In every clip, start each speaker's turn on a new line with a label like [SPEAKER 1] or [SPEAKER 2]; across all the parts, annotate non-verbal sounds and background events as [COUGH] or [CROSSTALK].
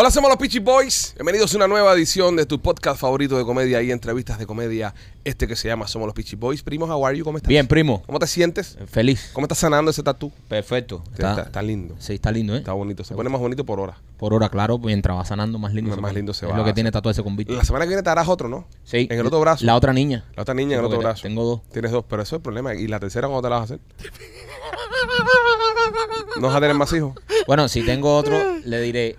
[SPEAKER 1] Hola, somos los Peachy Boys. Bienvenidos a una nueva edición de tu podcast favorito de comedia y entrevistas de comedia. Este que se llama Somos los Peachy Boys. Primo, how are you? ¿Cómo estás?
[SPEAKER 2] Bien, primo.
[SPEAKER 1] ¿Cómo te sientes?
[SPEAKER 2] Feliz.
[SPEAKER 1] ¿Cómo estás sanando ese tatú?
[SPEAKER 2] Perfecto.
[SPEAKER 1] Está, está lindo.
[SPEAKER 2] Sí, está lindo, ¿eh?
[SPEAKER 1] Está bonito. Se pone más bonito por hora.
[SPEAKER 2] Por hora, claro, mientras va sanando, más lindo
[SPEAKER 1] Más
[SPEAKER 2] pone.
[SPEAKER 1] lindo se
[SPEAKER 2] Es
[SPEAKER 1] va.
[SPEAKER 2] lo que tiene tatuaje ese convite.
[SPEAKER 1] La semana que viene te harás otro, ¿no?
[SPEAKER 2] Sí.
[SPEAKER 1] En el otro brazo.
[SPEAKER 2] La otra
[SPEAKER 1] [LAUGHS]
[SPEAKER 2] niña.
[SPEAKER 1] La otra niña en el
[SPEAKER 2] Tengo
[SPEAKER 1] otro
[SPEAKER 2] que-
[SPEAKER 1] brazo.
[SPEAKER 2] Tengo dos.
[SPEAKER 1] Tienes dos, pero eso es el problema. ¿Y la tercera cuándo te la vas a hacer? ¿No vas a tener más hijos?
[SPEAKER 2] Bueno, si tengo otro, le diré,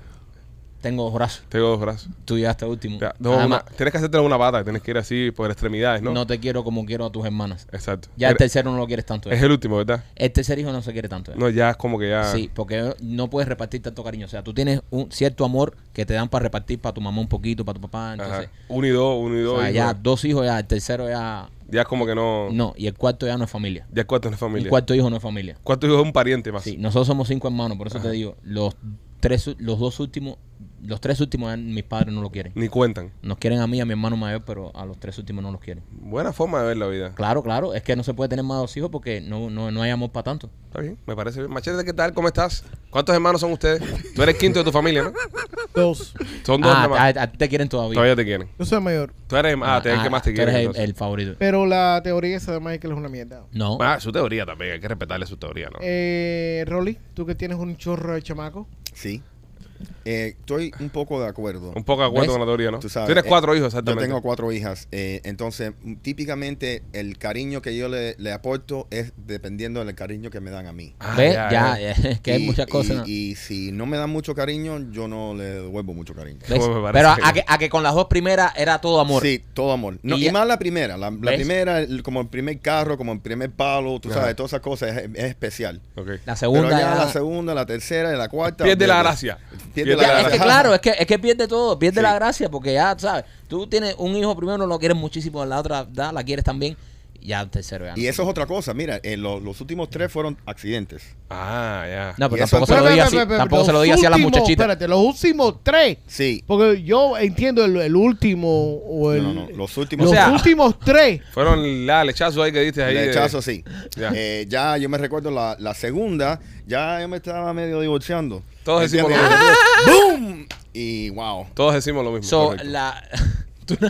[SPEAKER 2] tengo dos brazos.
[SPEAKER 1] Tengo dos brazos.
[SPEAKER 2] Tú llegaste último.
[SPEAKER 1] Ya, dos,
[SPEAKER 2] Mm. Además,
[SPEAKER 1] una- tienes que hacerte una pata, tienes que ir así por extremidades, ¿no?
[SPEAKER 2] ¿no? te quiero como quiero a tus hermanas.
[SPEAKER 1] Exacto.
[SPEAKER 2] Ya el
[SPEAKER 1] Eres-
[SPEAKER 2] tercero no lo quieres tanto. ¿eh?
[SPEAKER 1] es el último, ¿verdad?
[SPEAKER 2] El tercer hijo no se quiere tanto. ¿eh?
[SPEAKER 1] No, ya es como que ya.
[SPEAKER 2] Sí, porque no puedes repartir tanto cariño. O sea, tú tienes un cierto amor que te dan para repartir para tu mamá un poquito, para tu papá.
[SPEAKER 1] Ajá.
[SPEAKER 2] Entonces,
[SPEAKER 1] uno y dos, uno y dos.
[SPEAKER 2] o sea,
[SPEAKER 1] hijo.
[SPEAKER 2] ya dos hijos, ya el tercero ya
[SPEAKER 1] Ya es como que no.
[SPEAKER 2] No, y el cuarto ya no es familia.
[SPEAKER 1] Ya es cuarto en la familia.
[SPEAKER 2] El cuarto hijo no es familia.
[SPEAKER 1] Cuarto hijo es un pariente más.
[SPEAKER 2] Sí, nosotros somos cinco hermanos, por eso te digo, los tres, u- los dos últimos, los tres últimos ya mis padres no lo quieren.
[SPEAKER 1] Ni cuentan.
[SPEAKER 2] Nos quieren a mí, y a mi hermano mayor, pero a los tres últimos no los quieren.
[SPEAKER 1] Buena forma de ver la vida.
[SPEAKER 2] Claro, claro, es que no se puede tener más dos hijos porque no, no, no hay amor para tanto.
[SPEAKER 1] Está bien, me parece bien. Machete, ¿qué tal? ¿Cómo estás? ¿Cuántos hermanos son ustedes? Tú eres quinto de tu familia, ¿no?
[SPEAKER 3] Dos.
[SPEAKER 1] Son dos
[SPEAKER 2] Ah,
[SPEAKER 1] nada más.
[SPEAKER 2] a- a ti te quieren todavía.
[SPEAKER 1] Todavía te quieren.
[SPEAKER 3] Yo soy mayor.
[SPEAKER 1] Tú eres ah,
[SPEAKER 2] Ah,
[SPEAKER 1] te- el
[SPEAKER 2] ah,
[SPEAKER 1] que más te
[SPEAKER 2] tú
[SPEAKER 1] quiere.
[SPEAKER 2] eres el-
[SPEAKER 1] entonces.
[SPEAKER 2] el favorito.
[SPEAKER 3] Pero la teoría esa de Michael es una mierda.
[SPEAKER 2] No,
[SPEAKER 1] Ah, su teoría también, hay que respetarle su teoría, ¿no?
[SPEAKER 3] Eh, Rolly, tú que tienes un chorro de chamaco.
[SPEAKER 4] Sí. Eh, estoy un poco de acuerdo.
[SPEAKER 1] Un poco de acuerdo
[SPEAKER 2] ¿Ves?
[SPEAKER 1] con la teoría, ¿no? Tú,
[SPEAKER 4] Tú sabes,
[SPEAKER 1] tienes
[SPEAKER 4] eh,
[SPEAKER 1] cuatro hijos,
[SPEAKER 4] Yo
[SPEAKER 1] exactamente.
[SPEAKER 4] tengo cuatro hijas. eh, entonces, m- típicamente el cariño que yo le, le aporto es dependiendo del cariño que me dan a mí.
[SPEAKER 1] Ah,
[SPEAKER 2] ¿ves?
[SPEAKER 1] ya,
[SPEAKER 2] Ya,
[SPEAKER 1] ya.
[SPEAKER 2] es [LAUGHS] que hay
[SPEAKER 4] Y-
[SPEAKER 2] muchas cosas.
[SPEAKER 4] y-
[SPEAKER 2] ¿no?
[SPEAKER 4] Y, si no me dan mucho cariño, yo no le devuelvo mucho cariño.
[SPEAKER 2] ¿Ves?
[SPEAKER 1] Como me parece
[SPEAKER 2] Pero a,
[SPEAKER 1] que
[SPEAKER 2] a
[SPEAKER 1] no.
[SPEAKER 2] que, a que con las dos primeras era todo amor.
[SPEAKER 4] Sí, todo amor. No,
[SPEAKER 2] Y
[SPEAKER 4] y,
[SPEAKER 2] ya-
[SPEAKER 4] más la primera. La, la
[SPEAKER 2] ¿Ves?
[SPEAKER 4] primera, el- como el primer carro, como el primer palo, tú
[SPEAKER 1] Ajá.
[SPEAKER 4] sabes, todas esas cosas es, es especial.
[SPEAKER 1] Ok.
[SPEAKER 2] La
[SPEAKER 4] Pero
[SPEAKER 2] segunda
[SPEAKER 4] ya
[SPEAKER 2] ya-
[SPEAKER 4] la segunda, la tercera y la cuarta.
[SPEAKER 1] Pierde la
[SPEAKER 4] olvídate.
[SPEAKER 1] gracia. Pierde
[SPEAKER 4] Pierde la
[SPEAKER 2] Ya,
[SPEAKER 4] gracia.
[SPEAKER 2] es que claro, es que, es que pierde todo, pierde
[SPEAKER 4] Sí.
[SPEAKER 2] la gracia, porque ya, ¿sabes? Tú tienes un hijo primero, lo quieres muchísimo, la otra da, la quieres también, y ya el tercero ya. no.
[SPEAKER 4] Y eso es otra cosa. Mira, eh, lo- los últimos tres fueron accidentes.
[SPEAKER 1] Ah, ya.
[SPEAKER 2] No, pero
[SPEAKER 4] y
[SPEAKER 2] tampoco
[SPEAKER 4] eso es-
[SPEAKER 2] se lo
[SPEAKER 4] Pero,
[SPEAKER 2] diga
[SPEAKER 3] Espérate,
[SPEAKER 2] así,
[SPEAKER 3] espérate,
[SPEAKER 2] tampoco
[SPEAKER 3] los
[SPEAKER 2] se lo diga así a la
[SPEAKER 3] últimos,
[SPEAKER 2] muchachita.
[SPEAKER 3] Espérate, los últimos tres.
[SPEAKER 4] Sí.
[SPEAKER 3] Porque yo entiendo el, el último o el.
[SPEAKER 4] No, no, no. Los últimos.
[SPEAKER 3] Los
[SPEAKER 1] O sea,
[SPEAKER 3] últimos tres.
[SPEAKER 1] Fueron la lechazo ahí que diste ahí.
[SPEAKER 4] El
[SPEAKER 1] de-
[SPEAKER 4] rechazo, sí.
[SPEAKER 1] Ya.
[SPEAKER 4] Ya. ya yo me recuerdo la, la segunda, ya yo me estaba medio divorciando.
[SPEAKER 1] Todos decimos
[SPEAKER 4] ¿Entiendes?
[SPEAKER 1] lo
[SPEAKER 4] [LAUGHS] ¡Boom! Y wow.
[SPEAKER 1] Todos decimos lo mismo.
[SPEAKER 2] So,
[SPEAKER 1] correcto.
[SPEAKER 2] la... [LAUGHS] tú no-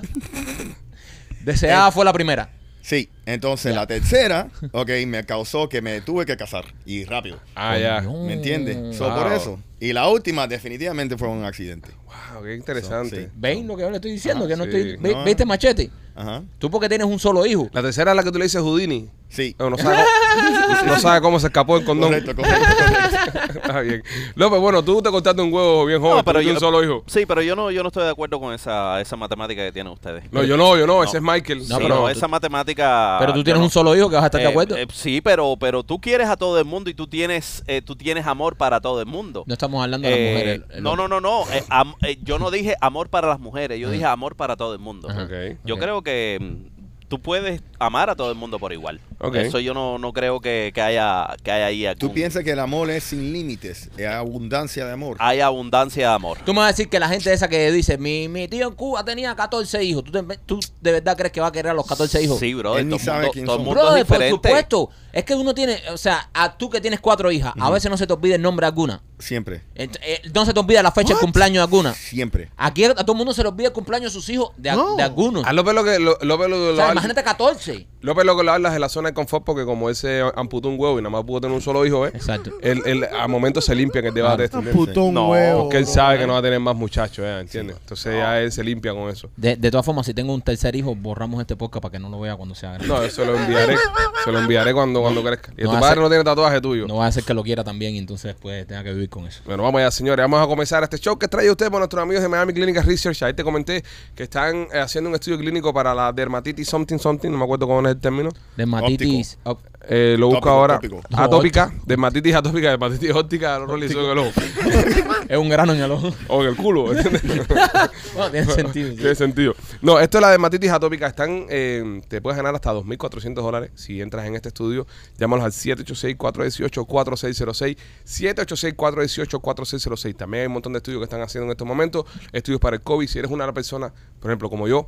[SPEAKER 2] Deseada fue la primera.
[SPEAKER 4] Sí, entonces
[SPEAKER 2] Ya.
[SPEAKER 4] la tercera, ok, me causó que me tuve que casar y rápido.
[SPEAKER 1] Ah, ya.
[SPEAKER 2] Coño.
[SPEAKER 4] ¿Me entiendes? So,
[SPEAKER 1] Mm. Wow.
[SPEAKER 4] por eso. Y la última definitivamente fue un accidente.
[SPEAKER 1] Wow, qué Ah, interesante.
[SPEAKER 4] So, sí.
[SPEAKER 2] ¿Veis lo que yo le estoy diciendo?
[SPEAKER 1] Ah,
[SPEAKER 2] que no
[SPEAKER 1] sí.
[SPEAKER 2] estoy... ¿Ve-
[SPEAKER 4] No,
[SPEAKER 2] ¿Viste
[SPEAKER 4] eh.
[SPEAKER 2] machete?
[SPEAKER 4] Ajá.
[SPEAKER 2] Tú porque tienes un solo hijo.
[SPEAKER 1] La tercera es la que tú le dices Houdini.
[SPEAKER 4] Sí.
[SPEAKER 1] No, no sabe, cómo- Oh, no sabe cómo se escapó el condón.
[SPEAKER 4] Correcto, correcto, correcto.
[SPEAKER 1] [LAUGHS] Está bien. López, bueno, tú te contaste un huevo bien joven,
[SPEAKER 5] No, pero
[SPEAKER 1] tuviste
[SPEAKER 5] yo
[SPEAKER 1] un solo hijo.
[SPEAKER 5] Sí, pero yo no, yo no estoy de acuerdo con esa, esa matemática que tienen ustedes.
[SPEAKER 1] No, yo no, yo no, ese es Michael.
[SPEAKER 2] No,
[SPEAKER 5] No,
[SPEAKER 2] pero
[SPEAKER 5] pero
[SPEAKER 2] tú-
[SPEAKER 5] esa matemática.
[SPEAKER 2] Pero tú
[SPEAKER 5] Ah, yo
[SPEAKER 2] tienes
[SPEAKER 5] no.
[SPEAKER 2] un solo hijo que vas a estar de
[SPEAKER 5] Eh,
[SPEAKER 2] acuerdo.
[SPEAKER 5] eh, sí, pero, pero tú quieres a todo el mundo y tú tienes, eh, tú tienes amor para todo el mundo.
[SPEAKER 2] no estamos hablando de las
[SPEAKER 5] Eh,
[SPEAKER 2] mujeres. el- el
[SPEAKER 5] no,
[SPEAKER 2] hombre.
[SPEAKER 5] no, no, no. eh, am- eh, yo no dije amor para las mujeres, yo dije amor para todo el mundo.
[SPEAKER 2] Ajá.
[SPEAKER 1] Ok.
[SPEAKER 5] Yo
[SPEAKER 2] Ok.
[SPEAKER 5] creo que mm, tú puedes amar a todo el mundo por igual.
[SPEAKER 1] Ok.
[SPEAKER 5] Eso yo no, no creo que, que haya que haya ahí
[SPEAKER 4] Tú
[SPEAKER 5] algún-
[SPEAKER 4] piensas que el amor es sin límites, es abundancia de amor.
[SPEAKER 5] hay abundancia de amor.
[SPEAKER 2] Tú me vas a decir que la gente esa que dice, mi, mi tío en Cuba tenía 14 hijos. ¿Tú, te- tú de verdad crees que va a querer a los 14 hijos?
[SPEAKER 5] Sí, bro. Todo,
[SPEAKER 4] Él ni
[SPEAKER 5] el
[SPEAKER 4] sabe
[SPEAKER 5] mundo-
[SPEAKER 4] quién
[SPEAKER 5] todo el
[SPEAKER 4] son.
[SPEAKER 5] mundo
[SPEAKER 2] Brother,
[SPEAKER 5] es diferente.
[SPEAKER 2] por supuesto. Es que uno tiene, o sea, a tú que tienes cuatro hijas, a veces no se te olvida el nombre de alguna.
[SPEAKER 4] Siempre,
[SPEAKER 2] Ent- eh, No se te olvida la fecha de cumpleaños de alguna.
[SPEAKER 4] siempre.
[SPEAKER 2] Aquí a todo el mundo se le olvida el cumpleaños de sus hijos de, a-
[SPEAKER 3] No.
[SPEAKER 2] de algunos.
[SPEAKER 1] A López lo que lo, López lo,
[SPEAKER 2] O
[SPEAKER 1] lo
[SPEAKER 2] sea,
[SPEAKER 1] habla-
[SPEAKER 2] imagínate 14.
[SPEAKER 1] López lo que lo hablas de la zona de confort porque como ese amputó un huevo y nada más pudo tener un solo hijo, ¿eh?
[SPEAKER 2] Exacto.
[SPEAKER 1] Él, él a momentos se limpia en el debate este.
[SPEAKER 3] Ah, putón
[SPEAKER 5] No,
[SPEAKER 3] huevo.
[SPEAKER 1] Porque él
[SPEAKER 3] bro.
[SPEAKER 1] sabe que no va a tener más muchachos, ¿eh? ¿Entiendes? Entonces ya él se limpia con eso.
[SPEAKER 2] De, de todas formas, si tengo un tercer hijo, borramos este podcast para que no lo vea cuando sea grande.
[SPEAKER 1] No, yo se lo enviaré. se lo enviaré cuando, cuando crezca. Y
[SPEAKER 2] no
[SPEAKER 1] tu
[SPEAKER 2] hace-
[SPEAKER 1] padre no tiene tatuaje tuyo.
[SPEAKER 2] No va a ser que lo quiera también y entonces pues tenga que vivir con eso.
[SPEAKER 1] Bueno, vamos allá, señores. Vamos a comenzar este show que trae usted por nuestros amigos de Miami Clinic Research. Ahí te comenté que están eh, haciendo un estudio clínico para la dermatitis something something. No me acuerdo cómo es es el término?
[SPEAKER 2] Dermatitis. op-
[SPEAKER 1] Eh, lo busco
[SPEAKER 4] Tópico,
[SPEAKER 1] ahora.
[SPEAKER 4] tópico.
[SPEAKER 1] Atópica, dermatitis atópica, dermatitis óptica, Rolly son
[SPEAKER 2] [LAUGHS]
[SPEAKER 1] en el ojo.
[SPEAKER 2] Es un grano en el [LAUGHS] ojo.
[SPEAKER 1] O en el culo, ¿entiendes?
[SPEAKER 2] Bueno, tiene sentido.
[SPEAKER 1] Tiene sentido. No, esto es la dermatitis atópica. Están, eh, te puedes ganar hasta 2.400 dólares si entras en este estudio. Llámalos al 786-418-4606. 786-418-4606. También hay un montón de estudios que están haciendo en estos momentos. Estudios para el COVID. Si eres una persona, por ejemplo, como yo,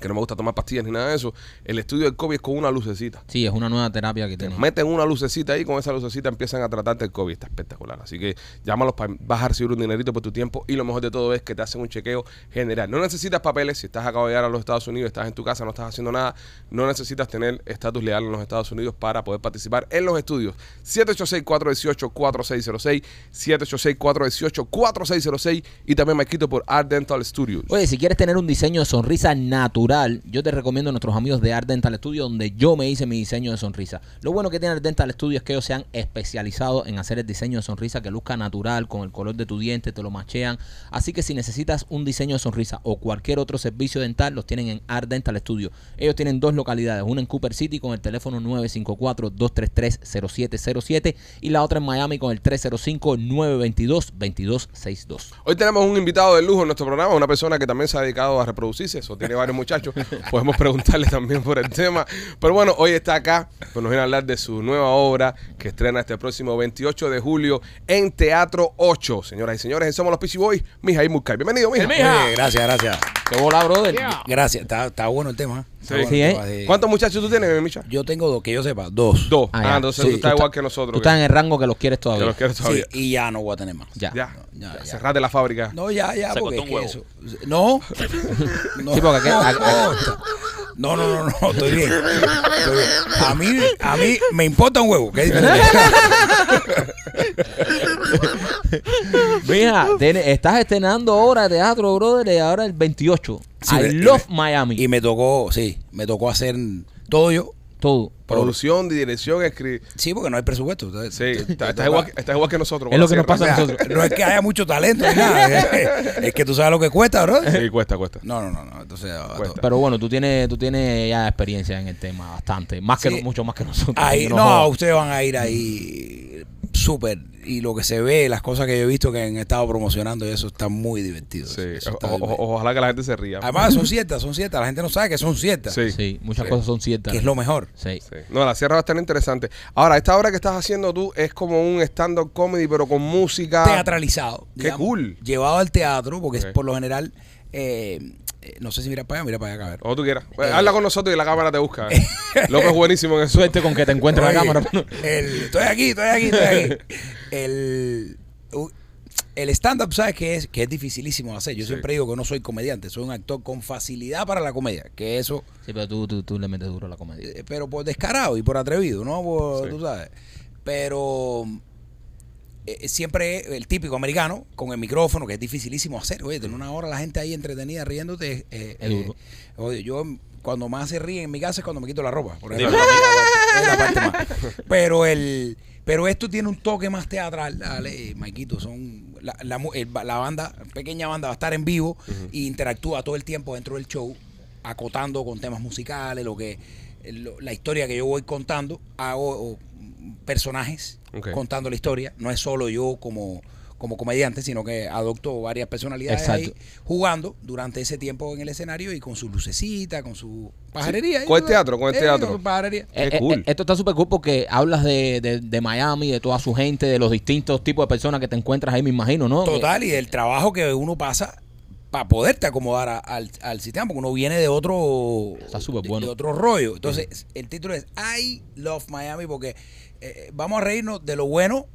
[SPEAKER 1] que no me gusta tomar pastillas ni nada de eso, el estudio del COVID es con una lucecita.
[SPEAKER 2] Sí, es una nueva terapia que
[SPEAKER 1] Te
[SPEAKER 2] tenemos.
[SPEAKER 1] meten una lucecita ahí, con esa lucecita empiezan a tratarte el COVID. Está espectacular. Así que llámalos para vas a recibir un dinerito por tu tiempo y lo mejor de todo es que te hacen un chequeo general. No necesitas papeles si estás acabado de llegar a los Estados Unidos, estás en tu casa, no estás haciendo nada. No necesitas tener estatus legal en los Estados Unidos para poder participar en los estudios. 786-418-4606, 786-418-4606 y también me quito por Art Dental Studios.
[SPEAKER 2] Oye, si quieres tener un diseño de sonrisa natural, yo te recomiendo a nuestros amigos de Art Dental Studio, donde yo me hice mi diseño de sonrisa. Lo bueno que tiene Art Dental Studio es que ellos se han especializado en hacer el diseño de sonrisa que luzca natural, con el color de tu diente, te lo machean. Así que si necesitas un diseño de sonrisa o cualquier otro servicio dental, los tienen en Art Dental Studio. Ellos tienen dos localidades, una en Cooper City con el teléfono 954-233-0707 y la otra en Miami con el 305-922-2262.
[SPEAKER 1] Hoy tenemos un invitado de lujo en nuestro programa, una persona que también se ha dedicado a reproducirse, eso tiene varios muchachos. Podemos preguntarle también por el tema. Pero bueno, hoy está acá, pues nos viene a hablar de su nueva obra que estrena este próximo 28 de julio en Teatro 8. Señoras y señores, en Somos los Pichi Boys, Mija y Muscay. Bienvenido, Mija.
[SPEAKER 6] Oye, gracias, gracias.
[SPEAKER 2] ¡Qué bola, brother!
[SPEAKER 3] Yeah.
[SPEAKER 6] Gracias. Está, está bueno el tema. ¿eh?
[SPEAKER 1] Sí.
[SPEAKER 6] Está bueno
[SPEAKER 2] Sí,
[SPEAKER 6] el
[SPEAKER 2] ¿eh?
[SPEAKER 6] tema, sí.
[SPEAKER 1] ¿Cuántos muchachos tú tienes, Micha?
[SPEAKER 6] Yo tengo dos, que yo sepa, dos.
[SPEAKER 1] Dos.
[SPEAKER 2] Ah,
[SPEAKER 1] Ah,
[SPEAKER 2] ya.
[SPEAKER 1] entonces
[SPEAKER 6] Sí.
[SPEAKER 1] tú estás
[SPEAKER 6] Tú
[SPEAKER 1] igual que nosotros.
[SPEAKER 2] Tú estás en el rango que los quieres
[SPEAKER 1] que, que
[SPEAKER 2] todavía.
[SPEAKER 1] los quieres
[SPEAKER 6] Sí,
[SPEAKER 1] todavía.
[SPEAKER 6] y ya no voy a tener más.
[SPEAKER 2] Ya.
[SPEAKER 1] Ya.
[SPEAKER 6] Ya, ya.
[SPEAKER 1] Cerrate la fábrica.
[SPEAKER 6] No, ya, ya,
[SPEAKER 5] Se
[SPEAKER 6] porque
[SPEAKER 5] cortó un
[SPEAKER 6] es que eso- No. no.
[SPEAKER 2] [LAUGHS] Sí, porque aquí-
[SPEAKER 6] no,
[SPEAKER 2] aquí-
[SPEAKER 6] no, no, no, no, no, estoy bien. Estoy bien. A mí, a mí me importa un huevo. ¿qué diferente?
[SPEAKER 2] Mira, tiene- estás estrenando obra de teatro, brother, y ahora el 28.
[SPEAKER 6] Sí,
[SPEAKER 2] I
[SPEAKER 6] me- y
[SPEAKER 2] love
[SPEAKER 6] me-
[SPEAKER 2] Miami.
[SPEAKER 6] Y me tocó, sí, me tocó hacer todo yo.
[SPEAKER 2] Todo.
[SPEAKER 1] Producción, dirección, escribir.
[SPEAKER 6] Sí, porque no hay presupuesto. entonces-
[SPEAKER 1] Sí,
[SPEAKER 6] te- te-
[SPEAKER 1] estás,
[SPEAKER 6] te
[SPEAKER 1] estás igual,
[SPEAKER 6] toca-
[SPEAKER 1] que- estás igual que nosotros.
[SPEAKER 2] Es lo que nos
[SPEAKER 1] Cierra.
[SPEAKER 2] pasa a
[SPEAKER 6] [LAUGHS] O sea,
[SPEAKER 2] nosotros.
[SPEAKER 6] no es que haya mucho talento ni nada. Es que tú sabes lo que cuesta, bro.
[SPEAKER 1] Sí, cuesta, cuesta.
[SPEAKER 6] No, no, no, no. Entonces, ah, a- a-
[SPEAKER 1] Cuesta.
[SPEAKER 2] Pero bueno, tú tienes, tú tienes ya experiencia en el tema bastante. Más que
[SPEAKER 6] Sí.
[SPEAKER 2] no- mucho más que nosotros.
[SPEAKER 6] ahí,
[SPEAKER 2] que
[SPEAKER 6] no,
[SPEAKER 2] nos jodan.
[SPEAKER 6] ustedes van a ir ahí súper. Y lo que se ve, las cosas que yo he visto que han estado promocionando, y eso está muy divertido.
[SPEAKER 1] Sí,
[SPEAKER 6] Eso está
[SPEAKER 1] o-
[SPEAKER 6] divertido.
[SPEAKER 1] o- ojalá que la gente se ría.
[SPEAKER 6] Además, son ciertas, son ciertas. La gente no sabe que son ciertas.
[SPEAKER 1] Sí.
[SPEAKER 2] Sí, muchas cosas son ciertas.
[SPEAKER 6] Que es lo mejor.
[SPEAKER 2] Sí.
[SPEAKER 1] Sí. No, la sierra va a estar interesante. Ahora, esta obra que estás haciendo tú es como un stand-up comedy, pero con música.
[SPEAKER 6] Teatralizado.
[SPEAKER 1] Qué cool.
[SPEAKER 6] Llevado al teatro, porque es
[SPEAKER 1] Ok.
[SPEAKER 6] por lo general. eh, eh, no sé si mira para allá, mira para allá, cabrón.
[SPEAKER 1] O tú quieras. Pues, Habla con nosotros y la cámara te busca.
[SPEAKER 6] [LAUGHS]
[SPEAKER 1] eh. López es buenísimo en eso.
[SPEAKER 2] Suerte con que te encuentres la
[SPEAKER 6] Oye,
[SPEAKER 2] cámara.
[SPEAKER 6] [LAUGHS] el- estoy aquí, estoy aquí, estoy aquí. El, u- el stand-up, ¿sabes qué es? Que es dificilísimo de hacer. Yo
[SPEAKER 1] Sí.
[SPEAKER 6] siempre digo que no soy comediante, soy un actor con facilidad para la comedia. Que eso,
[SPEAKER 2] Sí, pero tú, tú, tú le metes duro a la comedia.
[SPEAKER 6] eh, pero por descarado y por atrevido, ¿no? Por-
[SPEAKER 1] Sí.
[SPEAKER 6] Tú sabes. Pero eh, siempre el típico americano con el micrófono, que es dificilísimo hacer. Oye, tener una hora la gente ahí entretenida riéndote. eh,
[SPEAKER 2] Es
[SPEAKER 6] eh,
[SPEAKER 2] duro.
[SPEAKER 6] oye, yo cuando más se ríen en mi casa es cuando me quito la ropa. Por
[SPEAKER 5] Dime,
[SPEAKER 6] ejemplo. Es la parte más.
[SPEAKER 1] [LAUGHS]
[SPEAKER 6] Pero el pero esto tiene un toque más teatral, dale, Maikito, son la, la mu- el ba- la banda, pequeña banda va a estar en vivo y interactúa todo el tiempo dentro del show, acotando con temas musicales, lo que lo- la historia que yo voy contando, hago o, mm, personajes
[SPEAKER 1] Ok.
[SPEAKER 6] contando la historia, no es solo yo como como comediante, sino que adopto varias personalidades ahí,
[SPEAKER 2] Exacto.
[SPEAKER 6] jugando durante ese tiempo en el escenario y con su lucecita, con su pajarería.
[SPEAKER 1] con el teatro, con el
[SPEAKER 6] Eh,
[SPEAKER 1] teatro.
[SPEAKER 6] su pajarería.
[SPEAKER 1] Qué
[SPEAKER 2] Eh, eh,
[SPEAKER 1] cool.
[SPEAKER 2] esto está súper cool porque hablas de, de, de Miami, de toda su gente, de los distintos tipos de personas que te encuentras ahí, me imagino, ¿no? Eh,
[SPEAKER 6] Total, y del trabajo que uno pasa para poderte acomodar a- al, al sistema, porque uno viene de otro,
[SPEAKER 2] Está súper
[SPEAKER 6] de-
[SPEAKER 2] bueno.
[SPEAKER 6] de otro rollo. Entonces, el título es I Love Miami, porque eh, vamos a reírnos de lo bueno,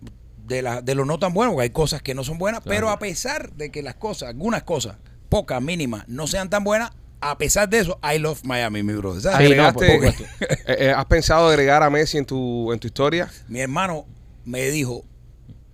[SPEAKER 6] de, la, de lo no tan bueno, porque hay cosas que no son buenas, pero a pesar de que las cosas, algunas cosas, pocas, mínimas, no sean tan buenas, a pesar de eso, I Love Miami, mi brother. ¿sabes?
[SPEAKER 2] Ahí pues, no, por
[SPEAKER 1] Agregaste-
[SPEAKER 2] supuesto.
[SPEAKER 1] [LAUGHS] eh, eh, ¿Has pensado agregar a Messi en tu, en tu historia?
[SPEAKER 6] Mi hermano me dijo,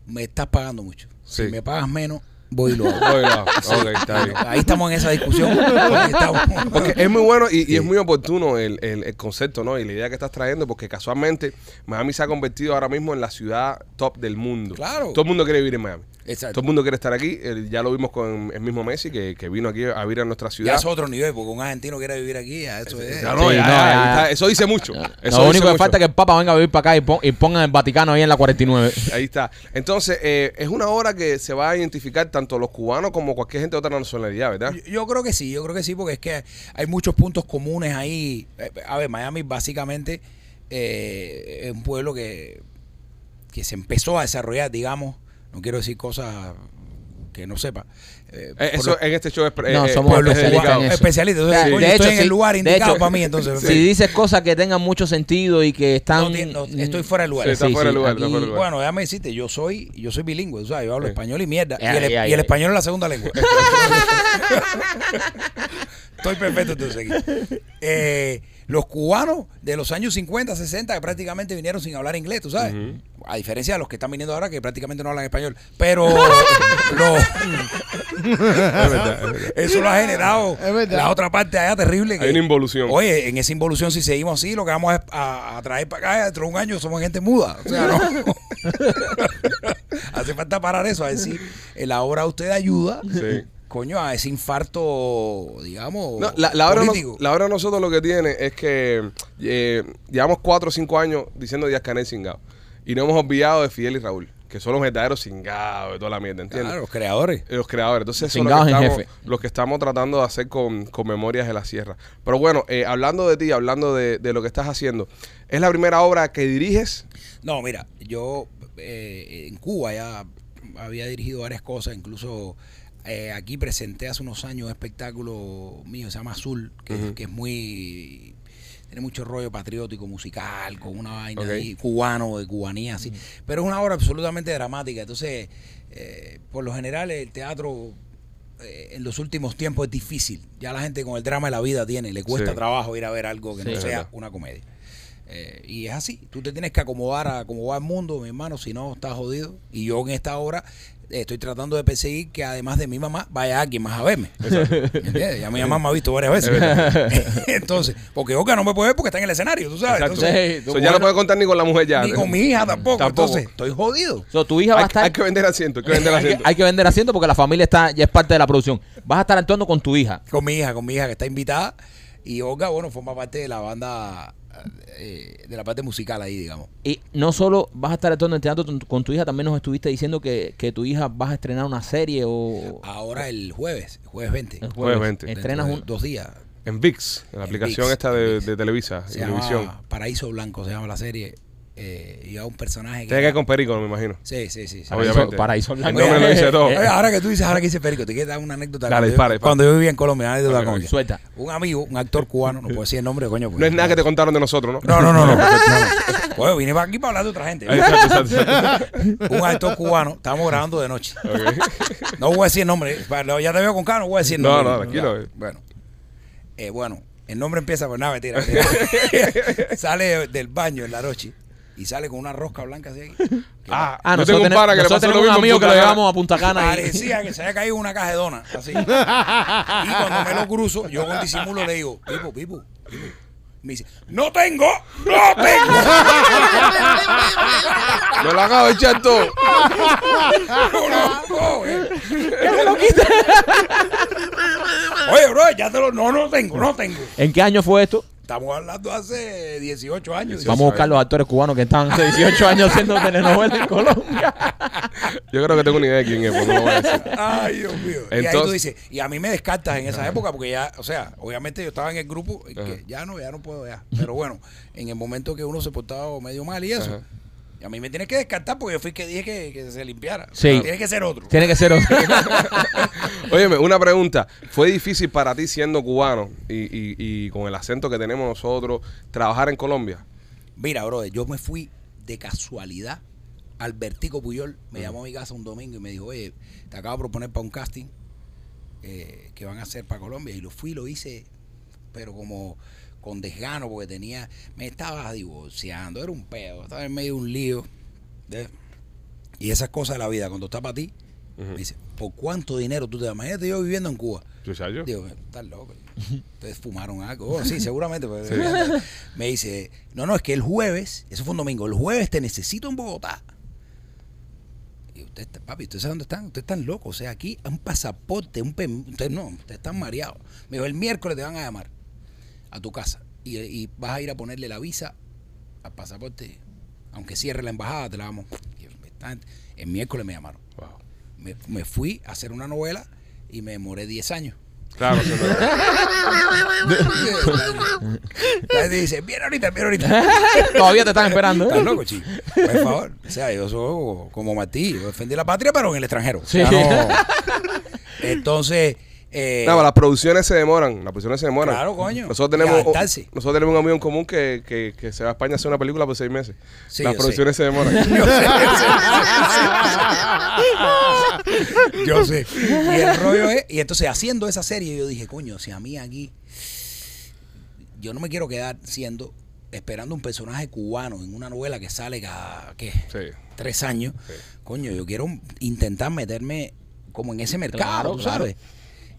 [SPEAKER 6] me estás pagando mucho.
[SPEAKER 1] Sí.
[SPEAKER 6] Si me pagas menos, voy y lo hago.
[SPEAKER 1] [LAUGHS] Voy, va. Ok, está bien.
[SPEAKER 6] Ahí estamos en esa discusión.
[SPEAKER 1] [LAUGHS]
[SPEAKER 6] Ahí estamos.
[SPEAKER 1] Porque es muy bueno y, y es muy oportuno el, el- el concepto, ¿no? Y la idea que estás trayendo, porque casualmente Miami se ha convertido ahora mismo en la ciudad top del mundo.
[SPEAKER 6] Claro.
[SPEAKER 1] Todo el mundo quiere vivir en Miami.
[SPEAKER 6] Exacto.
[SPEAKER 1] Todo el mundo quiere estar aquí. eh, ya lo vimos con el mismo Messi que, que vino aquí a vivir a nuestra
[SPEAKER 6] Ya
[SPEAKER 1] ciudad.
[SPEAKER 6] es otro nivel, porque un argentino quiere vivir aquí, ya eso es.
[SPEAKER 1] Ya no, ya,
[SPEAKER 2] Sí, no,
[SPEAKER 1] ya,
[SPEAKER 2] ya,
[SPEAKER 1] ahí
[SPEAKER 2] ya.
[SPEAKER 1] está. Eso dice mucho. Eso
[SPEAKER 2] lo
[SPEAKER 1] dice
[SPEAKER 2] único que
[SPEAKER 1] mucho.
[SPEAKER 2] falta es que el Papa venga a vivir para acá y, pon- y ponga el Vaticano ahí en la 49.
[SPEAKER 1] Ahí está. Entonces, eh, es una obra que se va a identificar tanto los cubanos como cualquier gente de otra nacionalidad, ¿verdad?
[SPEAKER 6] Yo, yo creo que sí, yo creo que sí, porque es que hay muchos puntos comunes ahí. Eh, A ver, Miami básicamente eh, es un pueblo que, que se empezó a desarrollar, digamos, no quiero decir cosas que no sepa. eh,
[SPEAKER 1] Eh,
[SPEAKER 6] por
[SPEAKER 1] eso
[SPEAKER 6] lo-
[SPEAKER 1] en este show es. pre-
[SPEAKER 2] No,
[SPEAKER 1] eh,
[SPEAKER 2] somos
[SPEAKER 1] es
[SPEAKER 6] pueblo
[SPEAKER 2] especialistas
[SPEAKER 1] dedicado.
[SPEAKER 6] cubano,
[SPEAKER 2] en eso.
[SPEAKER 6] especialistas.
[SPEAKER 2] O sea,
[SPEAKER 6] Entonces, coño, estoy en el lugar
[SPEAKER 2] de
[SPEAKER 6] indicado
[SPEAKER 2] hecho,
[SPEAKER 6] para mí, entonces.
[SPEAKER 2] Si dices cosas que tengan mucho sentido y que están.
[SPEAKER 6] No tiene- no, estoy fuera de lugar.
[SPEAKER 1] Sí, está
[SPEAKER 2] Sí,
[SPEAKER 1] fuera de
[SPEAKER 2] sí,
[SPEAKER 1] lugar, está
[SPEAKER 2] aquí-
[SPEAKER 1] fuera de lugar.
[SPEAKER 6] Bueno, déjame decirte, yo soy, yo soy bilingüe, o sea, yo hablo
[SPEAKER 1] Sí.
[SPEAKER 6] español y mierda.
[SPEAKER 2] Ay,
[SPEAKER 6] y, el,
[SPEAKER 2] ay,
[SPEAKER 6] y el
[SPEAKER 2] ay.
[SPEAKER 6] español es la segunda lengua. Estoy perfecto entonces aquí. Eh, los cubanos de los años 50, 60, que prácticamente vinieron sin hablar inglés, ¿tú sabes? A diferencia de los que están viniendo ahora, que prácticamente no hablan español. Pero lo- eso lo ha generado
[SPEAKER 3] Es verdad.
[SPEAKER 6] la otra parte allá terrible.
[SPEAKER 1] Hay una involución.
[SPEAKER 6] Oye, en esa involución, si seguimos así, lo que vamos a, a- a traer para acá dentro de un año somos gente muda. O
[SPEAKER 1] [LAUGHS]
[SPEAKER 6] sea, no. Hace falta parar eso, a decir, si eh, la obra usted ayuda,
[SPEAKER 1] Sí.
[SPEAKER 6] coño, a ese infarto, digamos,
[SPEAKER 1] No, la, la obra no-
[SPEAKER 6] político.
[SPEAKER 1] la obra de nosotros lo que tiene es que eh, llevamos cuatro o cinco años diciendo Díaz Canel cingado. Y no hemos olvidado de Fidel y Raúl, que son los verdaderos cingados de toda la mierda, ¿entiendes?
[SPEAKER 6] Claro, los creadores.
[SPEAKER 1] Eh, Los creadores. Entonces, eso es lo
[SPEAKER 2] Cingados
[SPEAKER 1] que,
[SPEAKER 2] en
[SPEAKER 1] estamos,
[SPEAKER 2] jefe.
[SPEAKER 1] lo que estamos tratando de hacer con, con Memorias de la Sierra. Pero bueno, eh, hablando de ti, hablando de, de lo que estás haciendo, ¿es la primera obra que diriges?
[SPEAKER 6] No, mira, yo eh, en Cuba ya había dirigido varias cosas, incluso eh, aquí presenté hace unos años un espectáculo mío, se llama Azul, que, que es muy... Tiene mucho rollo patriótico, musical, con una vaina
[SPEAKER 1] Ok.
[SPEAKER 6] ahí, cubano, de cubanía, así. Pero es una obra absolutamente dramática. Entonces, eh, por lo general, el teatro eh, en los últimos tiempos es difícil. Ya la gente con el drama de la vida tiene, le cuesta
[SPEAKER 1] Sí.
[SPEAKER 6] trabajo ir a ver algo que
[SPEAKER 2] Sí.
[SPEAKER 6] no
[SPEAKER 1] Es
[SPEAKER 6] sea
[SPEAKER 1] verdad.
[SPEAKER 6] una comedia. Eh, y es así, tú te tienes que acomodar a cómo va el mundo, mi hermano, si no, estás jodido. Y yo en esta obra eh, estoy tratando de perseguir que además de mi mamá, vaya alguien más a verme. ¿Entiendes? Ya mi mamá me ha visto varias veces. [LAUGHS] Entonces, porque Olga no me puede ver porque está en el escenario, tú sabes.
[SPEAKER 1] Exacto.
[SPEAKER 6] Entonces,
[SPEAKER 2] Sí, tú
[SPEAKER 1] So, ya no
[SPEAKER 2] bueno.
[SPEAKER 1] puedes contar ni con la mujer [LAUGHS] ya.
[SPEAKER 6] ni con mi hija tampoco.
[SPEAKER 1] Tampoco.
[SPEAKER 6] Entonces, estoy jodido.
[SPEAKER 2] So, tu hija va a
[SPEAKER 1] Hay,
[SPEAKER 2] estar.
[SPEAKER 1] hay que vender asiento, hay que vender
[SPEAKER 2] hay,
[SPEAKER 1] asiento.
[SPEAKER 2] que- hay que vender asiento porque la familia está ya es parte de la producción. Vas a estar actuando con tu hija.
[SPEAKER 6] Con mi hija, con mi hija que está invitada. Y Olga, bueno, forma parte de la banda, eh, de la parte musical ahí, digamos.
[SPEAKER 2] Y no solo vas a estar actuando en teatro con tu- con tu hija, también nos estuviste diciendo que, que tu hija vas a estrenar una serie o.
[SPEAKER 6] Ahora el jueves, jueves 20.
[SPEAKER 2] el
[SPEAKER 1] Jueves 20.
[SPEAKER 2] Estrenas
[SPEAKER 6] Dentro de
[SPEAKER 2] un.
[SPEAKER 6] dos días.
[SPEAKER 1] En VIX, en la
[SPEAKER 6] En
[SPEAKER 1] aplicación
[SPEAKER 6] ViX,
[SPEAKER 1] esta
[SPEAKER 6] en
[SPEAKER 1] de,
[SPEAKER 6] ViX.
[SPEAKER 1] de Televisa y
[SPEAKER 6] Se
[SPEAKER 1] Televisión.
[SPEAKER 6] llama Paraíso Blanco, se llama la serie. Eh, y a un personaje
[SPEAKER 1] Tiene que ver
[SPEAKER 6] era-
[SPEAKER 1] con Perico, me imagino.
[SPEAKER 6] Sí, sí, sí. sí.
[SPEAKER 1] Obviamente.
[SPEAKER 2] Paraíso
[SPEAKER 1] El
[SPEAKER 2] Blanco.
[SPEAKER 1] nombre lo
[SPEAKER 2] [LAUGHS]
[SPEAKER 1] dice todo.
[SPEAKER 6] Oye, Eh, ahora que tú dices, ahora que dice Perico, te queda una anécdota.
[SPEAKER 1] Dale,
[SPEAKER 6] cuando,
[SPEAKER 1] dispara,
[SPEAKER 6] yo,
[SPEAKER 1] dispara.
[SPEAKER 6] cuando yo vivía en Colombia, una anécdota con
[SPEAKER 2] Eh, Suelta.
[SPEAKER 6] Un amigo, un actor cubano, no puedo decir el nombre, coño. pues.
[SPEAKER 1] No es nada que te contaron de nosotros, ¿no? [LAUGHS]
[SPEAKER 6] No, no, no, no. no. Oye, vine para aquí para hablar de otra gente.
[SPEAKER 1] Exacto, exacto, exacto.
[SPEAKER 6] Un actor cubano, estábamos grabando de noche.
[SPEAKER 1] Ok.
[SPEAKER 6] No voy a decir el nombre. Bueno, Ya te veo con cara, no voy a decir el
[SPEAKER 1] No,
[SPEAKER 6] nombre.
[SPEAKER 1] no, tranquilo.
[SPEAKER 6] Ya, Bueno. Eh, bueno, el nombre empieza por nada, mentira. mentira. sale del baño en la noche y sale con una rosca blanca así. aquí.
[SPEAKER 1] Ah,
[SPEAKER 2] Ah,
[SPEAKER 1] yo tengo
[SPEAKER 2] nosotros,
[SPEAKER 1] un
[SPEAKER 2] tenemos,
[SPEAKER 1] pana que le
[SPEAKER 2] nosotros
[SPEAKER 1] pasó lo
[SPEAKER 2] tenemos
[SPEAKER 1] mismo
[SPEAKER 2] un
[SPEAKER 1] en
[SPEAKER 2] amigo que
[SPEAKER 1] Punta
[SPEAKER 2] lo
[SPEAKER 1] Cana.
[SPEAKER 2] llevamos a Punta Cana. y-
[SPEAKER 6] Parecía que se había caído una caja de donas, así. Y cuando me lo cruzo, yo con disimulo le digo, Pipo, Pipo, Pipo. Me dice, no tengo, no tengo.
[SPEAKER 1] [LAUGHS] Me lo acabo de echar todo.
[SPEAKER 6] No, no, no, eh. Oye, bro, ya te lo, no, no tengo, no tengo.
[SPEAKER 2] [LAUGHS] ¿En qué año fue esto?
[SPEAKER 6] Estamos hablando hace 18 años.
[SPEAKER 2] Vamos a buscar los actores cubanos que están [LAUGHS] hace 18 años haciendo telenovelas en Colombia.
[SPEAKER 1] Yo creo que tengo una idea de quién es, pero no lo voy a
[SPEAKER 6] [LAUGHS]
[SPEAKER 1] decir.
[SPEAKER 6] Ay, Dios mío. y ahí tú
[SPEAKER 1] Entonces-
[SPEAKER 6] dices, y a mí me descartas en esa época porque ya, o sea, obviamente yo estaba en el grupo y que ya no, ya no puedo ya. Pero bueno, en el momento que uno se portaba medio mal y eso,
[SPEAKER 1] Ajá.
[SPEAKER 6] y a mí me tienes que descartar porque yo fui el que dije que, que se limpiara.
[SPEAKER 2] Sí.
[SPEAKER 6] Tiene que ser otro.
[SPEAKER 2] Tiene que ser otro.
[SPEAKER 1] Óyeme, una pregunta. ¿Fue difícil para ti siendo cubano y, y- y con el acento que tenemos nosotros trabajar en Colombia?
[SPEAKER 6] Mira, brother, yo me fui de casualidad. Albertico Puyol me llamó a mi casa un domingo y me dijo, oye, te acabo de proponer para un casting eh, que van a hacer para Colombia. Y lo fui, lo hice, pero como con desgano, porque tenía, me estaba divorciando, era un pedo, estaba en medio de un lío. ¿ves? Y esas cosas de la vida, cuando está para ti, me dice, ¿por cuánto dinero tú te das? Imagínate yo viviendo en Cuba.
[SPEAKER 1] Chuchayo.
[SPEAKER 6] Digo, estás loco. Ustedes fumaron algo. Bueno, sí, seguramente. pero- [LAUGHS] Me dice, no, no, es que el jueves, eso fue un domingo, el jueves te necesito en Bogotá. Y y usted, está- papi, ¿usted sabe dónde están? Ustedes están locos. O sea, aquí un pasaporte, un perm- Ustedes no, ustedes están mareados. Me dijo, el miércoles te van a llamar a tu casa y, y vas a ir a ponerle la visa al pasaporte. Aunque cierre la embajada, te la vamos. Y yo, "Esta gente-". El miércoles me llamaron.
[SPEAKER 1] Wow.
[SPEAKER 6] Me, me fui a hacer una novela y me demoré 10 años.
[SPEAKER 1] Claro, sí, pero-
[SPEAKER 6] La gente dice, viene ahorita, viene ahorita.
[SPEAKER 2] [LAUGHS] Todavía te están esperando.
[SPEAKER 6] ¿Estás loco, chico? Por favor. O sea, yo soy como Martí. Yo defendí la patria, pero en el extranjero. O sea,
[SPEAKER 2] Sí.
[SPEAKER 6] no. Entonces. eh,
[SPEAKER 1] Nada, las producciones se demoran, las producciones se demoran.
[SPEAKER 6] Claro, coño.
[SPEAKER 1] Nosotros
[SPEAKER 6] Y
[SPEAKER 1] tenemos,
[SPEAKER 6] adaptarse.
[SPEAKER 1] nosotros tenemos un amigo en común que, que, que se va a España a hacer una película por seis meses.
[SPEAKER 6] Sí,
[SPEAKER 1] las
[SPEAKER 6] yo
[SPEAKER 1] producciones se demoran.
[SPEAKER 6] [LAUGHS] Yo sé, yo sé. Y el rollo es, y entonces haciendo esa serie yo dije, coño, si a mí aquí, yo no me quiero quedar siendo, esperando un personaje cubano en una novela que sale cada, ¿qué?
[SPEAKER 1] Sí.
[SPEAKER 6] Tres años. Coño, yo quiero intentar meterme como en ese
[SPEAKER 2] Claro,
[SPEAKER 6] mercado, tú
[SPEAKER 2] claro.
[SPEAKER 6] ¿sabes?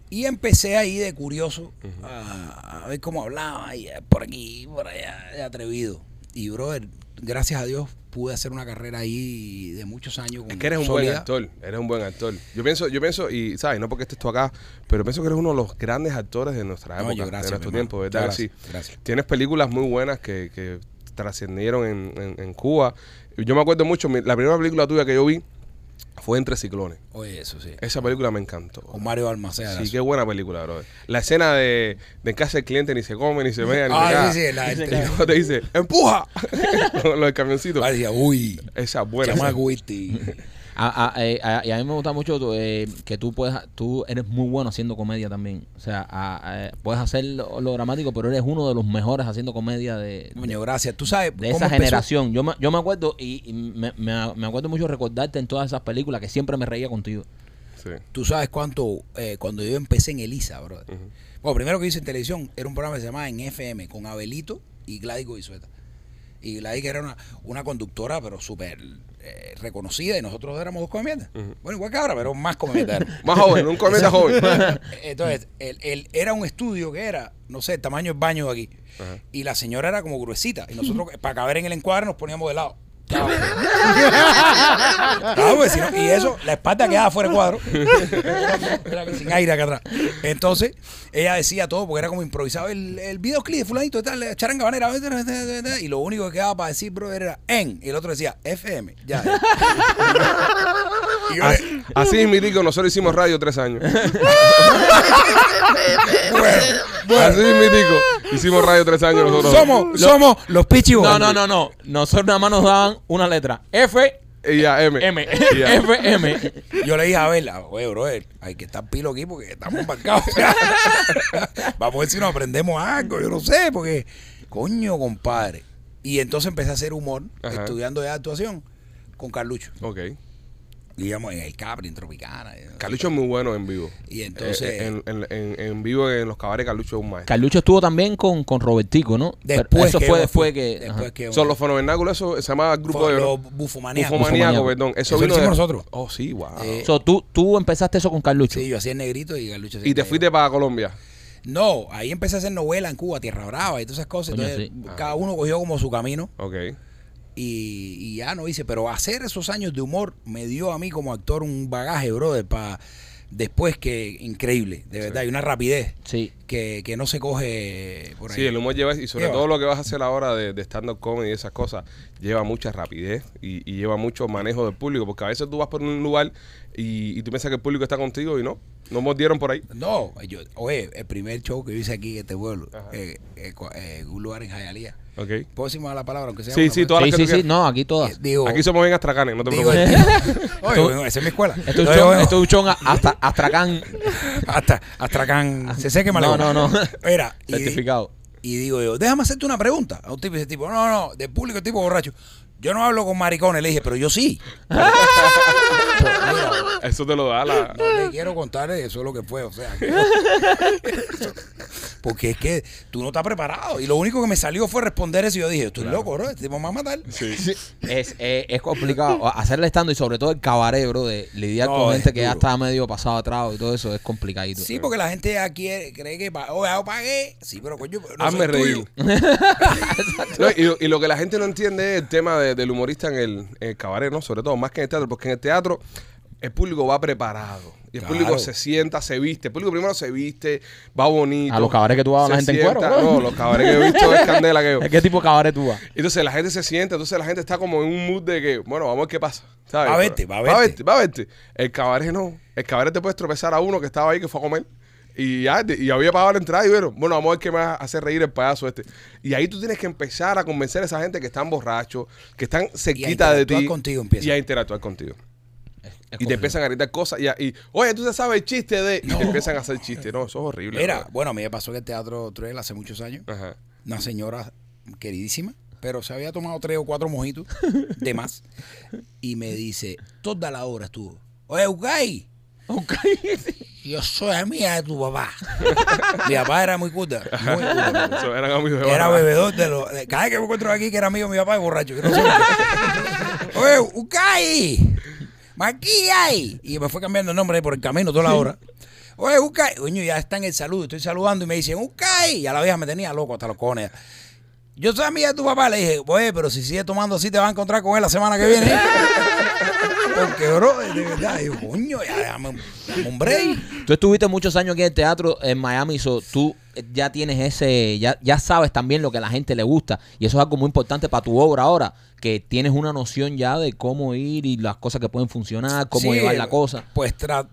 [SPEAKER 6] Y empecé ahí de curioso a, a ver cómo hablaba, y eh, por aquí, por allá, de atrevido. Y, brother, gracias a Dios pude hacer una carrera ahí de muchos años.
[SPEAKER 1] Es
[SPEAKER 6] con-
[SPEAKER 1] que eres un buen
[SPEAKER 6] sólida.
[SPEAKER 1] actor, eres un buen actor. Yo pienso, yo pienso, y sabes, no porque estés tú acá, pero pienso que eres uno de los grandes actores de nuestra
[SPEAKER 6] No,
[SPEAKER 1] época,
[SPEAKER 6] yo gracias,
[SPEAKER 1] de nuestro
[SPEAKER 6] mi hermano.
[SPEAKER 1] tiempo, ¿verdad?
[SPEAKER 6] Yo
[SPEAKER 1] que
[SPEAKER 6] gracias,
[SPEAKER 1] sí.
[SPEAKER 6] gracias.
[SPEAKER 1] Tienes películas muy buenas que, que trascendieron en, en- en Cuba. Yo me acuerdo mucho, mi- la primera película tuya que yo vi fue Entre Ciclones.
[SPEAKER 6] Oye, eso sí.
[SPEAKER 1] Esa película me encantó.
[SPEAKER 6] Con Mario Almaceda.
[SPEAKER 1] Sí, qué buena película, bro. La escena de, de en casa del cliente ni se come, ni se vea, ni se
[SPEAKER 6] Ah,
[SPEAKER 1] nada.
[SPEAKER 6] sí, sí, la del
[SPEAKER 1] Y luego te dice,
[SPEAKER 6] [LAUGHS]
[SPEAKER 1] ¡empuja! [LAUGHS] Lo del camioncito.
[SPEAKER 6] Parecía, uy,
[SPEAKER 1] Esa es buena.
[SPEAKER 6] chamaco, Witty.
[SPEAKER 2] A, a- eh, a- y a mí me gusta mucho tu, eh, que tú puedes, tú eres muy bueno haciendo comedia también. O sea, a- a, eh, puedes hacer lo, lo dramático, pero eres uno de los mejores haciendo comedia de,
[SPEAKER 6] Coño, gracias. Tú sabes
[SPEAKER 2] de
[SPEAKER 6] cómo
[SPEAKER 2] esa
[SPEAKER 6] empezó?
[SPEAKER 2] generación. Yo me, yo me acuerdo y, y me, me- me acuerdo mucho recordarte en todas esas películas que siempre me reía contigo.
[SPEAKER 1] Sí.
[SPEAKER 6] Tú sabes cuánto, eh, cuando yo empecé en Elisa, brother. Bueno, primero que hice en televisión era un programa que se llamaba En FM con Abelito y Gladys Goizueta. Y Gladys que era una, una conductora, pero súper eh, reconocida, y nosotros éramos dos comediantes. Bueno, igual que ahora, pero más comediantes. éramos.
[SPEAKER 1] Más joven, un cometa joven.
[SPEAKER 6] Entonces, el, el- era un estudio que era, no sé, el tamaño del baño de aquí. Y la señora era como gruesita. Y
[SPEAKER 2] [LAUGHS]
[SPEAKER 6] nosotros, para caber en el encuadre, nos poníamos de lado. Claro, Claro, pues, si no- y eso, la espalda quedaba fuera de cuadro. Era que sin aire acá atrás. Entonces, ella decía todo porque era como improvisado. El, el videoclip de Fulanito, tal, la charanga banera. Y lo único que quedaba para decir, bro, era en. Y el otro decía, FM. Ya. Y [LAUGHS] yo,
[SPEAKER 1] Así, así es, mi tico, nosotros hicimos radio tres
[SPEAKER 6] [LAUGHS]
[SPEAKER 1] años. Así es, mi tico, hicimos radio tres años nosotros.
[SPEAKER 6] somos, somos los pichibos.
[SPEAKER 2] No, no, no, no. Nosotros nada más nos daban una letra. F,
[SPEAKER 1] Y ya, M.
[SPEAKER 2] M. [LAUGHS]
[SPEAKER 1] Y [LAUGHS] ya.
[SPEAKER 2] F, M.
[SPEAKER 6] Yo le dije a Abel, oye, brother, hay que estar pilo aquí porque estamos embarcados. [LAUGHS] Vamos a ver si nos aprendemos algo, yo no sé, porque, coño, compadre. Y entonces empecé a hacer humor,
[SPEAKER 1] Ajá.
[SPEAKER 6] estudiando ya actuación, con Carlucho.
[SPEAKER 1] Ok.
[SPEAKER 6] Digamos, en el Capri, en Tropicana.
[SPEAKER 1] Carlucho es muy bueno en vivo.
[SPEAKER 6] Y entonces-
[SPEAKER 1] Eh, en, en- en- en vivo en los cabares, Carlucho es un maestro.
[SPEAKER 2] Carlucho estuvo también con, con Robertico, ¿no? Pero
[SPEAKER 6] Después
[SPEAKER 2] eso
[SPEAKER 6] que
[SPEAKER 2] fue
[SPEAKER 6] yo
[SPEAKER 2] después
[SPEAKER 6] fui-
[SPEAKER 2] que.
[SPEAKER 6] después
[SPEAKER 2] ajá.
[SPEAKER 6] que
[SPEAKER 1] Son los fenomenáculos, eso se llama grupo
[SPEAKER 6] Fue
[SPEAKER 1] de.
[SPEAKER 6] los bufomaníacos.
[SPEAKER 1] Bufomaníacos,
[SPEAKER 2] Bufomaníacos.
[SPEAKER 1] perdón. Eso,
[SPEAKER 6] Eso lo
[SPEAKER 1] vino
[SPEAKER 6] hicimos
[SPEAKER 1] de-
[SPEAKER 6] nosotros.
[SPEAKER 1] Oh, sí, wow.
[SPEAKER 6] Eh,
[SPEAKER 2] So, tú, tú empezaste eso con Carlucho.
[SPEAKER 6] Sí, yo hacía el negrito y Carlucho.
[SPEAKER 1] y te
[SPEAKER 6] siempre-
[SPEAKER 1] fuiste para Colombia.
[SPEAKER 6] No, ahí empecé a hacer novela en Cuba, Tierra Brava y todas esas cosas.
[SPEAKER 2] Coño,
[SPEAKER 6] Entonces,
[SPEAKER 2] sí.
[SPEAKER 6] cada uno cogió como su camino.
[SPEAKER 1] Ok.
[SPEAKER 6] y, y ya no hice. Pero hacer esos años de humor me dio a mí como actor un bagaje, brother, para después que increíble, de verdad, y una rapidez
[SPEAKER 2] Sí.
[SPEAKER 6] que, que no se coge por ahí.
[SPEAKER 1] Sí, el humor lleva, y sobre
[SPEAKER 6] Lleva.
[SPEAKER 1] todo lo que vas a hacer ahora de, de stand-up comedy y esas cosas, lleva mucha rapidez y, y lleva mucho manejo del público, porque a veces tú vas por un lugar y, y tú piensas que el público está contigo y no, no mordieron por ahí.
[SPEAKER 6] No, yo, oye, el primer show que yo hice aquí en este pueblo, eh, eh, cua- eh, un lugar en Jayalía.
[SPEAKER 1] Ok.
[SPEAKER 6] ¿Puedo decir más la palabra? Aunque sea
[SPEAKER 1] Sí,
[SPEAKER 6] una
[SPEAKER 1] sí, todas las
[SPEAKER 6] palabra?
[SPEAKER 2] Sí, sí,
[SPEAKER 1] que tú
[SPEAKER 2] sí.
[SPEAKER 1] quieras.
[SPEAKER 2] No, aquí todas.
[SPEAKER 6] Eh, Digo,
[SPEAKER 1] Aquí somos bien astracanes, no te
[SPEAKER 6] digo, este, [LAUGHS]
[SPEAKER 1] preocupes.
[SPEAKER 2] [LAUGHS]
[SPEAKER 6] oye, bueno, esa es mi escuela.
[SPEAKER 2] Esto es un
[SPEAKER 6] Entonces,
[SPEAKER 2] chon,
[SPEAKER 6] bueno,
[SPEAKER 2] esto es un chon hasta, hasta can.
[SPEAKER 6] [LAUGHS] hasta, hasta acá se seque
[SPEAKER 2] Ah, No, no, no.
[SPEAKER 6] Era, y-
[SPEAKER 2] Certificado.
[SPEAKER 6] Y digo yo, déjame hacerte una pregunta. A un tipo dice tipo, no, no, del público tipo borracho. Yo no hablo con maricones, le dije, pero
[SPEAKER 1] [LAUGHS]
[SPEAKER 6] yo sí. Mira,
[SPEAKER 1] Eso te lo da la...
[SPEAKER 6] no le quiero contar eso es lo que fue, o sea. que- Porque es que tú no estás preparado. Y lo único que me salió fue responder eso. Y yo dije, estoy loco, bro. Este tipo me va a matar.
[SPEAKER 2] Es, eh, es, es complicado hacerle estando y sobre todo el cabaret, bro, de lidiar
[SPEAKER 6] No,
[SPEAKER 2] con
[SPEAKER 6] es
[SPEAKER 2] gente que ya
[SPEAKER 6] duro.
[SPEAKER 2] está medio pasado atrás y todo eso es complicadito.
[SPEAKER 6] Sí, porque la gente aquí cree que, pa- oh, ya pagué. Sí, pero coño, pues, no
[SPEAKER 1] Hazme
[SPEAKER 6] soy
[SPEAKER 1] reír.
[SPEAKER 6] tuyo.
[SPEAKER 2] [LAUGHS]
[SPEAKER 1] No, y, lo- y lo que la gente no entiende es el tema de- del humorista en el, en el cabaret, ¿no? Sobre todo, más que en el teatro, porque en el teatro el público va preparado. Y el
[SPEAKER 6] Claro.
[SPEAKER 1] público se sienta, se viste. El público primero se viste, va bonito.
[SPEAKER 2] A los cabarets que tú vas,
[SPEAKER 1] se
[SPEAKER 2] la gente en
[SPEAKER 1] sienta.
[SPEAKER 2] cuero, ¿no?
[SPEAKER 1] No, los cabarets que he visto es candela
[SPEAKER 2] [LAUGHS]
[SPEAKER 1] que yo.
[SPEAKER 2] ¿Qué tipo de cabaret tú vas?
[SPEAKER 1] Entonces la gente se sienta, entonces la gente está como en un mood de que, bueno, vamos a ver qué pasa. ¿sabes?
[SPEAKER 6] Va a verte, va a verte.
[SPEAKER 1] Va a verte, El cabaret no. El cabaret te puedes tropezar a uno que estaba ahí que fue a comer. Y ya, te- y había pagado la entrada y vieron, bueno, vamos a ver qué me va a hacer reír el payaso este. Y ahí tú tienes que empezar a convencer a esa gente que están borrachos, que están cerquita de
[SPEAKER 6] interactuar
[SPEAKER 1] ti.
[SPEAKER 6] contigo empiezan.
[SPEAKER 1] Y a interactuar contigo.
[SPEAKER 2] Es
[SPEAKER 1] y te
[SPEAKER 2] complicado.
[SPEAKER 1] empiezan a gritar cosas. Y, a- y, oye, tú te sabes el chiste de. Y te empiezan a hacer chistes. No, eso es horrible.
[SPEAKER 6] Mira,
[SPEAKER 1] bro.
[SPEAKER 6] bueno, a mí me pasó en el Teatro Truel hace muchos años.
[SPEAKER 1] Ajá.
[SPEAKER 6] Una señora queridísima, pero se había tomado tres o cuatro mojitos de más. Y me dice, toda la hora estuvo, oye, Ucay, yo soy amiga de tu papá. Mi papá era muy culta, muy culta.
[SPEAKER 1] Eso eran amigos de
[SPEAKER 6] Era
[SPEAKER 1] barra.
[SPEAKER 6] bebedor de los. de- Cada vez que me encuentro aquí, que era amigo de mi papá, es borracho. que no sé por qué. Oye, Ucay. Maquillay. Y me fue cambiando el nombre por el camino toda la hora. Oye, Ucay. Coño, ya está en el saludo. Estoy saludando y me dicen, Ucay. Y a la vieja me tenía loco hasta los cones. Yo soy amiga de tu papá. Le dije, oye, pero si sigues tomando así, te vas a encontrar con él la semana que viene. Porque, bro, de verdad, yo, coño, ya dame, dame un break.
[SPEAKER 2] Tú estuviste muchos años aquí en el teatro en Miami, so, tú eh, ya tienes ese, ya, ya sabes también lo que a la gente le gusta y eso es algo muy importante para tu obra ahora, que tienes una noción ya de cómo ir y las cosas que pueden funcionar, cómo
[SPEAKER 6] Sí,
[SPEAKER 2] llevar la cosa.
[SPEAKER 6] Pues tra-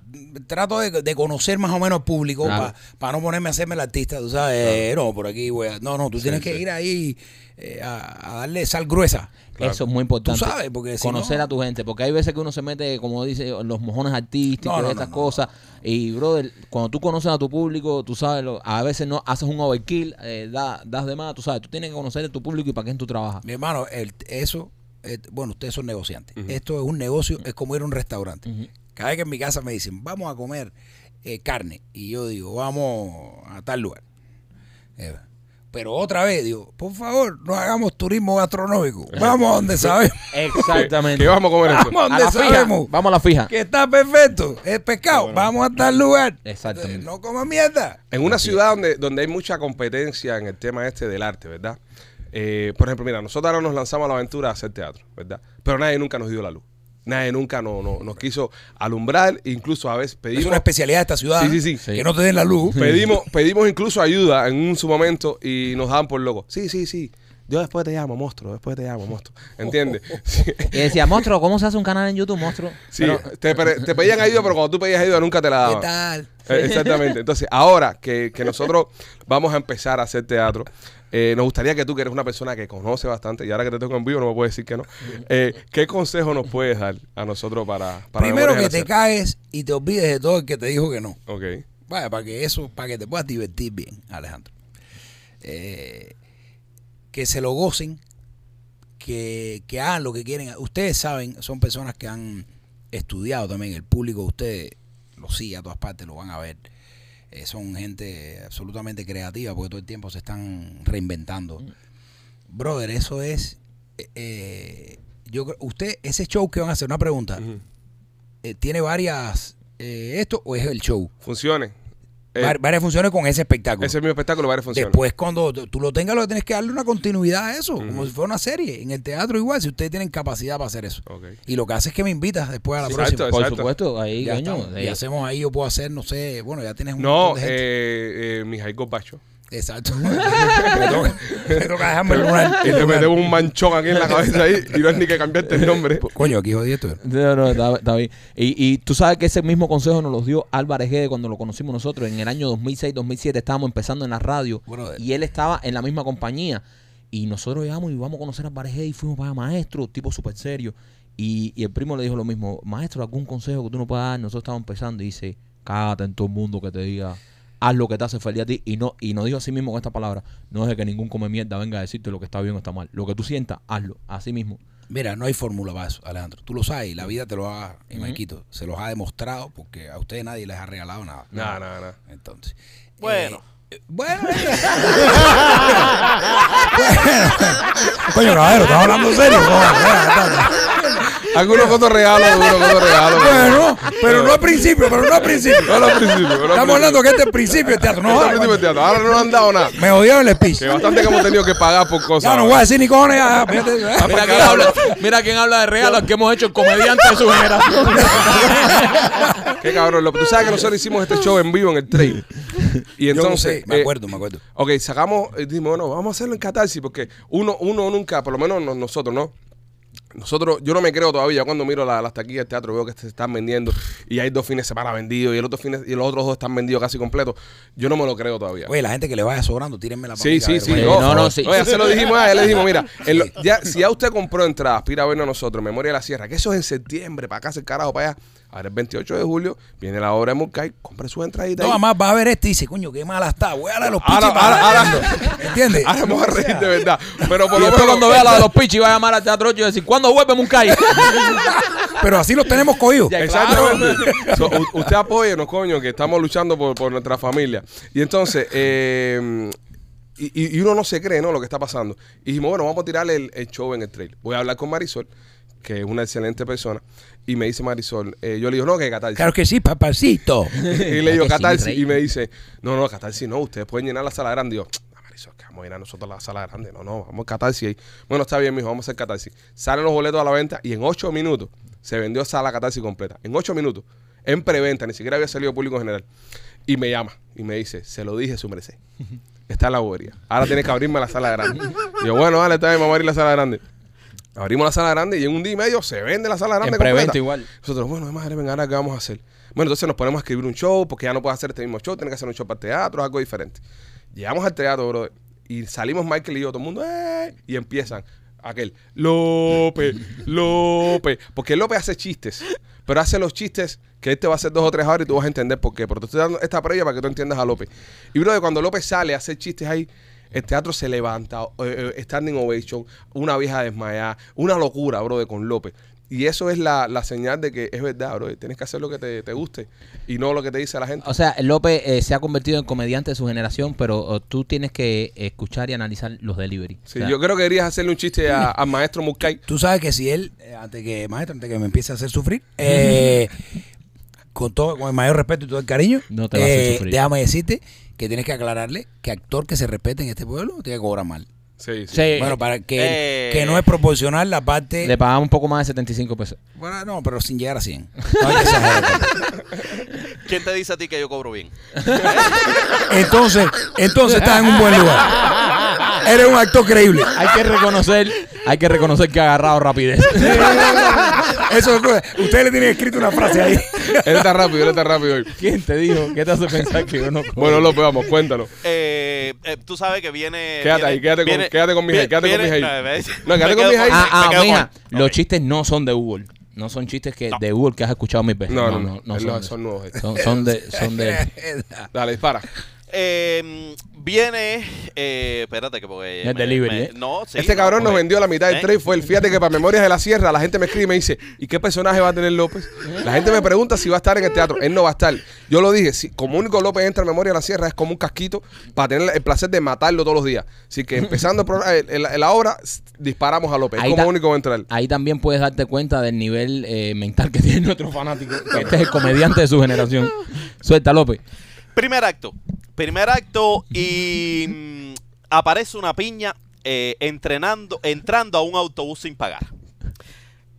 [SPEAKER 6] trato de, de conocer más o menos al público
[SPEAKER 2] Claro.
[SPEAKER 6] para no ponerme a hacerme el artista, tú sabes, eh, no, por aquí, güey. No, no, tú tienes que ir ahí eh, a, a darle sal gruesa.
[SPEAKER 2] Eso es muy importante.
[SPEAKER 6] Tú sabes, porque si
[SPEAKER 2] conocer
[SPEAKER 6] no-
[SPEAKER 2] a tu gente, porque hay veces que uno se mete, como dice, en los mojones artísticos,
[SPEAKER 6] No, no,
[SPEAKER 2] estas
[SPEAKER 6] no, no.
[SPEAKER 2] cosas. Y, brother, cuando tú conoces a tu público, tú sabes, lo- a veces no haces un overkill, eh, da- das de más, tú sabes, tú tienes que conocer a tu público y para quién tú trabajas.
[SPEAKER 6] Mi hermano, el- eso, eh, bueno, ustedes son negociantes. Esto es un negocio, es como ir a un restaurante. Cada vez que en mi casa me dicen, vamos a comer eh, carne, y yo digo, vamos a tal lugar. Eh, pero otra vez digo, por favor, no hagamos turismo
[SPEAKER 2] [LAUGHS]
[SPEAKER 6] gastronómico. Vamos a donde sabemos.
[SPEAKER 2] Exactamente.
[SPEAKER 1] ¿Qué vamos a comer esto?
[SPEAKER 6] Vamos
[SPEAKER 2] a
[SPEAKER 6] donde
[SPEAKER 2] la fija.
[SPEAKER 6] sabemos.
[SPEAKER 2] Vamos a la fija.
[SPEAKER 6] Que está perfecto. Es pescado. Vamos a tal lugar.
[SPEAKER 2] Exactamente.
[SPEAKER 6] Eh, No comas mierda.
[SPEAKER 1] En una ciudad donde, donde hay mucha competencia en el tema este del arte, ¿verdad? Eh, por ejemplo, mira, nosotros ahora nos lanzamos a la aventura a hacer teatro, ¿verdad? Pero nadie nunca nos dio la luz. Nadie nunca no- no- nos quiso alumbrar, incluso a veces
[SPEAKER 6] Es una
[SPEAKER 1] pedimos,
[SPEAKER 6] especialidad de esta ciudad.
[SPEAKER 1] Sí, sí, sí.
[SPEAKER 6] Que no te den la luz. [LAUGHS]
[SPEAKER 1] pedimos, pedimos incluso ayuda en un su momento y nos daban por locos. Sí, sí, sí. Yo después te llamo, monstruo, después te llamo, monstruo. ¿Entiendes? [LAUGHS] Sí.
[SPEAKER 2] Y decía, monstruo, ¿cómo se hace un canal en YouTube, monstruo?
[SPEAKER 1] Sí, te, pre- te pedían ayuda, pero cuando tú pedías ayuda nunca te la
[SPEAKER 6] ¿Qué
[SPEAKER 1] daban.
[SPEAKER 6] tal?
[SPEAKER 1] Eh, [LAUGHS] Exactamente. Entonces, ahora que, que nosotros vamos a empezar a hacer teatro, eh, nos gustaría que tú, que eres una persona que conoce bastante, y ahora que te tengo en vivo, no me puedes decir que no. eh, ¿Qué consejo nos puedes dar a nosotros para. para
[SPEAKER 6] Primero que
[SPEAKER 1] Memorias
[SPEAKER 6] te
[SPEAKER 1] del
[SPEAKER 6] caes y te olvides de todo el que te dijo que no.
[SPEAKER 1] Hacer? Ok.
[SPEAKER 6] Vaya, para que eso, para que te puedas divertir bien, Alejandro. Eh, que se lo gocen, que, que hagan lo que quieren. Ustedes saben, son personas que han estudiado también, el público de ustedes lo sigue a todas partes, lo van a ver. Eh, son gente absolutamente creativa porque todo el tiempo se están reinventando. Brother, eso es. eh, eh, yo creo- usted, ese show que van a hacer, una pregunta, eh, ¿tiene varias. eh, ¿Esto o es el show?
[SPEAKER 1] Funcione. Eh,
[SPEAKER 6] Var- varias funciones con ese espectáculo.
[SPEAKER 1] ese es mi espectáculo, varias funciones.
[SPEAKER 6] Después, cuando t- tú lo tengas, lo que tienes que darle una continuidad a eso, como si fuera una serie. En el teatro, igual, si ustedes tienen capacidad para hacer eso.
[SPEAKER 1] Ok.
[SPEAKER 6] Y lo que hace es que me invitas después a la
[SPEAKER 1] Sí,
[SPEAKER 6] próxima.
[SPEAKER 1] exacto,
[SPEAKER 2] Por
[SPEAKER 1] exacto.
[SPEAKER 2] supuesto, ahí,
[SPEAKER 6] Ya
[SPEAKER 2] coño.
[SPEAKER 6] estamos.
[SPEAKER 2] eh,
[SPEAKER 6] Y hacemos ahí, yo puedo hacer, no sé, bueno, ya tienes un
[SPEAKER 1] No,
[SPEAKER 6] montón de gente.
[SPEAKER 1] eh, eh, Mijail Gorbachev. [LAUGHS]
[SPEAKER 6] Exacto. me toca, me toca dejarme el lunar.
[SPEAKER 1] Y
[SPEAKER 6] el
[SPEAKER 1] te
[SPEAKER 6] lunar.
[SPEAKER 1] metemos Este un manchón aquí en la cabeza ahí, y no es ni que cambiarte el nombre.
[SPEAKER 6] Coño, aquí jodí esto.
[SPEAKER 2] No, no, está, está bien. Y, y tú sabes que ese mismo consejo nos lo dio Álvarez Gede cuando lo conocimos nosotros. En el año 2006-2007 estábamos empezando en la radio
[SPEAKER 6] Brother.
[SPEAKER 2] y él estaba en la misma compañía. Y nosotros llegamos y vamos a conocer a Álvarez Gede y fuimos para maestro, tipo súper serio. Y, y el primo le dijo lo mismo, maestro, ¿algún consejo que tú no puedas dar? Nosotros estábamos empezando y dice, cágate en todo el mundo que te diga, haz lo que te hace feliz a ti. Y no y nos dijo así mismo con esta palabra, no deje que ningún come mierda venga a decirte lo que está bien o está mal. Lo que tú sientas, hazlo, así mismo.
[SPEAKER 6] Mira, no hay fórmula para eso, Alejandro. Tú lo sabes, y la vida te lo ha, y Marquito, se los ha demostrado porque a ustedes nadie les ha regalado nada.
[SPEAKER 1] Nada, nada, nada.
[SPEAKER 6] Entonces.
[SPEAKER 5] Bueno.
[SPEAKER 6] eh, Bueno. [LAUGHS] Coño, caballero, estás hablando serio.
[SPEAKER 1] Algunos que otros regalos, algunos que otros regalos.
[SPEAKER 6] Bueno, pero no al principio, pero no al principio.
[SPEAKER 1] No, no al principio, no al
[SPEAKER 6] Estamos
[SPEAKER 1] principio.
[SPEAKER 6] hablando que este es el principio
[SPEAKER 1] [LAUGHS]
[SPEAKER 6] del teatro. No,
[SPEAKER 1] Ahora
[SPEAKER 6] vale,
[SPEAKER 1] no
[SPEAKER 6] vale.
[SPEAKER 1] nos han dado nada.
[SPEAKER 6] me odiaron el speech.
[SPEAKER 1] Que bastante que hemos tenido que pagar por cosas.
[SPEAKER 6] Ya no voy a decir ni cojones. ya, fíjate.
[SPEAKER 2] Mira quién, habla, mira quién habla de regalos que hemos hecho el comediante de su [LAUGHS] generación.
[SPEAKER 1] Qué cabrón. Lo- Tú sabes que nosotros hicimos este show en vivo en el trail. Y
[SPEAKER 6] Yo
[SPEAKER 1] entonces.
[SPEAKER 6] sé, me
[SPEAKER 1] eh,
[SPEAKER 6] acuerdo, me acuerdo.
[SPEAKER 1] Ok, sacamos, eh, dijimos, bueno, vamos a hacerlo en catarsis, porque uno, uno nunca, por lo menos no- nosotros, ¿no? Nosotros, yo no me creo todavía cuando miro la- las taquillas del teatro, veo que se están vendiendo y hay dos fines de semana vendidos y, el otro fin de- y los otros dos están vendidos casi completos. Yo no me lo creo todavía.
[SPEAKER 6] Oye, la gente que le vaya sobrando, tírenme la
[SPEAKER 1] Sí, sí, sí.
[SPEAKER 2] Sí,
[SPEAKER 1] No, no,
[SPEAKER 2] no, no, sí.
[SPEAKER 1] Oye, se lo dijimos a él. Le dijimos, mira, en lo- ya, si ya usted compró entradas para ir a vernos a nosotros, Memoria de la Sierra, que eso es en septiembre, para acá, el carajo, para allá. Ahora el 28 de julio viene la obra de Murcay, compre su entradita.
[SPEAKER 6] No,
[SPEAKER 1] ahí.
[SPEAKER 6] además va a ver este y dice, coño, qué mala está. Voy a la de los
[SPEAKER 1] Ahora-
[SPEAKER 6] pichis para
[SPEAKER 1] ahora-
[SPEAKER 6] adelante. ¿Entiendes?
[SPEAKER 1] Ahora vamos a reír de verdad. Pero por
[SPEAKER 2] Y
[SPEAKER 1] lo
[SPEAKER 2] después
[SPEAKER 1] menos
[SPEAKER 2] cuando vea la de los pichis va a llamar al teatro 8 y decir, ¿cuándo vuelve Muncay?
[SPEAKER 6] Pero así los tenemos cogidos.
[SPEAKER 1] Exactamente. So, u- usted apóyenos, coño, que estamos luchando por, por nuestra familia. Y entonces, eh, y, y- y uno no se cree, ¿no? Lo que está pasando. Y dijimos, bueno, vamos a tirarle el, el show en el trailer. Voy a hablar con Marisol, que es una excelente persona. Y me dice Marisol, eh, yo le digo, no, que catarsis.
[SPEAKER 6] Claro que sí, papacito.
[SPEAKER 1] [LAUGHS] y le digo,
[SPEAKER 2] Que sí,
[SPEAKER 1] catarsis.
[SPEAKER 2] rey.
[SPEAKER 1] y me dice, no, no, catarsis no, ustedes pueden llenar la sala grande. Y yo, "Ah, Marisol, que vamos a llenar nosotros la sala grande. No, no, vamos a catarsis ahí. Bueno, está bien, mijo, vamos a hacer catarsis. Salen los boletos a la venta y en ocho minutos se vendió sala catarsis completa. En ocho minutos. En preventa, ni siquiera había salido público general. Y me llama y me dice, se lo dije, su merced. Está en la bobería. Ahora tienes que abrirme la sala grande. Y yo, bueno, dale, está bien, vamos a abrir la sala grande. Abrimos la sala grande y en un día y medio se vende la sala grande.
[SPEAKER 2] En preventa
[SPEAKER 1] completa.
[SPEAKER 2] igual.
[SPEAKER 1] Nosotros, bueno, de madre, venga, ahora qué vamos a hacer. Bueno, entonces nos ponemos a escribir un show porque ya no puedes hacer este mismo show, tienes que hacer un show para teatro, algo diferente. Llegamos al teatro, brother, y salimos Michael y yo, todo el mundo, ¡eh! Y empiezan aquel, López, López. Porque López hace chistes, pero hace los chistes que él te va a hacer dos o tres horas y tú vas a entender por qué. Pero te estoy dando esta previa para que tú entiendas a López. Y, brother, cuando López sale a hacer chistes ahí, el teatro se levanta, eh, eh, standing ovation, una vieja desmayada, una locura, brother, con López. Y eso es la, la señal de que es verdad, brother. Tienes que hacer lo que te, te guste y no lo que te dice la gente.
[SPEAKER 2] O sea, López eh, se ha convertido en comediante de su generación, pero oh, tú tienes que escuchar y analizar los delivery.
[SPEAKER 1] Sí,
[SPEAKER 2] O sea,
[SPEAKER 1] yo creo que deberías hacerle un chiste a- al maestro Murkay.
[SPEAKER 6] Tú sabes que si él, eh, antes que, maestro, antes que me empiece a
[SPEAKER 1] [LAUGHS]
[SPEAKER 6] hacer sufrir, eh, con todo, con el mayor respeto y todo el cariño,
[SPEAKER 2] No te va a hacer
[SPEAKER 6] eh,
[SPEAKER 2] sufrir.
[SPEAKER 6] déjame decirte que tienes que aclararle que actor que se respete en este pueblo tiene que cobrar mal.
[SPEAKER 1] Sí, sí.
[SPEAKER 2] sí,
[SPEAKER 6] bueno, para que,
[SPEAKER 5] eh.
[SPEAKER 6] que no es proporcional la parte.
[SPEAKER 2] le pagamos un poco más de 75 pesos.
[SPEAKER 6] Bueno, no, pero sin llegar a 100. No hay que exagerar tampoco.
[SPEAKER 5] ¿Quién te dice a ti que yo cobro bien?
[SPEAKER 6] Entonces, entonces estás en un buen lugar. Eres un actor
[SPEAKER 1] [LAUGHS]
[SPEAKER 6] creíble.
[SPEAKER 2] [LAUGHS] Hay que reconocer, hay que reconocer que ha agarrado rapidez.
[SPEAKER 6] Eso es cosa- Ustedes le tienen escrito una frase ahí.
[SPEAKER 1] [LAUGHS] Él está rápido, él está rápido hoy.
[SPEAKER 2] [LAUGHS] ¿Quién te dijo? ¿Qué te hace pensar que yo no cobro?
[SPEAKER 1] Bueno, López, vamos, cuéntalo.
[SPEAKER 5] Eh, eh, tú sabes que viene.
[SPEAKER 1] Quédate
[SPEAKER 5] viene-
[SPEAKER 1] ahí, quédate con-
[SPEAKER 5] viene-
[SPEAKER 1] quédate con Mijay,
[SPEAKER 5] viene-
[SPEAKER 1] quédate con
[SPEAKER 5] viene-
[SPEAKER 1] Mijay.
[SPEAKER 5] No, ¿ves?
[SPEAKER 1] No, quédate
[SPEAKER 5] Me
[SPEAKER 1] con
[SPEAKER 5] quedo
[SPEAKER 1] Mijay.
[SPEAKER 5] me-
[SPEAKER 2] Ah,
[SPEAKER 5] me
[SPEAKER 2] ah,
[SPEAKER 5] quedo
[SPEAKER 2] mija,
[SPEAKER 5] con-
[SPEAKER 2] los
[SPEAKER 5] Ok.
[SPEAKER 2] chistes no son de Google. No son chistes que de Google que has escuchado mil veces.
[SPEAKER 1] No, no, no. Él
[SPEAKER 2] son,
[SPEAKER 1] los-
[SPEAKER 2] de-
[SPEAKER 1] son nuevos, eh.
[SPEAKER 2] Son, son de, son de. [LAUGHS]
[SPEAKER 1] Dale, dispara.
[SPEAKER 5] Eh, viene. eh, espérate, que porque.
[SPEAKER 2] El delivery, ¿eh?
[SPEAKER 5] No, sí.
[SPEAKER 1] este
[SPEAKER 5] no,
[SPEAKER 1] cabrón nos
[SPEAKER 5] porque-
[SPEAKER 1] vendió la mitad del
[SPEAKER 5] ¿Eh?
[SPEAKER 1] trade. Fue el fíjate que para Memorias de la Sierra la gente me escribe y me dice, ¿y qué personaje va a tener López? La gente me pregunta si va a estar en el teatro. Él no va a estar. Yo lo dije, si como único López entra en Memoria de la Sierra es como un casquito para tener el placer de matarlo todos los días. Así que empezando el programa- el- el- la obra, s- disparamos a López.
[SPEAKER 2] Ahí
[SPEAKER 1] es como
[SPEAKER 2] ta-
[SPEAKER 1] único va a entrar.
[SPEAKER 2] Ahí también puedes darte cuenta del nivel eh, mental que tiene nuestro fanático. [LAUGHS] Este es el comediante de su generación. Suelta, López.
[SPEAKER 5] Primer acto. Primer acto y mm, aparece una piña eh, entrenando, entrando a un autobús sin pagar.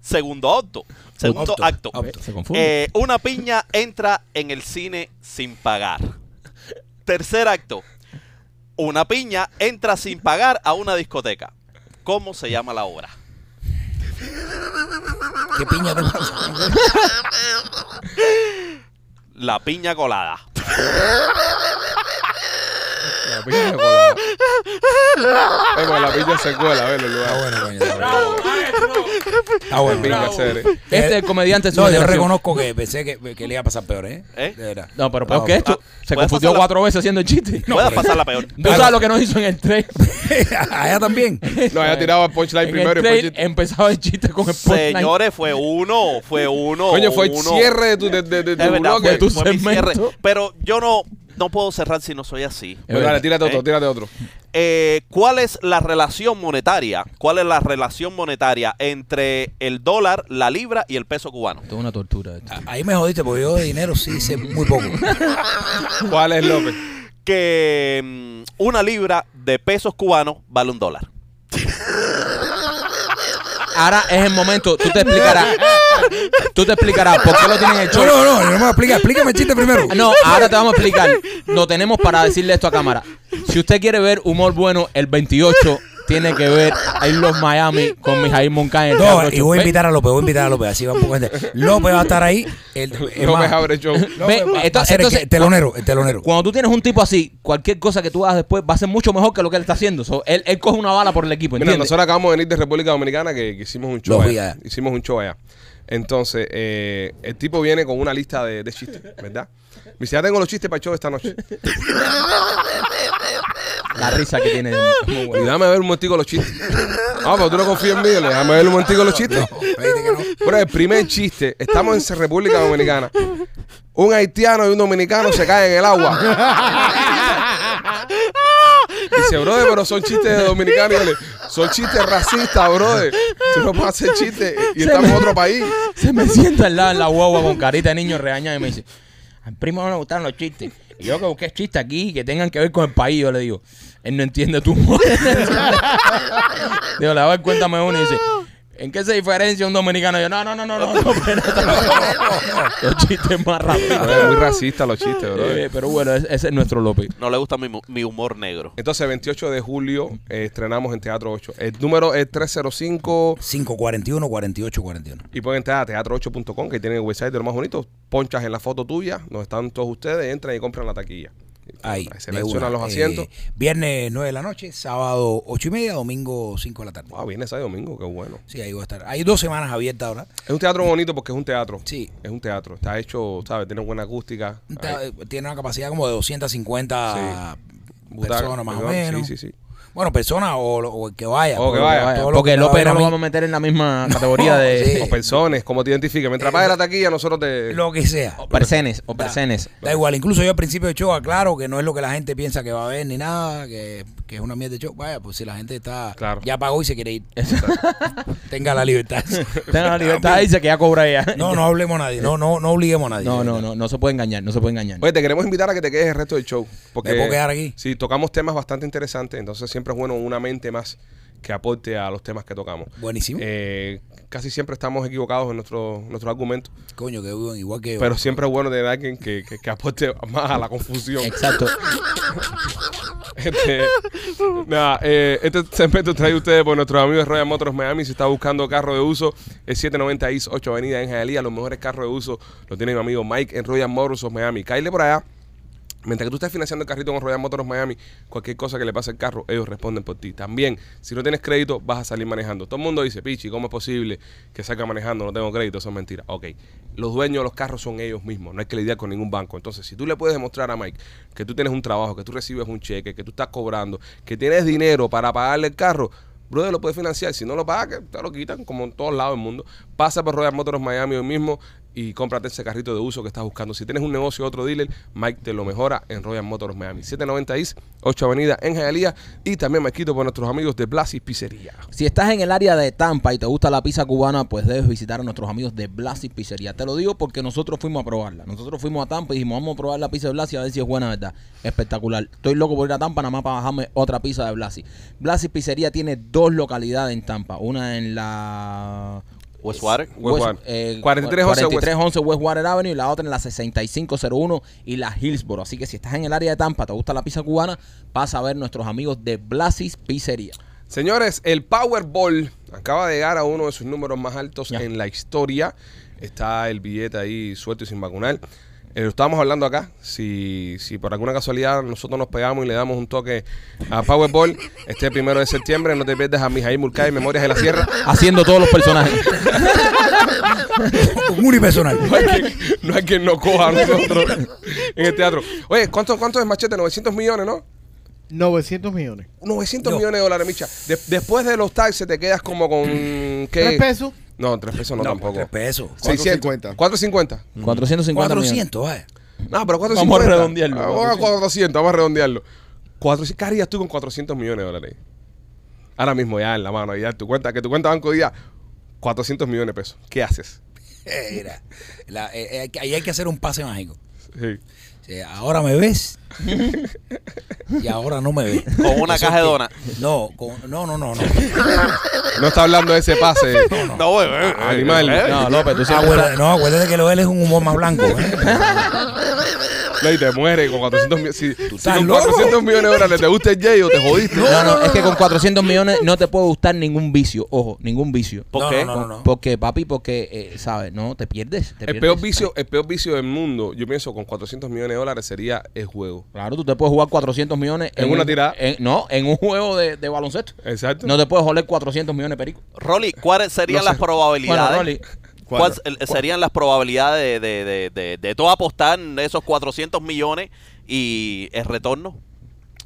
[SPEAKER 5] Segundo acto. Segundo
[SPEAKER 6] Auto,
[SPEAKER 5] acto.
[SPEAKER 6] auto.
[SPEAKER 2] Se confunde.
[SPEAKER 5] Eh, una piña entra en el cine sin pagar. Tercer acto. Una piña entra sin pagar a una discoteca. ¿Cómo se llama la obra?
[SPEAKER 6] ¿Qué piña te
[SPEAKER 5] La piña colada.
[SPEAKER 1] La piña colada. Eh, porque la piña se cuela, a ver, los
[SPEAKER 6] [LAUGHS] Está
[SPEAKER 1] lugares.
[SPEAKER 6] bueno, coño. Está bueno. Está bueno.
[SPEAKER 1] Venga, chévere.
[SPEAKER 2] Este es el comediante de su
[SPEAKER 6] eh. No, yo
[SPEAKER 2] generación.
[SPEAKER 6] reconozco que pensé que, que le iba a pasar peor, ¿eh?
[SPEAKER 5] ¿Eh?
[SPEAKER 6] De verdad.
[SPEAKER 2] No, pero peor que esto. Se
[SPEAKER 5] ¿puedes
[SPEAKER 2] confundió
[SPEAKER 5] pasarla?
[SPEAKER 2] cuatro veces haciendo el chiste.
[SPEAKER 5] Puedes pasar la peor.
[SPEAKER 2] Tú sabes lo que nos hizo en el tren.
[SPEAKER 6] [LAUGHS] Allá también.
[SPEAKER 1] No, ya tiraba el punchline
[SPEAKER 2] en
[SPEAKER 1] primero
[SPEAKER 2] el
[SPEAKER 1] y después
[SPEAKER 2] tren
[SPEAKER 1] chiste.
[SPEAKER 2] empezaba el chiste con el punchline.
[SPEAKER 5] Señores, fue uno, fue uno.
[SPEAKER 1] Coño, fue el
[SPEAKER 5] uno.
[SPEAKER 1] cierre de tu, de, de- de
[SPEAKER 5] De
[SPEAKER 1] tu
[SPEAKER 5] verdad,
[SPEAKER 1] bloque.
[SPEAKER 5] fue,
[SPEAKER 2] tu
[SPEAKER 5] fue mi
[SPEAKER 2] segmento.
[SPEAKER 5] cierre. Pero yo no. no puedo cerrar si no soy así.
[SPEAKER 1] Bueno, dale, tírate otro,
[SPEAKER 5] Eh.
[SPEAKER 1] tírate otro.
[SPEAKER 5] Eh, ¿Cuál es la relación monetaria? ¿Cuál es la relación monetaria entre el dólar, la libra y el peso cubano?
[SPEAKER 2] Esto es una tortura. esto.
[SPEAKER 6] Ahí me jodiste, porque yo de dinero sí sé muy
[SPEAKER 2] [LAUGHS]
[SPEAKER 6] poco.
[SPEAKER 1] ¿Cuál es López?
[SPEAKER 5] Que mm, una libra de pesos cubanos vale un dólar.
[SPEAKER 2] Ahora es el momento. Tú te explicarás. Tú te explicarás por qué lo tienen hecho.
[SPEAKER 6] No, no, no, no me voy a explicar. Explícame el chiste primero.
[SPEAKER 2] Ah, No, ahora te vamos a explicar. Lo tenemos para decirle esto a cámara. Si usted quiere ver humor bueno, el 28 tiene que ver a los Miami con Mijail Moncada en el
[SPEAKER 6] No,
[SPEAKER 2] Teatro
[SPEAKER 6] y voy a
[SPEAKER 2] Chopin.
[SPEAKER 6] invitar a López, voy a invitar a López, así va un poco gente. López va a estar ahí. El, es
[SPEAKER 1] López
[SPEAKER 6] más,
[SPEAKER 1] abre el show.
[SPEAKER 6] López
[SPEAKER 2] Ve,
[SPEAKER 6] va- va
[SPEAKER 2] esto-
[SPEAKER 6] a ser el que-
[SPEAKER 2] entonces-
[SPEAKER 6] el telonero, el telonero.
[SPEAKER 2] Cuando tú tienes un tipo así, cualquier cosa que tú hagas después va a ser mucho mejor que lo que él está haciendo. So, él, él coge una bala por el equipo,
[SPEAKER 1] Mira,
[SPEAKER 2] ¿entiendes?
[SPEAKER 1] nosotros acabamos de venir de República Dominicana que, que hicimos un show
[SPEAKER 6] Los vi
[SPEAKER 1] allá.
[SPEAKER 6] allá.
[SPEAKER 1] Hicimos un show allá. Entonces, eh, el tipo viene con una lista de, de chistes, ¿verdad? Me dice, ya tengo los chistes para el show esta noche.
[SPEAKER 2] La risa que tiene. Muy
[SPEAKER 1] [LAUGHS] Y
[SPEAKER 2] buena.
[SPEAKER 1] dame ver un momentico los chistes. Ah, pero tú no confías en mí. le- Dame ver un momentico los chistes.
[SPEAKER 6] Viste que no.
[SPEAKER 1] Pero el primer chiste, estamos en República Dominicana. Un haitiano y un dominicano se caen en el agua. Dice, brother, pero son chistes de dominicanos. Y yo le, son chistes racistas, brother. Tú no puedes hacer chistes y
[SPEAKER 2] Se
[SPEAKER 1] estamos en
[SPEAKER 2] me-
[SPEAKER 1] otro país.
[SPEAKER 2] Se me sienta al lado en la guagua con carita de niño regañado y me dice, al primo no le gustaron los chistes. Y yo que busqué chistes aquí que tengan que ver con el país, yo le digo, él no entiende tu humor. digo, le voy a cuéntame uno y dice, ¿en qué se diferencia un dominicano? Y yo, no, no, no, no, no, no, espérate, no, no, no. Los chistes más rápidos.
[SPEAKER 1] Brother, muy racista los chistes, brother.
[SPEAKER 2] Eh, pero bueno, ese, ese es nuestro López.
[SPEAKER 5] No le gusta mi, mu- mi humor negro.
[SPEAKER 1] Entonces, 28 de julio eh, estrenamos en Teatro 8. El número es 305.
[SPEAKER 6] 541, 48, 41.
[SPEAKER 1] Y pueden entrar a teatro8.com, que tienen el website de lo más bonito. Ponchas en la foto tuya, donde están todos ustedes, entran y compran la taquilla.
[SPEAKER 6] Ahí. de una.
[SPEAKER 1] Seleccionan los
[SPEAKER 6] Eh,
[SPEAKER 1] asientos.
[SPEAKER 6] viernes 9 de la noche, sábado 8 y media, domingo 5 de la tarde.
[SPEAKER 1] Ah, viene ese domingo, qué bueno.
[SPEAKER 6] Sí, ahí voy a estar. Hay dos semanas abiertas ahora.
[SPEAKER 1] Es un teatro bonito porque es un teatro.
[SPEAKER 6] Sí.
[SPEAKER 1] Es un teatro. Está hecho, ¿sabes? Tiene buena acústica.
[SPEAKER 6] Está-
[SPEAKER 1] Ahí.
[SPEAKER 6] tiene una capacidad como de 250
[SPEAKER 1] Butaca,
[SPEAKER 6] personas más o
[SPEAKER 1] perdón.
[SPEAKER 6] menos.
[SPEAKER 1] Sí, sí, sí.
[SPEAKER 6] Bueno, personas o, lo- o el que vaya.
[SPEAKER 1] O que
[SPEAKER 6] pero-
[SPEAKER 1] vaya.
[SPEAKER 6] todo lo
[SPEAKER 2] Porque
[SPEAKER 6] que
[SPEAKER 2] López
[SPEAKER 6] haga
[SPEAKER 2] no lo
[SPEAKER 6] lo
[SPEAKER 2] vamos a
[SPEAKER 6] mismo,
[SPEAKER 2] meter en la misma categoría
[SPEAKER 1] O
[SPEAKER 6] Sí.
[SPEAKER 2] de
[SPEAKER 1] personas, como te identificas. Mientras pagues la taquilla, nosotros te.
[SPEAKER 6] Eh, Lo que sea.
[SPEAKER 2] persenes o persenes.
[SPEAKER 6] Da igual, incluso yo al principio de show aclaro que no es lo que la gente piensa que va a ver ni nada, que, que es una mierda de show. Vaya, pues si la gente está
[SPEAKER 1] Claro.
[SPEAKER 6] ya pagó y se quiere ir, [LAUGHS] tenga la libertad.
[SPEAKER 2] Tenga la libertad, dice que ya cobra ella.
[SPEAKER 6] No, no hablemos a nadie, no, no, no obliguemos a nadie.
[SPEAKER 2] No, no, no, no se puede engañar, no se puede engañar.
[SPEAKER 1] Oye, te queremos invitar a que te quedes el resto del show. Porque
[SPEAKER 6] ¿Me puedo quedar aquí?
[SPEAKER 1] Sí, tocamos temas bastante interesantes, entonces siempre es bueno una mente más que aporte a los temas que tocamos.
[SPEAKER 6] Buenísimo.
[SPEAKER 1] Eh, casi siempre estamos equivocados en nuestro, nuestro argumento,
[SPEAKER 6] Coño, que viven igual que yo. [LAUGHS]
[SPEAKER 1] pero siempre es bueno tener a alguien que, que- que aporte más a la confusión.
[SPEAKER 2] Exacto.
[SPEAKER 1] [LAUGHS] Este, nada, eh, este segmento trae ustedes por nuestros amigos de Royal Motors Miami. Si está buscando carro de uso, es 790 East 8 Avenida en Hialeah. Los mejores carros de uso los tiene mi amigo Mike en Royal Motors of Miami. Cáile por allá. Mientras que tú estés financiando el carrito con Royal Motors Miami, cualquier cosa que le pase al carro, ellos responden por ti. También, si no tienes crédito, vas a salir manejando. Todo el mundo dice, Pichi, ¿cómo es posible que salga manejando? No tengo crédito, eso es mentira. Ok, los dueños de los carros son ellos mismos, no hay que lidiar con ningún banco. Entonces, si tú le puedes demostrar a Mike que tú tienes un trabajo, que tú recibes un cheque, que tú estás cobrando, que tienes dinero para pagarle el carro, Brother, lo puedes financiar. Si no lo pagas, que te lo quitan, como en todos lados del mundo. Pasa por Royal Motors Miami hoy mismo y cómprate ese carrito de uso que estás buscando. Si tienes un negocio o otro dealer, Mike te lo mejora en Royal Motors Miami. 790 East, 8 Avenida en Hialeah y también me quito por nuestros amigos de Blasi Pizzería.
[SPEAKER 2] Si estás en el área de Tampa y te gusta la pizza cubana, pues debes visitar a nuestros amigos de Blasi Pizzería. Te lo digo porque nosotros fuimos a probarla. Nosotros fuimos a Tampa y dijimos, vamos a probar la pizza de Blasi a ver si es buena, ¿verdad? Espectacular. Estoy loco por ir a Tampa nada más para bajarme otra pizza de Blasi. Blasi Pizzería tiene dos localidades en Tampa. Una en la... eh,
[SPEAKER 5] Westwater.
[SPEAKER 1] West Warren. 4311 West.
[SPEAKER 2] 4311 West Water Avenue y la otra en la 6501 y la Hillsboro. Así que si estás en el área de Tampa, te gusta la pizza cubana, pasa a ver nuestros amigos de Blasis Pizzería.
[SPEAKER 1] Señores, el Powerball acaba de llegar a uno de sus números más altos
[SPEAKER 2] Ya.
[SPEAKER 1] en la historia. Está el billete ahí suelto y sin vacunar. Eh, lo estábamos hablando acá. Si, si por alguna casualidad nosotros nos pegamos y le damos un toque a Powerball, este primero de septiembre, no te pierdas a Mijail Mulcahy, Memorias de la Sierra.
[SPEAKER 2] Haciendo todos los personajes.
[SPEAKER 6] [LAUGHS]
[SPEAKER 1] [LAUGHS]
[SPEAKER 6] Un unipersonal.
[SPEAKER 1] No hay quien, no hay quien nos coja a nosotros en el teatro. Oye, ¿cuánto, cuánto es machete? 900 millones, ¿no?
[SPEAKER 3] 900 millones.
[SPEAKER 1] 900
[SPEAKER 6] No.
[SPEAKER 1] millones de dólares, Micha. De- después de los taxes te quedas como con... ¿qué?
[SPEAKER 3] ¿Tres pesos?
[SPEAKER 1] No, tres pesos no, tampoco.
[SPEAKER 6] Tres pesos.
[SPEAKER 1] 600.
[SPEAKER 4] 450.
[SPEAKER 2] Mm.
[SPEAKER 1] 450.
[SPEAKER 2] 450 millones.
[SPEAKER 6] 400, vaya.
[SPEAKER 1] No, pero 450.
[SPEAKER 2] Vamos a redondearlo.
[SPEAKER 1] Ah, Vamos a 400, vamos a redondearlo. 400, ¿Qué harías tú con 400 millones de dólares? Ahora mismo ya en la mano, ya tu cuenta, que tu cuenta banco diga 400 millones de pesos. ¿Qué haces?
[SPEAKER 6] Mira, la- eh, eh, ahí hay que hacer un pase mágico.
[SPEAKER 1] Sí.
[SPEAKER 6] O sea, ahora me ves y ahora no me ves.
[SPEAKER 5] Con una
[SPEAKER 6] Eso
[SPEAKER 5] caja
[SPEAKER 6] es
[SPEAKER 5] de
[SPEAKER 6] que-
[SPEAKER 5] donas.
[SPEAKER 6] No, con- no, no, no. no.
[SPEAKER 1] No está hablando de ese pase.
[SPEAKER 5] No, eh, güey, güey, güey,
[SPEAKER 1] Animal.
[SPEAKER 5] güey.
[SPEAKER 2] No, López, tú siempre
[SPEAKER 6] Acuérdate, no, acuérdate que lo de él es un humor más blanco. ¿eh?
[SPEAKER 1] No, y te muere con 400 millones. Si, si
[SPEAKER 6] estás
[SPEAKER 1] con
[SPEAKER 6] loco?
[SPEAKER 1] 400 millones de dólares te gusta el J o te jodiste.
[SPEAKER 2] No, no, es que con 400 millones no te puede gustar ningún vicio, ojo, ningún vicio.
[SPEAKER 5] ¿Por
[SPEAKER 6] No,
[SPEAKER 5] qué?
[SPEAKER 6] no, no, no, no.
[SPEAKER 2] Porque, papi, porque, eh, ¿sabes? No, te pierdes. te
[SPEAKER 1] El
[SPEAKER 2] pierdes.
[SPEAKER 1] peor, vicio, el peor vicio del mundo, yo pienso, con 400 millones de dólares sería el juego.
[SPEAKER 2] Claro, tú te puedes jugar 400 millones
[SPEAKER 1] En una tirada.
[SPEAKER 2] en- no, en un juego de, de baloncesto.
[SPEAKER 1] Exacto.
[SPEAKER 2] No te puedes joler 400 millones, perico.
[SPEAKER 5] Rolly, ¿cuáles serían
[SPEAKER 1] No sé.
[SPEAKER 5] las probabilidades?
[SPEAKER 2] Bueno, Rolly.
[SPEAKER 5] ¿Cuáles eh, serían las probabilidades de, de, de, de, de tú apostar esos 400 millones y el retorno?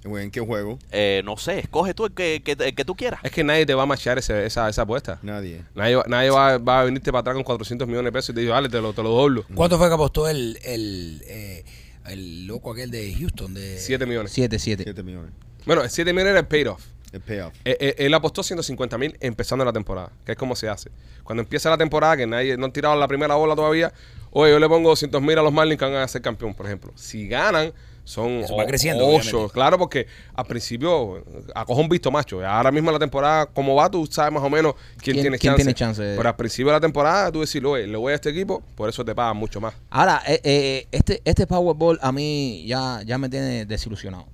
[SPEAKER 4] ¿En qué juego?
[SPEAKER 5] Eh, no sé, escoge tú el que, que, el que tú quieras.
[SPEAKER 1] Es que nadie te va a machar ese- esa, esa apuesta.
[SPEAKER 4] Nadie.
[SPEAKER 1] Nadie, va- nadie va, va a venirte para atrás con 400 millones de pesos y te dice, vale, te lo, te lo doblo.
[SPEAKER 6] ¿Cuánto fue que apostó el, el, eh, el loco aquel de Houston? De,
[SPEAKER 1] 7 millones.
[SPEAKER 2] 7-7.
[SPEAKER 4] 7 millones.
[SPEAKER 1] Bueno, 7 millones era el payoff.
[SPEAKER 4] El payoff.
[SPEAKER 1] Eh, eh, Él apostó 150 mil empezando la temporada, que es como se hace. Cuando empieza la temporada, que nadie no han tirado la primera bola todavía, oye, yo le pongo 200 mil a los Marlins que van a ser campeón, por ejemplo. Si ganan, son
[SPEAKER 6] Eso va
[SPEAKER 1] o-
[SPEAKER 6] creciendo,
[SPEAKER 1] ocho.
[SPEAKER 6] obviamente.
[SPEAKER 1] Claro, porque al principio acojo un visto macho. Ahora mismo la temporada, como va, tú sabes más o menos quién,
[SPEAKER 2] ¿Quién-
[SPEAKER 1] tiene
[SPEAKER 2] quién
[SPEAKER 1] chance.
[SPEAKER 2] tiene chance de-
[SPEAKER 1] Pero al principio de la temporada, tú decís, oye, le voy a este equipo, por eso te pagan mucho más.
[SPEAKER 2] Ahora, eh, eh, este, este Powerball a mí ya, ya me tiene desilusionado.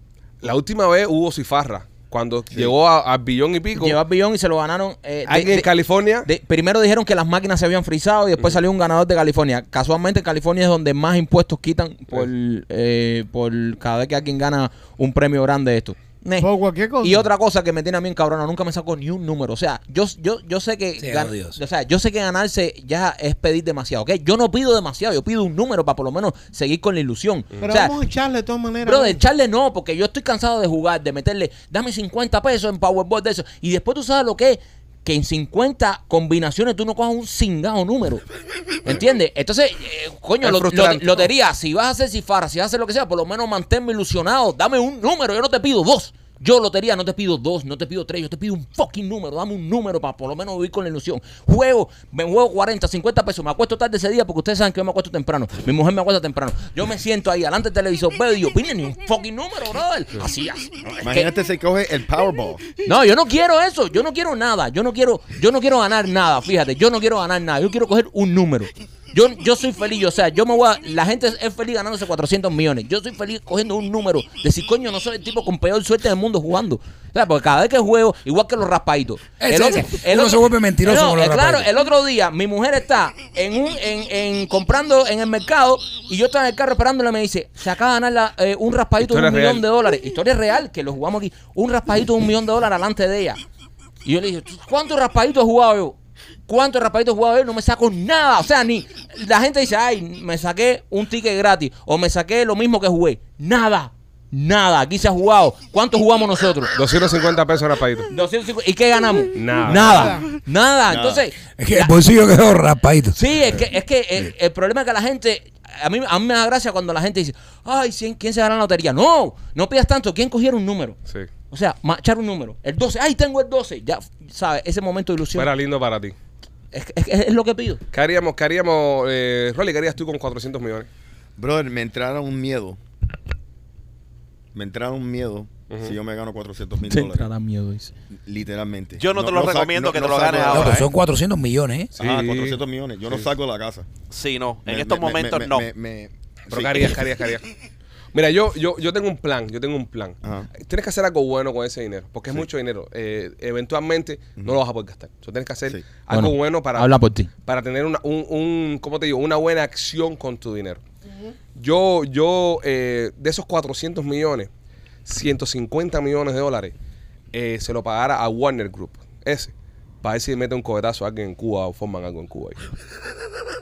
[SPEAKER 1] La última vez hubo cifarra, cuando llegó a- al billón y pico.
[SPEAKER 2] Llevó el billón y se lo ganaron. eh, de-
[SPEAKER 1] Alguien en
[SPEAKER 2] de-
[SPEAKER 1] California.
[SPEAKER 2] de- primero dijeron que las máquinas se habían frizado y después salió un ganador de California. Casualmente, California es donde más impuestos quitan por, eh, por cada vez que alguien gana un premio grande de esto. Neh.
[SPEAKER 3] Por cualquier cosa.
[SPEAKER 2] Eh. Y otra cosa que me tiene a mí en cabrona, nunca me sacó ni un número. O sea, yo, yo, yo sé que
[SPEAKER 6] Sí,
[SPEAKER 2] gan-
[SPEAKER 6] odioso.
[SPEAKER 2] o sea, yo sé que ganarse ya es pedir demasiado, ¿ok? Yo no pido demasiado, yo pido un número para por lo menos seguir con la ilusión.
[SPEAKER 3] Pero
[SPEAKER 2] o sea,
[SPEAKER 3] vamos a echarle de todas maneras.
[SPEAKER 2] Bro, de echarle no, porque yo estoy cansado de jugar, de meterle, dame 50 pesos en Powerball de eso. Y después tú sabes lo que es, que en 50 combinaciones tú no cojas un cingado número. ¿Entiendes? Entonces, eh, coño,
[SPEAKER 1] Es
[SPEAKER 2] lo- lo-
[SPEAKER 1] frustrante.
[SPEAKER 2] lotería, si vas a hacer cifar, si vas a hacer lo que sea, por lo menos manténme ilusionado, dame un número, yo no te pido dos. Yo, lotería, no te pido dos, no te pido tres, yo te pido un fucking número, dame un número para por lo menos vivir con la ilusión. Juego, me juego 40, 50 pesos, me acuesto tarde ese día porque ustedes saben que yo me acuesto temprano, mi mujer me acuesta temprano. Yo me siento ahí delante del televisor, veo y yo, "Pine, ni un fucking número, brother. Así, así. no, es que-
[SPEAKER 4] Imagínate si coge el Powerball.
[SPEAKER 2] no, yo no quiero eso. Yo no quiero nada. Yo no quiero, yo no quiero ganar nada. Fíjate, yo no quiero ganar nada. Yo quiero coger un número. Yo, yo soy feliz, yo, o sea, yo me voy a, la gente es feliz ganándose 400 millones. Yo soy feliz cogiendo un número. Decir, coño, no soy el tipo con peor suerte del mundo jugando. O sea, porque cada vez que juego, igual que los raspaditos.
[SPEAKER 6] Ese, ese. Uno se vuelve mentiroso
[SPEAKER 2] no,
[SPEAKER 6] con los
[SPEAKER 2] eh, Claro,
[SPEAKER 6] raspaditos.
[SPEAKER 2] el otro día mi mujer está en un en, en- comprando en el mercado y yo estaba en el carro esperándola y me dice, se acaba de ganar la- eh, un raspadito de
[SPEAKER 1] Historia
[SPEAKER 2] un millón
[SPEAKER 1] real.
[SPEAKER 2] de dólares. Historia real, que lo jugamos aquí. Un raspadito de un millón de dólares delante de ella. Y yo le dije, "¿Tú ¿cuántos raspaditos he jugado yo? ¿Cuántos raspaditos he jugado yo? No me saco nada. O sea, ni la gente dice, ay, me saqué un ticket gratis o me saqué lo mismo que jugué. Nada, nada. Aquí se ha jugado. ¿Cuánto jugamos nosotros?
[SPEAKER 1] 250 pesos era paíto.
[SPEAKER 2] 250. ¿Y qué ganamos?
[SPEAKER 1] Nada.
[SPEAKER 2] Nada. Nada. Entonces,
[SPEAKER 6] Es que el bolsillo quedó raspadito.
[SPEAKER 2] Sí, es que, es que el, el problema es que la gente, a mí, a mí me da gracia cuando la gente dice, ay, ¿sí- ¿quién se gana la lotería? No, no pidas tanto, ¿quién cogiera un número?
[SPEAKER 1] Sí.
[SPEAKER 2] O sea, machar un número. El 12, ay, tengo el 12. Ya, ¿sabes? Ese momento de ilusión.
[SPEAKER 1] Fuera lindo para ti.
[SPEAKER 2] Es, es- es lo que pido.
[SPEAKER 1] ¿Qué haríamos, qué haríamos, eh, Rolly, qué harías tú con 400 millones?
[SPEAKER 4] Brother, me entrara un miedo. Me entrara un miedo si yo me gano 400 mil dólares.
[SPEAKER 2] miedo,
[SPEAKER 4] Literalmente.
[SPEAKER 5] Yo no te lo
[SPEAKER 4] sa-
[SPEAKER 5] recomiendo que te lo
[SPEAKER 4] salgo de
[SPEAKER 5] ganes
[SPEAKER 4] la
[SPEAKER 6] No,
[SPEAKER 5] ahora,
[SPEAKER 4] casa.
[SPEAKER 6] pero son 400 millones, ¿eh?
[SPEAKER 4] Ajá,
[SPEAKER 1] Sí.
[SPEAKER 4] 400 millones. Yo no salgo de la casa.
[SPEAKER 5] Sí, no, en
[SPEAKER 4] Me-
[SPEAKER 5] estos
[SPEAKER 4] me- me-
[SPEAKER 5] momentos
[SPEAKER 4] me-
[SPEAKER 5] no.
[SPEAKER 4] me- me-
[SPEAKER 1] Pero
[SPEAKER 4] sí.
[SPEAKER 1] ¿qué harías, qué harías, qué harías? Mira, yo, yo, yo tengo un plan, yo tengo un plan.
[SPEAKER 4] Ajá.
[SPEAKER 1] Tienes que hacer algo bueno con ese dinero, porque es mucho dinero. Eh, eventualmente no lo vas a poder gastar. Entonces tienes que hacer
[SPEAKER 4] Sí.
[SPEAKER 1] algo bueno, para,
[SPEAKER 2] habla por ti.
[SPEAKER 1] para tener una, un, un- ¿cómo te digo? una buena acción con tu dinero. Yo, yo eh, de esos 400 millones, 150 millones de dólares, eh, se lo pagara a
[SPEAKER 4] [LAUGHS]
[SPEAKER 1] Warner Group, ese, para ver si mete un cohetazo a alguien en Cuba o forman algo en Cuba. ahí.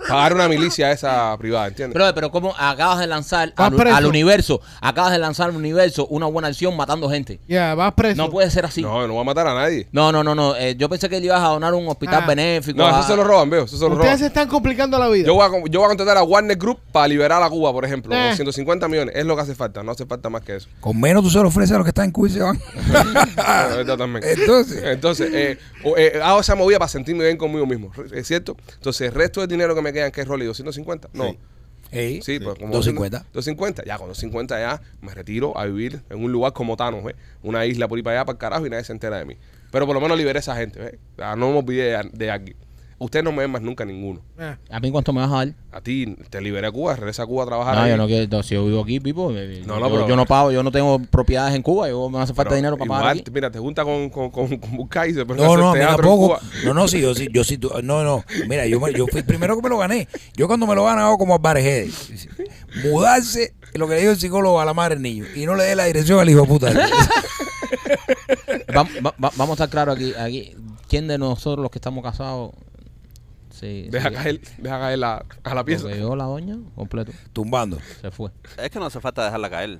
[SPEAKER 1] Pagar una milicia esa privada, ¿entiendes?
[SPEAKER 2] Brother, pero como acabas de lanzar
[SPEAKER 3] Vas
[SPEAKER 2] al,
[SPEAKER 3] preso.
[SPEAKER 2] al universo, acabas de lanzar al universo una buena acción matando gente.
[SPEAKER 3] Ya, vas preso.
[SPEAKER 2] No puede ser así.
[SPEAKER 1] No, no va a matar a nadie.
[SPEAKER 2] No, no, no, no. eh, yo pensé que le ibas a donar un hospital
[SPEAKER 3] Ah.
[SPEAKER 2] benéfico.
[SPEAKER 1] No,
[SPEAKER 2] a-
[SPEAKER 1] eso se lo roban, veo. Eso se lo roban.
[SPEAKER 3] Ustedes se están complicando la vida.
[SPEAKER 1] Yo voy, a, con- yo voy a contratar a Warner Group para liberar a Cuba, por ejemplo.
[SPEAKER 3] Eh.
[SPEAKER 1] Con 150 millones. Es lo que hace falta. No hace falta más que eso.
[SPEAKER 6] Con menos tú se lo ofreces a los que están en ¿eh? Cuba y se van.
[SPEAKER 1] La verdad también.
[SPEAKER 6] Entonces.
[SPEAKER 1] Entonces, eh, o- eh, hago esa movida para sentirme bien conmigo mismo. Re- ¿Es cierto? Entonces, el resto del dinero que me quedan, que es Rolly, 250. No.
[SPEAKER 4] Sí.
[SPEAKER 6] Ey,
[SPEAKER 1] Sí, pues como
[SPEAKER 6] 250.
[SPEAKER 1] 250, ya con 250 ya me retiro a vivir en un lugar como Thanos, ¿eh? una isla por ahí para allá, para el carajo, y nadie se entera de mí. Pero por lo menos liberé a esa gente, ¿eh? O sea, no me olvidé de, de aquí. Ustedes no me ven más nunca ninguno.
[SPEAKER 3] Ah.
[SPEAKER 2] ¿A mí cuánto me vas a dar?
[SPEAKER 1] A ti te liberé a Cuba, regresa a Cuba a trabajar.
[SPEAKER 2] No,
[SPEAKER 1] ahí.
[SPEAKER 2] yo no quiero. no, Si yo vivo aquí, Pipo, eh,
[SPEAKER 1] No,
[SPEAKER 2] yo,
[SPEAKER 1] no, pero-
[SPEAKER 2] yo no pago, yo no tengo propiedades en Cuba. Yo me hace falta
[SPEAKER 1] Pero
[SPEAKER 2] dinero para
[SPEAKER 1] igual,
[SPEAKER 2] pagar. aquí.
[SPEAKER 1] Mira, te junta con, con, con, con Bucay y se ponen a
[SPEAKER 6] No,
[SPEAKER 1] hacer
[SPEAKER 6] no, a mí
[SPEAKER 1] teatro en
[SPEAKER 6] tampoco.
[SPEAKER 1] Cuba.
[SPEAKER 6] No, no, sí, yo sí, yo sí, tú- no, no. Mira, yo, me- yo fui el primero que me lo gané. Yo cuando me lo gané hago como Álvarez Guedes. Mudarse, lo que le dijo el psicólogo a la madre del niño. Y no le dé la dirección al hijo de puta. [LAUGHS]
[SPEAKER 2] Vam- va- va- vamos a estar claros aquí, aquí. ¿Quién de nosotros los que estamos casados? Sí.
[SPEAKER 1] Deja
[SPEAKER 2] sí,
[SPEAKER 1] caer, deja caer la, a la pieza.
[SPEAKER 2] Porque yo la doña, completo.
[SPEAKER 6] Tumbando.
[SPEAKER 2] Se fue.
[SPEAKER 5] Es que no hace falta dejarla caer.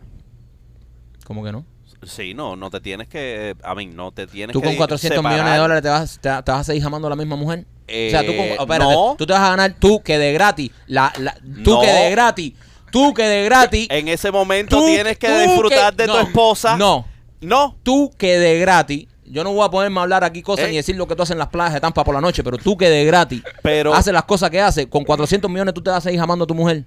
[SPEAKER 2] ¿Cómo que no?
[SPEAKER 5] Sí, no, no te tienes que. A mí, no te tienes
[SPEAKER 2] ¿Tú
[SPEAKER 5] que.
[SPEAKER 2] con 400
[SPEAKER 5] separar.
[SPEAKER 2] millones de dólares te vas, te, te vas a seguir jamando a la misma mujer? o sea, tú, con-
[SPEAKER 5] Eh,
[SPEAKER 2] espérate,
[SPEAKER 5] no.
[SPEAKER 2] tú te vas a ganar tú que de gratis, la, la- tú
[SPEAKER 5] No.
[SPEAKER 2] que de gratis, tú que de gratis,
[SPEAKER 5] En ese momento
[SPEAKER 2] Tú-
[SPEAKER 5] tienes que
[SPEAKER 2] tú
[SPEAKER 5] disfrutar
[SPEAKER 2] que-
[SPEAKER 5] de
[SPEAKER 2] no,
[SPEAKER 5] tu esposa.
[SPEAKER 2] no.
[SPEAKER 5] No.
[SPEAKER 2] tú que de gratis. Yo no voy a ponerme a hablar aquí cosas
[SPEAKER 5] Eh.
[SPEAKER 2] ni decir lo que tú haces en las playas de Tampa por la noche, pero tú que de gratis
[SPEAKER 5] Pero-
[SPEAKER 2] haces las cosas que haces, con 400 millones tú te vas a seguir jamando a tu mujer.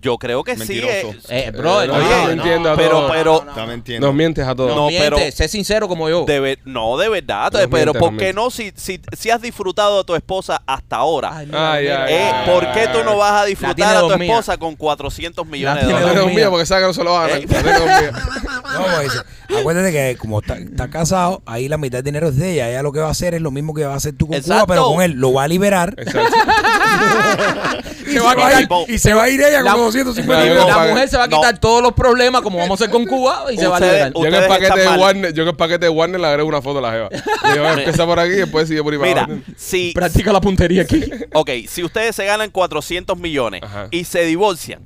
[SPEAKER 5] Yo creo que sí.
[SPEAKER 4] Mentiroso.
[SPEAKER 5] eh,
[SPEAKER 2] Eh, bro,
[SPEAKER 1] Eh,
[SPEAKER 2] no,
[SPEAKER 1] oye,
[SPEAKER 2] no,
[SPEAKER 1] yo entiendo a
[SPEAKER 5] pero,
[SPEAKER 1] todos.
[SPEAKER 5] pero,
[SPEAKER 4] [LAUGHS] Está mintiendo.
[SPEAKER 1] Nos mientes a todos.
[SPEAKER 2] no,
[SPEAKER 5] no,
[SPEAKER 2] miente,
[SPEAKER 5] pero-
[SPEAKER 2] sé sincero como yo.
[SPEAKER 5] de ver- no, de verdad.
[SPEAKER 1] No,
[SPEAKER 5] pero
[SPEAKER 1] miente,
[SPEAKER 5] ¿por
[SPEAKER 1] no
[SPEAKER 5] qué no? Si, si, si has disfrutado a tu esposa hasta ahora,
[SPEAKER 2] Ay, mira,
[SPEAKER 1] Ay,
[SPEAKER 2] mira.
[SPEAKER 1] ay,
[SPEAKER 5] eh,
[SPEAKER 1] ay,
[SPEAKER 5] ¿por qué
[SPEAKER 1] ay,
[SPEAKER 5] tú
[SPEAKER 1] ay.
[SPEAKER 5] no vas a
[SPEAKER 2] tiene
[SPEAKER 5] disfrutar a tu
[SPEAKER 2] dos mías.
[SPEAKER 5] esposa con 400 millones de
[SPEAKER 2] tiene
[SPEAKER 1] No
[SPEAKER 5] dólares?
[SPEAKER 1] tengo
[SPEAKER 2] Dios
[SPEAKER 1] miedo
[SPEAKER 2] mío.
[SPEAKER 1] porque saben que no se lo van a
[SPEAKER 5] Eh.
[SPEAKER 1] ganar. No tengo miedo.
[SPEAKER 6] No, pues, dice, acuérdate que como está, está casado, ahí la mitad del dinero es de ella. Ella lo que va a hacer es lo mismo que va a hacer tú con
[SPEAKER 5] Exacto.
[SPEAKER 6] Cuba, pero con él lo va a liberar.
[SPEAKER 1] Exacto.
[SPEAKER 6] [LAUGHS] Y se, va a quitar, y se va a ir ella
[SPEAKER 2] La-
[SPEAKER 6] con 250
[SPEAKER 1] Yo
[SPEAKER 2] La,
[SPEAKER 1] no voy a pagar.
[SPEAKER 2] mujer se va a quitar
[SPEAKER 5] No.
[SPEAKER 2] todos los problemas, como vamos a hacer con Cuba, y se va a
[SPEAKER 5] Ustedes-
[SPEAKER 2] liberar.
[SPEAKER 1] Yo en, el
[SPEAKER 5] Ustedes
[SPEAKER 1] paquete
[SPEAKER 5] están
[SPEAKER 1] de
[SPEAKER 5] mal.
[SPEAKER 1] Warner, yo en el paquete de Warner le agrego una foto a la jeva. Y yo, empieza por aquí y después sigue por ahí para
[SPEAKER 5] Mira,
[SPEAKER 1] abajo.
[SPEAKER 5] si,
[SPEAKER 2] Practica la puntería aquí.
[SPEAKER 5] ok, si ustedes se ganan 400 millones
[SPEAKER 1] Ajá.
[SPEAKER 5] y se divorcian,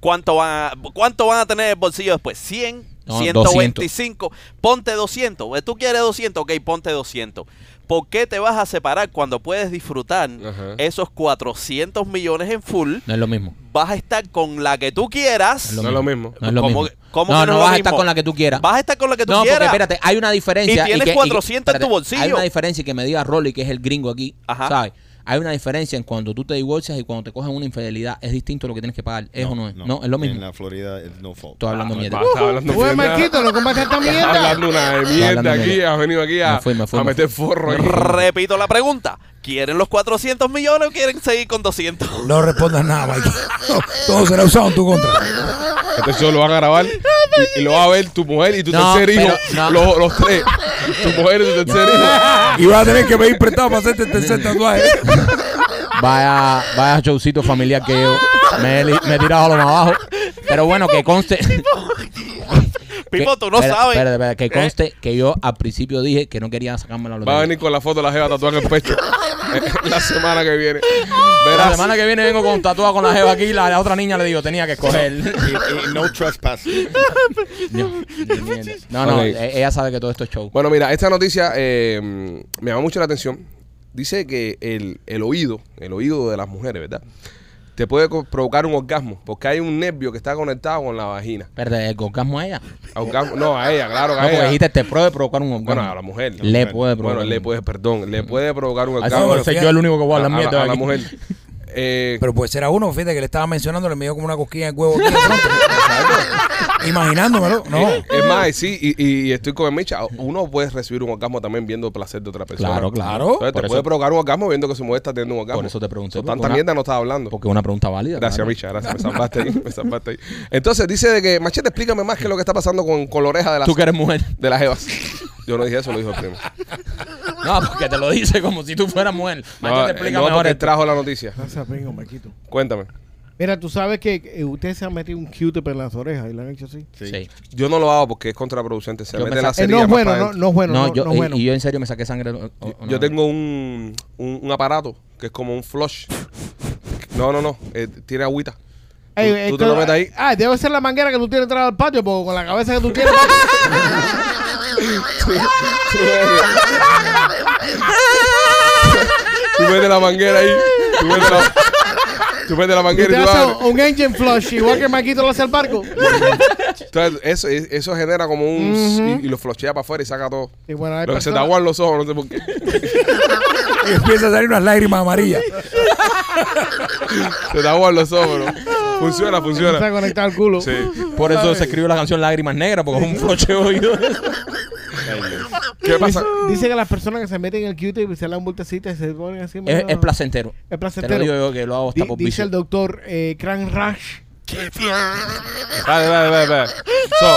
[SPEAKER 5] ¿cuánto van a, cuánto van a tener en el bolsillo después? ¿100?
[SPEAKER 2] No,
[SPEAKER 5] 125, ponte 200. Eh, Tú quieres 200, ok, ponte 200. ¿Por qué te vas a separar cuando puedes disfrutar
[SPEAKER 1] Ajá.
[SPEAKER 5] esos 400 millones en full?
[SPEAKER 2] No es lo mismo.
[SPEAKER 5] Vas a estar con la que tú quieras.
[SPEAKER 1] No es lo mismo.
[SPEAKER 2] No es lo
[SPEAKER 5] ¿Cómo
[SPEAKER 2] mismo.
[SPEAKER 5] que- cómo
[SPEAKER 2] no, no,
[SPEAKER 5] que no es lo
[SPEAKER 2] vas a
[SPEAKER 5] mismo?
[SPEAKER 2] estar con la que tú quieras.
[SPEAKER 5] Vas a estar con la que tú
[SPEAKER 2] no,
[SPEAKER 5] quieras.
[SPEAKER 2] porque espérate, hay una diferencia.
[SPEAKER 5] Y tienes
[SPEAKER 2] que-
[SPEAKER 5] 400 en tu
[SPEAKER 2] espérate,
[SPEAKER 5] bolsillo.
[SPEAKER 2] Hay una diferencia y que me diga Rolly, que es el gringo aquí,
[SPEAKER 5] Ajá.
[SPEAKER 2] ¿sabes? Hay una diferencia en cuando tú te divorcias y cuando te cogen una infidelidad. Es distinto lo que tienes que pagar. ¿Es o no es? No, es lo mismo.
[SPEAKER 4] En la Florida es no fault. Ah,
[SPEAKER 2] Estoy hablando mierda.
[SPEAKER 1] Estaba hablando
[SPEAKER 3] Uy,
[SPEAKER 1] mierda.
[SPEAKER 3] Marquito, no combates esta
[SPEAKER 1] Estaba
[SPEAKER 3] mierda.
[SPEAKER 1] hablando una de
[SPEAKER 2] Estaba hablando
[SPEAKER 1] mierda aquí.
[SPEAKER 2] mierda.
[SPEAKER 1] Has venido aquí a,
[SPEAKER 2] Me fui, me fui,
[SPEAKER 1] a
[SPEAKER 2] me
[SPEAKER 1] meter forro. ahí.
[SPEAKER 5] Repito la pregunta. ¿Quieren los 400 millones o quieren seguir
[SPEAKER 2] [LAUGHS]
[SPEAKER 5] con 200?
[SPEAKER 6] No respondas nada, Mike. [LAUGHS] Todo será usado en tu contra.
[SPEAKER 1] Este show lo van a
[SPEAKER 3] [LAUGHS]
[SPEAKER 1] grabar y, y lo va a ver tu mujer y tu
[SPEAKER 2] No,
[SPEAKER 1] tercer hijo.
[SPEAKER 2] pero- no.
[SPEAKER 1] Los, los tres.
[SPEAKER 2] [LAUGHS]
[SPEAKER 1] Tu mujer y tu tercer hijo.
[SPEAKER 6] Y vas a tener que pedir prestado para hacerte el tercer tatuaje.
[SPEAKER 2] [LAUGHS] Vaya, vaya showcito familiar que yo. Me, he li- me he tirado a lo más abajo. Pero bueno, que
[SPEAKER 5] [LAUGHS]
[SPEAKER 2] conste.
[SPEAKER 5] Pipo,
[SPEAKER 2] que-
[SPEAKER 5] tú no
[SPEAKER 2] espera,
[SPEAKER 5] sabes.
[SPEAKER 2] espera, espera, que
[SPEAKER 5] ¿Eh?
[SPEAKER 2] conste que yo al principio dije que no quería sacarme la
[SPEAKER 1] Va a
[SPEAKER 2] lotería.
[SPEAKER 1] venir con la foto de la jeva tatuada en el
[SPEAKER 3] [LAUGHS]
[SPEAKER 1] pecho. [LAUGHS] la semana que viene.
[SPEAKER 2] La
[SPEAKER 1] Verás.
[SPEAKER 2] semana que viene vengo con tatuada con la jeva aquí. La, la otra niña le digo, tenía que escoger.
[SPEAKER 4] Y- y no trespass.
[SPEAKER 5] [LAUGHS]
[SPEAKER 2] [LAUGHS] No, no, no,
[SPEAKER 1] Ok.
[SPEAKER 2] e- ella sabe que todo esto es show.
[SPEAKER 1] Bueno, mira, esta noticia eh, me llama mucho la atención. Dice que el, el oído, el oído de las mujeres, ¿verdad? Te puede co- provocar un orgasmo, porque hay un nervio que está conectado con la vagina.
[SPEAKER 2] Espérate, eh, ¿el orgasmo a ella?
[SPEAKER 1] A orgasmo- no, a ella, claro, que
[SPEAKER 2] No,
[SPEAKER 1] a
[SPEAKER 2] porque
[SPEAKER 1] ella.
[SPEAKER 2] dijiste, te puede provocar un orgasmo.
[SPEAKER 1] Bueno, a la mujer.
[SPEAKER 2] Le puede provocar.
[SPEAKER 1] Bueno, le puede, perdón, le puede provocar un
[SPEAKER 2] Así
[SPEAKER 1] orgasmo
[SPEAKER 6] bueno,
[SPEAKER 2] que soy
[SPEAKER 6] fíjate.
[SPEAKER 2] yo el único que voy a
[SPEAKER 1] a,
[SPEAKER 2] hablar
[SPEAKER 1] a-
[SPEAKER 2] mierda
[SPEAKER 1] a la
[SPEAKER 2] aquí.
[SPEAKER 1] mujer.
[SPEAKER 2] [LAUGHS]
[SPEAKER 1] Eh,
[SPEAKER 6] Pero puede ser a uno, fíjate que le estaba mencionando, le me dio como una cosquilla en el huevo aquí de pronto. Imaginándomelo, no.
[SPEAKER 1] Es
[SPEAKER 2] eh.
[SPEAKER 1] más, y sí, y, y- y estoy con el Micha. Uno puede recibir un orgasmo también viendo el placer de otra persona.
[SPEAKER 2] Claro,
[SPEAKER 6] Claro.
[SPEAKER 2] claro.
[SPEAKER 1] Entonces,
[SPEAKER 2] Por
[SPEAKER 1] te puede
[SPEAKER 2] eso,
[SPEAKER 1] provocar un orgasmo viendo que su mujer está teniendo un orgasmo.
[SPEAKER 2] por eso te pregunté.
[SPEAKER 1] So,
[SPEAKER 2] porque
[SPEAKER 1] tanta
[SPEAKER 2] una-
[SPEAKER 1] mierda no estaba hablando.
[SPEAKER 2] Porque es una pregunta válida.
[SPEAKER 1] Gracias,
[SPEAKER 2] claro.
[SPEAKER 1] Micha.
[SPEAKER 2] [LAUGHS]
[SPEAKER 1] Gracias. Me salvaste ahí. Me salvaste ahí. Entonces dice de que, Machete, explícame más qué es lo que está pasando con, con la oreja de las,
[SPEAKER 2] Tú que eres mujer. [LAUGHS]
[SPEAKER 1] de las Evas. Yo no dije eso, lo dijo el primo.
[SPEAKER 2] No, porque te lo dice como si tú fueras mujer. Macho,
[SPEAKER 1] No,
[SPEAKER 2] te
[SPEAKER 1] eh,
[SPEAKER 2] explica
[SPEAKER 1] no,
[SPEAKER 2] mejor
[SPEAKER 1] porque
[SPEAKER 2] esto.
[SPEAKER 1] trajo la noticia.
[SPEAKER 3] Pasa, pingo, Marquito.
[SPEAKER 1] Cuéntame.
[SPEAKER 3] Mira, tú sabes que eh, ustedes se han metido un Q-tip en las orejas y lo han hecho así.
[SPEAKER 4] Sí.
[SPEAKER 2] Sí.
[SPEAKER 1] Yo no lo hago porque es contraproducente. Se
[SPEAKER 2] Yo
[SPEAKER 1] mete
[SPEAKER 2] me
[SPEAKER 1] la
[SPEAKER 3] Eh,
[SPEAKER 1] serie.
[SPEAKER 3] no es bueno, no, no es bueno.
[SPEAKER 2] no,
[SPEAKER 3] No,
[SPEAKER 2] yo,
[SPEAKER 3] no es
[SPEAKER 2] y-
[SPEAKER 3] bueno.
[SPEAKER 2] y, yo en serio me oh, saqué sangre. o- o- una
[SPEAKER 1] Yo
[SPEAKER 2] vez.
[SPEAKER 1] tengo un, un, un aparato que es como un flush No, no, no. eh, tiene agüita. [LAUGHS]
[SPEAKER 3] Ey,
[SPEAKER 1] tú, tú te
[SPEAKER 3] esto-
[SPEAKER 1] lo metes ahí.
[SPEAKER 3] Ah, debe ser la manguera que tú tienes atrás al patio, porque con la cabeza que tú tienes.
[SPEAKER 1] Tú metes- Tú metes la manguera ahí. Tú metes la, tú metes la
[SPEAKER 3] tú te
[SPEAKER 1] manguera y tú
[SPEAKER 3] haces
[SPEAKER 1] abres.
[SPEAKER 3] un engine flush, igual que Maquito lo hace al barco.
[SPEAKER 1] Entonces, eso, eso genera como un.
[SPEAKER 3] Ujú.
[SPEAKER 1] y, y lo flochea para afuera y saca todo.
[SPEAKER 3] Y bueno, hay
[SPEAKER 1] Lo que se te
[SPEAKER 3] personas-
[SPEAKER 1] aguan los ojos, no sé por qué.
[SPEAKER 6] Y empieza a salir unas lágrimas amarillas.
[SPEAKER 1] Se te aguan los ojos,
[SPEAKER 3] [LAUGHS]
[SPEAKER 1] bro. Funciona,
[SPEAKER 3] Está
[SPEAKER 1] funciona.
[SPEAKER 3] conectado al culo.
[SPEAKER 1] Sí.
[SPEAKER 2] Por eso se escribió la canción Lágrimas Negras, porque es un flocheo.
[SPEAKER 3] [LAUGHS]
[SPEAKER 1] ¿Qué pasa?
[SPEAKER 3] Dice que las personas que se meten en el Q-tip y se le dan vueltecita y se ponen así.
[SPEAKER 2] es,
[SPEAKER 3] mira.
[SPEAKER 2] es placentero.
[SPEAKER 3] Es
[SPEAKER 2] Te
[SPEAKER 3] placentero.
[SPEAKER 2] lo digo yo que lo hago hasta
[SPEAKER 3] Di-
[SPEAKER 2] por
[SPEAKER 3] dice
[SPEAKER 2] vicio.
[SPEAKER 3] el doctor eh, Cran Rush.
[SPEAKER 1] Dale, dale, dale, dale. So,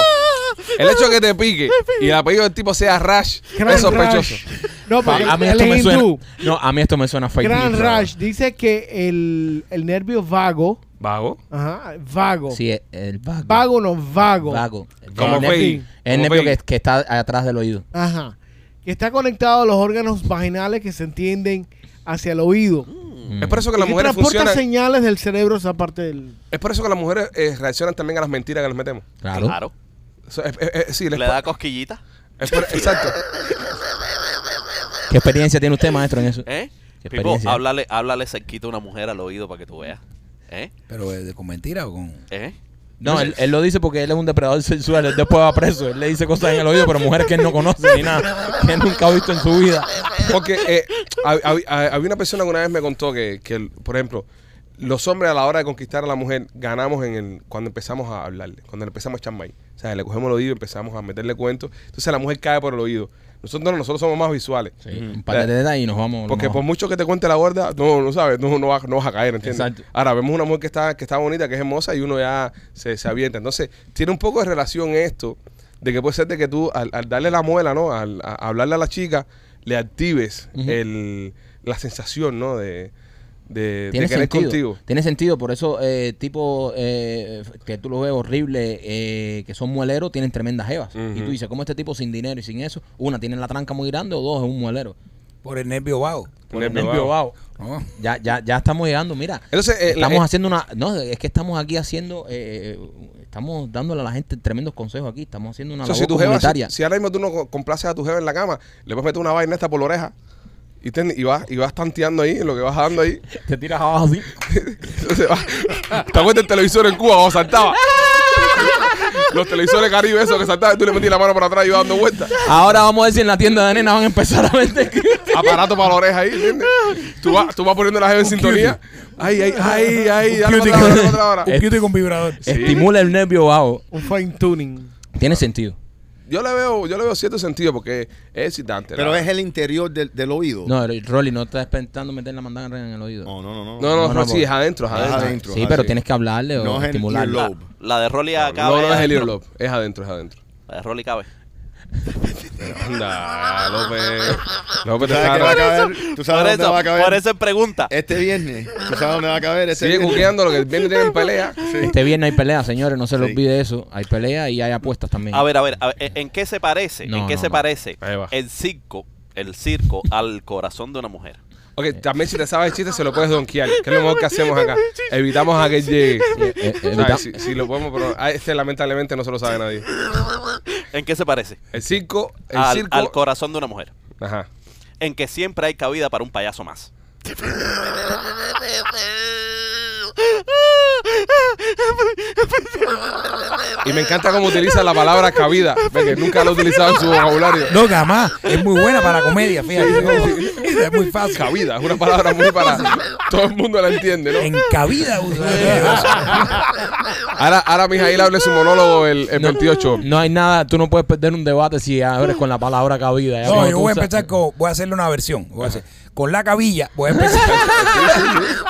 [SPEAKER 1] el hecho de que te pique y el apellido del tipo sea Rash
[SPEAKER 3] Cran
[SPEAKER 1] es sospechoso.
[SPEAKER 3] Rush. No, porque
[SPEAKER 2] A, a mí
[SPEAKER 3] él
[SPEAKER 2] esto
[SPEAKER 3] es
[SPEAKER 2] me suena.
[SPEAKER 3] hindú.
[SPEAKER 2] No, a mí esto me suena fake.
[SPEAKER 3] Cran
[SPEAKER 2] news.
[SPEAKER 3] Rush dice que el, el nervio vago,
[SPEAKER 1] ¿Vago?
[SPEAKER 3] ajá, vago,
[SPEAKER 2] Sí, el- el vago.
[SPEAKER 3] vago no vago,
[SPEAKER 2] Vago. El
[SPEAKER 1] ¿Cómo
[SPEAKER 2] nervio-
[SPEAKER 1] fake?
[SPEAKER 2] El
[SPEAKER 1] ¿Cómo
[SPEAKER 2] nervio que,
[SPEAKER 1] fake?
[SPEAKER 2] que está atrás del oído.
[SPEAKER 3] ajá, que está conectado a los órganos vaginales que se entienden hacia el oído.
[SPEAKER 1] Mm.
[SPEAKER 2] Mm.
[SPEAKER 1] Es por eso que
[SPEAKER 3] Y
[SPEAKER 1] las
[SPEAKER 3] que
[SPEAKER 1] mujeres
[SPEAKER 3] transporta
[SPEAKER 1] funcionan.
[SPEAKER 3] señales del cerebro esa parte del...
[SPEAKER 1] Es por eso que las mujeres eh, reaccionan también a las mentiras que les metemos.
[SPEAKER 2] Claro.
[SPEAKER 1] So, es- es- es- sí, les
[SPEAKER 5] Le da cosquillita.
[SPEAKER 1] es por- exacto.
[SPEAKER 2] ¿Qué experiencia tiene usted, maestro, en eso?
[SPEAKER 5] ¿Eh?
[SPEAKER 2] Qué
[SPEAKER 5] Pipo,
[SPEAKER 2] experiencia.
[SPEAKER 5] háblale, háblale cerquita a una mujer al oído para que tú veas. ¿Eh?
[SPEAKER 6] Pero eh, con mentira o con.
[SPEAKER 5] ¿Eh?
[SPEAKER 2] No, él, él lo dice porque él es un depredador sexual. Él después va preso. Él le dice cosas en el oído, pero mujeres que él no conoce ni nada. Que él nunca ha visto en su vida.
[SPEAKER 1] Porque eh, hab- hab- hab- había una persona que una vez me contó que, que, el- por ejemplo, los hombres a la hora de conquistar a la mujer ganamos en el cuando empezamos a hablarle, cuando le empezamos a echar maíz. O sea, le cogemos el oído y empezamos a meterle cuentos. Entonces la mujer cae por el oído. Nosotros no, nosotros somos más visuales.
[SPEAKER 2] Sí, un par de detalles y nos
[SPEAKER 1] Eh,
[SPEAKER 2] vamos.
[SPEAKER 1] Porque pues,
[SPEAKER 2] nos
[SPEAKER 1] por
[SPEAKER 2] vamos.
[SPEAKER 1] mucho que te cuente la gorda, no, no sabes, no, no, vas, no vas a caer, ¿entiendes?
[SPEAKER 2] Exacto.
[SPEAKER 1] Ahora, vemos una mujer que está, que está bonita, que es hermosa y uno ya se, se avienta. Entonces, tiene un poco de relación esto, de que puede ser de que tú, al, al darle la muela, ¿no? Al a- a hablarle a la chica, le actives
[SPEAKER 2] Ujú.
[SPEAKER 1] el, la sensación, ¿no? De, de, de
[SPEAKER 2] Tiene
[SPEAKER 1] querer
[SPEAKER 2] sentido.
[SPEAKER 1] contigo.
[SPEAKER 2] Tiene sentido, por eso eh, tipo eh, que tú lo ves horrible, eh, que son mueleros, tienen tremendas jevas. Y tú
[SPEAKER 1] Ujú.
[SPEAKER 2] dices, ¿cómo este tipo sin dinero y sin eso? Una, tiene la tranca muy grande o dos, es un muelero.
[SPEAKER 6] Por el nervio vago.
[SPEAKER 2] Por el
[SPEAKER 1] Nervio
[SPEAKER 2] nervio
[SPEAKER 1] vago.
[SPEAKER 2] vago.
[SPEAKER 6] ¿no?
[SPEAKER 2] Ya, ya, ya estamos llegando, mira.
[SPEAKER 1] Entonces, eh, la-
[SPEAKER 2] estamos
[SPEAKER 1] eh,
[SPEAKER 2] haciendo una... No, es que estamos aquí haciendo... eh, eh, estamos dándole a la gente tremendos consejos aquí. Estamos haciendo una
[SPEAKER 1] o sea,
[SPEAKER 2] labor
[SPEAKER 1] si, tu jeva, si,
[SPEAKER 2] comunitaria.
[SPEAKER 1] si ahora mismo tú no co- complaces a tu jeva en la cama, le puedes meter una vaina esta por la oreja y, te- y, vas, y vas tanteando ahí, lo que vas dando ahí.
[SPEAKER 2] Te tiras abajo así.
[SPEAKER 1] [LAUGHS] Entonces, va- ¿Te acuerdas del televisor en Cuba cuando saltaba? Los televisores caribe esos que saltaban, tú le metías la mano para atrás y ibas dando vueltas.
[SPEAKER 2] Ahora vamos a ver si en la tienda de nena van a empezar a vender.
[SPEAKER 1] Aparato para la oreja ahí, ¿entiendes? Tú vas, tú vas poniendo la jeva en sintonía. Ay, ay, ay, ay, dale
[SPEAKER 6] cutie
[SPEAKER 1] para atrás,
[SPEAKER 6] con-
[SPEAKER 1] dale para atrás.
[SPEAKER 6] Un quito y con vibrador.
[SPEAKER 2] Estimula el nervio vago.
[SPEAKER 3] Un fine tuning.
[SPEAKER 2] Tiene sentido.
[SPEAKER 1] Yo le veo, yo le veo cierto sentido porque es excitante.
[SPEAKER 4] Pero
[SPEAKER 1] la-
[SPEAKER 4] es el interior del, del oído. Oh,
[SPEAKER 2] No, Rolly, no estás intentando meter la mandanga en el oído.
[SPEAKER 4] no, no, no. no.
[SPEAKER 1] No, no, no,
[SPEAKER 2] No, no,
[SPEAKER 1] sí, es adentro, es
[SPEAKER 4] Es
[SPEAKER 1] adentro.
[SPEAKER 4] adentro,
[SPEAKER 2] sí,
[SPEAKER 4] ah,
[SPEAKER 2] pero
[SPEAKER 4] sí.
[SPEAKER 2] tienes que hablarle o
[SPEAKER 4] No es el
[SPEAKER 2] estimularlo.
[SPEAKER 4] earlobe.
[SPEAKER 5] La de Rolly acaba.
[SPEAKER 1] No, no es el
[SPEAKER 5] adentro.
[SPEAKER 1] earlobe, es adentro, es adentro.
[SPEAKER 5] La de Rolly cabe.
[SPEAKER 1] Anda, López. López
[SPEAKER 4] ¿Tú
[SPEAKER 1] te
[SPEAKER 4] sabes, qué va a
[SPEAKER 1] está...
[SPEAKER 4] caber? ¿Tú sabes
[SPEAKER 5] Por
[SPEAKER 4] dónde
[SPEAKER 5] eso,
[SPEAKER 4] va a caber?
[SPEAKER 5] por eso es pregunta.
[SPEAKER 4] Este viernes. ¿Tú sabes dónde va a caber? Este
[SPEAKER 1] Sigue
[SPEAKER 4] viernes?
[SPEAKER 1] cuqueando lo que viene tienen pelea.
[SPEAKER 2] Este viernes hay pelea, señores, no se les
[SPEAKER 4] Sí.
[SPEAKER 2] olvide eso. Hay pelea y hay apuestas también.
[SPEAKER 5] A ver, a ver, a ver, ¿en en qué se parece?
[SPEAKER 2] No,
[SPEAKER 5] ¿En qué
[SPEAKER 2] no,
[SPEAKER 5] se
[SPEAKER 2] no.
[SPEAKER 5] parece
[SPEAKER 1] Ahí va.
[SPEAKER 5] el circo, el circo al corazón de una mujer?
[SPEAKER 1] Ok, también si te sabes el chiste se lo puedes donkear, que es lo mejor que hacemos acá. Evitamos a que llegue.
[SPEAKER 2] eh,
[SPEAKER 1] ¿Sabes?
[SPEAKER 2] evita-
[SPEAKER 1] Si, si lo podemos, pero ah, este lamentablemente no se lo sabe nadie.
[SPEAKER 5] ¿En qué se parece?
[SPEAKER 1] El circo, el
[SPEAKER 5] Al,
[SPEAKER 1] circo.
[SPEAKER 5] al corazón de una mujer.
[SPEAKER 1] Ajá.
[SPEAKER 5] En que siempre hay cabida para un payaso más.
[SPEAKER 1] Y me encanta cómo utiliza la palabra cabida, porque nunca lo ha utilizado en su vocabulario.
[SPEAKER 6] No, que además es muy buena para la comedia, fíjate. Es muy fácil.
[SPEAKER 1] Cabida, es una palabra muy para. Todo el mundo la entiende,
[SPEAKER 6] En
[SPEAKER 1] ¿no?
[SPEAKER 6] cabida,
[SPEAKER 1] Ahora, ahora Mijail hable su monólogo el, el 28.
[SPEAKER 2] No hay nada, tú no puedes perder un debate si abres con la palabra cabida. ya
[SPEAKER 6] No,
[SPEAKER 2] cuando
[SPEAKER 6] yo
[SPEAKER 2] tú
[SPEAKER 6] voy a
[SPEAKER 2] usas-
[SPEAKER 6] empezar con. Voy a hacerle una versión. Voy a hacer- con la cabilla, voy a empezar.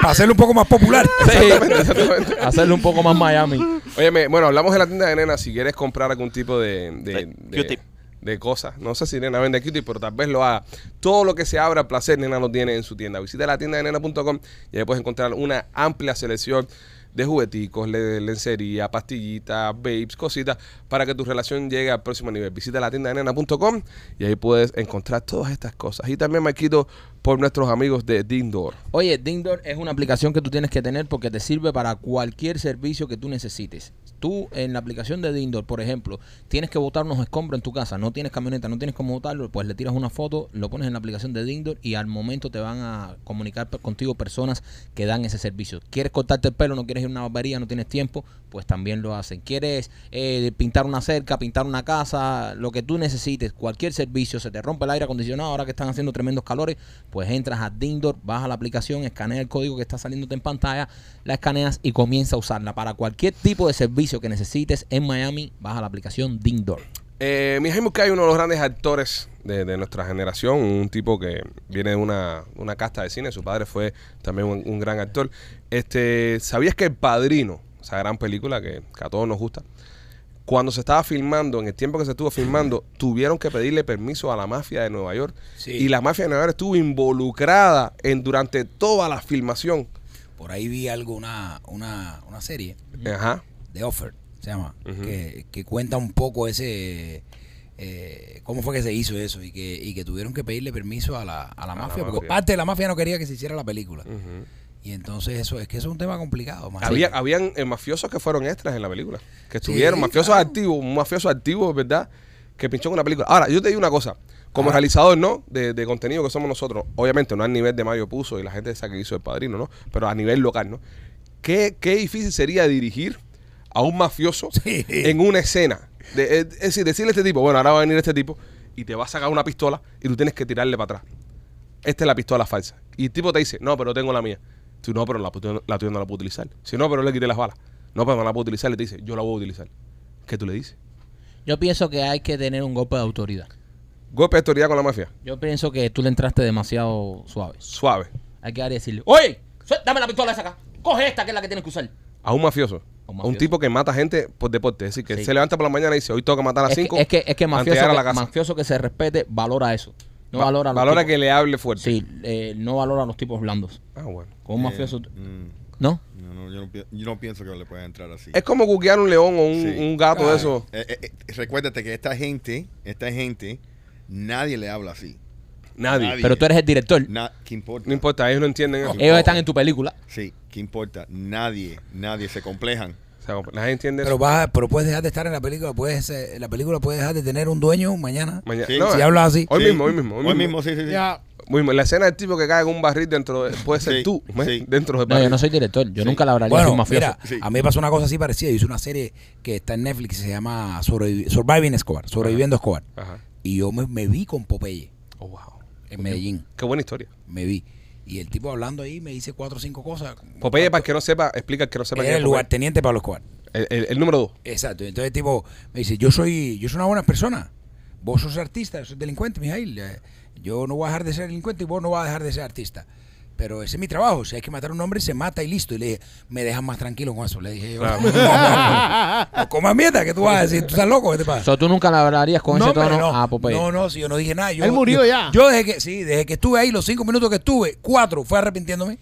[SPEAKER 6] para hacerlo un poco más popular.
[SPEAKER 2] Sí,
[SPEAKER 1] Exactamente.
[SPEAKER 2] hacerle un poco
[SPEAKER 6] [LAUGHS]
[SPEAKER 2] más Miami.
[SPEAKER 1] Óyeme, bueno, hablamos de la tienda de nena. Si quieres comprar algún tipo de, de,
[SPEAKER 5] De
[SPEAKER 1] de-
[SPEAKER 5] Q-tip.
[SPEAKER 1] de cosas, no sé si nena vende Q-tip, pero tal vez lo haga. Todo lo que se abra al placer, nena lo tiene en su tienda. Visita la tienda de nena.com y ahí puedes encontrar una amplia selección de jugueticos, le- lencería, pastillitas, babes, cositas, para que tu relación llegue al próximo nivel. Visita la tienda de nena.com y ahí puedes encontrar todas estas cosas. Y también, Marquito, por nuestros amigos de Dindor.
[SPEAKER 2] Oye, Dingdoor es una aplicación que tú tienes que tener porque te sirve para cualquier servicio que tú necesites. Tú en la aplicación de Dingdoor, por ejemplo, tienes que botar unos escombros en tu casa, no tienes camioneta, no tienes cómo botarlo, pues le tiras una foto, lo pones en la aplicación de Dingdoor y al momento te van a comunicar pe- contigo personas que dan ese servicio. ¿Quieres cortarte el pelo? ¿No quieres ir a una barbería? ¿No tienes tiempo? Pues también lo hacen. ¿Quieres eh, pintar una cerca, pintar una casa, lo que tú necesites, cualquier servicio, se te rompe el aire acondicionado ahora que están haciendo tremendos calores, pues entras a Dindor, baja la aplicación, escanea el código que está saliéndote en pantalla, la escaneas y comienza a usarla. Para cualquier tipo de servicio que necesites en Miami, baja la aplicación Dindor.
[SPEAKER 1] Eh, mi Jaime Buscay es uno de los grandes actores de, de nuestra generación, un tipo que viene de una, una casta de cine, su padre fue también un, un gran actor. Este, ¿Sabías que El Padrino, esa gran película que, que a todos nos gusta, cuando se estaba filmando, en el tiempo que se estuvo filmando, tuvieron que pedirle permiso a la mafia de Nueva York
[SPEAKER 6] Sí.
[SPEAKER 1] y la mafia de Nueva York estuvo involucrada en durante toda la filmación.
[SPEAKER 6] Por ahí vi algo, una, una, una serie
[SPEAKER 1] Ajá.
[SPEAKER 6] de Offer, se llama, que, que cuenta un poco ese. eh, ¿Cómo fue que se hizo eso? Y que, y que tuvieron que pedirle permiso a la, a la mafia, porque
[SPEAKER 1] mafia.
[SPEAKER 6] parte de la mafia no quería que se hiciera la película.
[SPEAKER 1] Ujú.
[SPEAKER 6] Y entonces eso es que eso es un tema complicado. más
[SPEAKER 1] Había, habían eh, mafiosos que fueron extras en la película. Que
[SPEAKER 6] Sí,
[SPEAKER 1] estuvieron, mafiosos
[SPEAKER 6] claro.
[SPEAKER 1] activos, un mafioso activo, ¿verdad? Que pinchó en una película. Ahora, yo te digo una cosa. Como realizador, ¿no? De, de contenido que somos nosotros. Obviamente, no al nivel de Mario Puzo y la gente esa que hizo El Padrino, ¿no? Pero a nivel local, ¿no? ¿Qué, qué difícil sería dirigir a un mafioso
[SPEAKER 6] Sí.
[SPEAKER 1] en una escena? De- es es decir, decirle a este tipo, bueno, ahora va a venir este tipo y te va a sacar una pistola y tú tienes que tirarle para atrás esta es la pistola falsa. Y el tipo te dice, no, pero tengo la mía. Tú, no, pero la, pu- la tuya no la puedo utilizar. Si no, pero le quité las balas. No, pero no la puedo utilizar. Le dice, yo la voy a utilizar. ¿Qué tú le dices?
[SPEAKER 2] Yo pienso que hay que tener un golpe de autoridad.
[SPEAKER 1] Golpe de autoridad con la mafia.
[SPEAKER 2] Yo pienso que tú le entraste demasiado suave.
[SPEAKER 1] Suave.
[SPEAKER 2] Hay que dar y decirle, oye, suel- dame la pistola esa acá, coge esta que es la que tienes que usar.
[SPEAKER 1] A un mafioso.
[SPEAKER 2] A un
[SPEAKER 1] A un
[SPEAKER 2] mafioso.
[SPEAKER 1] tipo que mata gente por deporte. Es decir, que
[SPEAKER 2] Sí.
[SPEAKER 1] se levanta por la mañana y dice, hoy tengo que matar a
[SPEAKER 2] Es
[SPEAKER 1] las
[SPEAKER 2] que-
[SPEAKER 1] 5.
[SPEAKER 2] Es que, es que, mafioso,
[SPEAKER 1] a
[SPEAKER 2] que
[SPEAKER 1] la casa.
[SPEAKER 2] mafioso que se respete valora eso. No
[SPEAKER 1] Va-
[SPEAKER 2] valora, a los
[SPEAKER 1] valora
[SPEAKER 2] tipos-
[SPEAKER 1] que le hable fuerte.
[SPEAKER 2] Sí, eh, no valora a los tipos blandos.
[SPEAKER 1] Ah, bueno.
[SPEAKER 2] Con un mafioso.
[SPEAKER 4] Mm,
[SPEAKER 2] ¿No?
[SPEAKER 4] no, no, yo, no, pi- yo no pienso que le pueda entrar así.
[SPEAKER 1] Es como cuquear un león o un,
[SPEAKER 4] Sí.
[SPEAKER 1] un gato de eso.
[SPEAKER 4] Eh, eh, eh, recuérdate que esta gente, esta gente, nadie le habla así.
[SPEAKER 1] Nadie.
[SPEAKER 4] Nadie.
[SPEAKER 2] Pero tú eres el director.
[SPEAKER 4] Na- ¿Qué importa?
[SPEAKER 1] No importa, ellos no entienden eso.
[SPEAKER 2] Ellos están en tu película.
[SPEAKER 4] Sí, ¿qué importa? Nadie, nadie se complejan.
[SPEAKER 1] O sea, nadie entiende
[SPEAKER 6] Pero,
[SPEAKER 1] eso.
[SPEAKER 6] vas a- pero puedes dejar de estar en la película, puedes eh, la película puede dejar de tener un dueño mañana.
[SPEAKER 1] Mañana-
[SPEAKER 4] Sí.
[SPEAKER 1] no,
[SPEAKER 6] Si
[SPEAKER 1] eh,
[SPEAKER 6] hablas así.
[SPEAKER 1] Hoy
[SPEAKER 4] Sí.
[SPEAKER 1] mismo, hoy mismo. Hoy, mismo.
[SPEAKER 4] sí, sí, sí.
[SPEAKER 3] Ya,
[SPEAKER 1] Muy mal. La escena del tipo que cae en un barril dentro de, puede ser
[SPEAKER 4] Sí,
[SPEAKER 1] tú, ¿ves?
[SPEAKER 4] sí.
[SPEAKER 1] dentro del
[SPEAKER 2] No,
[SPEAKER 1] barril.
[SPEAKER 2] yo no soy director. Yo nunca la hablaría a
[SPEAKER 6] Bueno,
[SPEAKER 2] un mafioso.
[SPEAKER 6] mira,
[SPEAKER 4] Sí.
[SPEAKER 6] a mí me pasó una cosa así parecida. Yo hice una serie que está en Netflix que se llama Sobrevi- Surviving Escobar, Sobreviviendo Escobar.
[SPEAKER 1] Ajá.
[SPEAKER 6] Y yo me, me vi con Popeye
[SPEAKER 1] Oh, wow.
[SPEAKER 6] en Medellín,
[SPEAKER 1] Qué buena historia.
[SPEAKER 6] me vi. Y el tipo hablando ahí me dice cuatro o cinco cosas.
[SPEAKER 1] Popeye, para el que no sepa, explica el que no sepa. quién
[SPEAKER 6] Era
[SPEAKER 1] es
[SPEAKER 6] el
[SPEAKER 1] Popeye.
[SPEAKER 6] lugarteniente Pablo Escobar.
[SPEAKER 1] El, el- el número dos.
[SPEAKER 6] Exacto. y Entonces el tipo me dice, yo soy, yo soy una buena persona. Vos sos artista, sos delincuente, Mijail. Eh, Yo no voy a dejar de ser delincuente y vos no vas a dejar de ser artista. Pero ese es mi trabajo. Si hay que matar a un hombre, se mata y listo. Y le dije, me dejan más tranquilo con eso. Le dije yo,
[SPEAKER 1] Claro.
[SPEAKER 6] no, no, no. comas mierda, que tú vas a decir? ¿Tú estás loco? ¿Qué te
[SPEAKER 2] O
[SPEAKER 6] pasa?
[SPEAKER 2] sea, tú nunca la hablarías con ese
[SPEAKER 6] hombre,
[SPEAKER 2] tono ah, pues,
[SPEAKER 6] no,
[SPEAKER 2] a Popeye.
[SPEAKER 6] no, no, si yo no dije nada. Yo,
[SPEAKER 3] Él murió
[SPEAKER 6] yo-
[SPEAKER 3] ya.
[SPEAKER 6] Yo desde que, sí, desde que estuve ahí, los cinco minutos que estuve, cuatro, fue
[SPEAKER 3] [LAUGHS]
[SPEAKER 6] arrepintiéndome.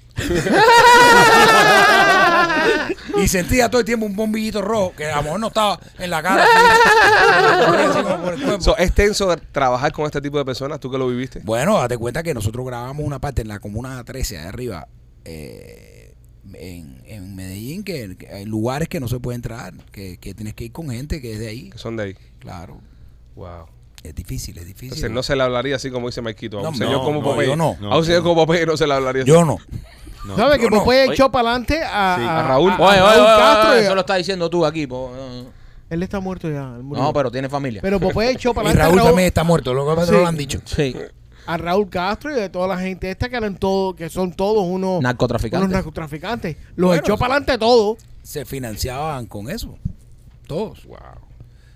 [SPEAKER 6] y sentía todo el tiempo un bombillito rojo, que a lo mejor no estaba en la cara. así, así como por el cuerpo.
[SPEAKER 1] So, eh, ¿Es tenso de trabajar con este tipo de personas? ¿Tú que lo viviste?
[SPEAKER 6] Bueno, date cuenta que nosotros grabamos una parte en la comuna 13, allá arriba, eh, en, en Medellín, que, que hay lugares que no se puede entrar, que, que tienes que ir con gente que es de ahí.
[SPEAKER 1] Que son de ahí.
[SPEAKER 6] Claro,
[SPEAKER 1] Wow.
[SPEAKER 6] es difícil, es difícil.
[SPEAKER 1] Entonces no se le hablaría así como dice Maikito. A un
[SPEAKER 6] No,
[SPEAKER 1] señor
[SPEAKER 4] no,
[SPEAKER 1] como
[SPEAKER 4] no,
[SPEAKER 1] Popeye.
[SPEAKER 6] yo no.
[SPEAKER 1] A un señor como Popeye no se le hablaría así.
[SPEAKER 6] Yo no.
[SPEAKER 3] ¿sabes que
[SPEAKER 6] no, no.
[SPEAKER 3] Popeye
[SPEAKER 5] Oye.
[SPEAKER 3] echó para adelante a,
[SPEAKER 4] Sí.
[SPEAKER 1] A Raúl.
[SPEAKER 3] a
[SPEAKER 2] Oye, oye,
[SPEAKER 3] Raúl
[SPEAKER 2] oye, oye,
[SPEAKER 3] Castro y a-
[SPEAKER 2] eso lo está diciendo tú aquí. po. No, no.
[SPEAKER 3] Él está muerto ya. él murió.
[SPEAKER 2] No, pero tiene familia.
[SPEAKER 3] Pero Popeye echó para
[SPEAKER 6] Y
[SPEAKER 3] adelante
[SPEAKER 6] Raúl
[SPEAKER 3] a, Raúl,
[SPEAKER 6] también está muerto, lo que pasa es que no lo han dicho.
[SPEAKER 2] sí.
[SPEAKER 3] a Raúl Castro y a toda la gente esta que eran todos, que son todos
[SPEAKER 6] Oh.
[SPEAKER 3] unos
[SPEAKER 2] Narcotraficantes.
[SPEAKER 3] unos narcotraficantes. Los echó para adelante todo.
[SPEAKER 6] Se financiaban con eso, todos.
[SPEAKER 1] Wow.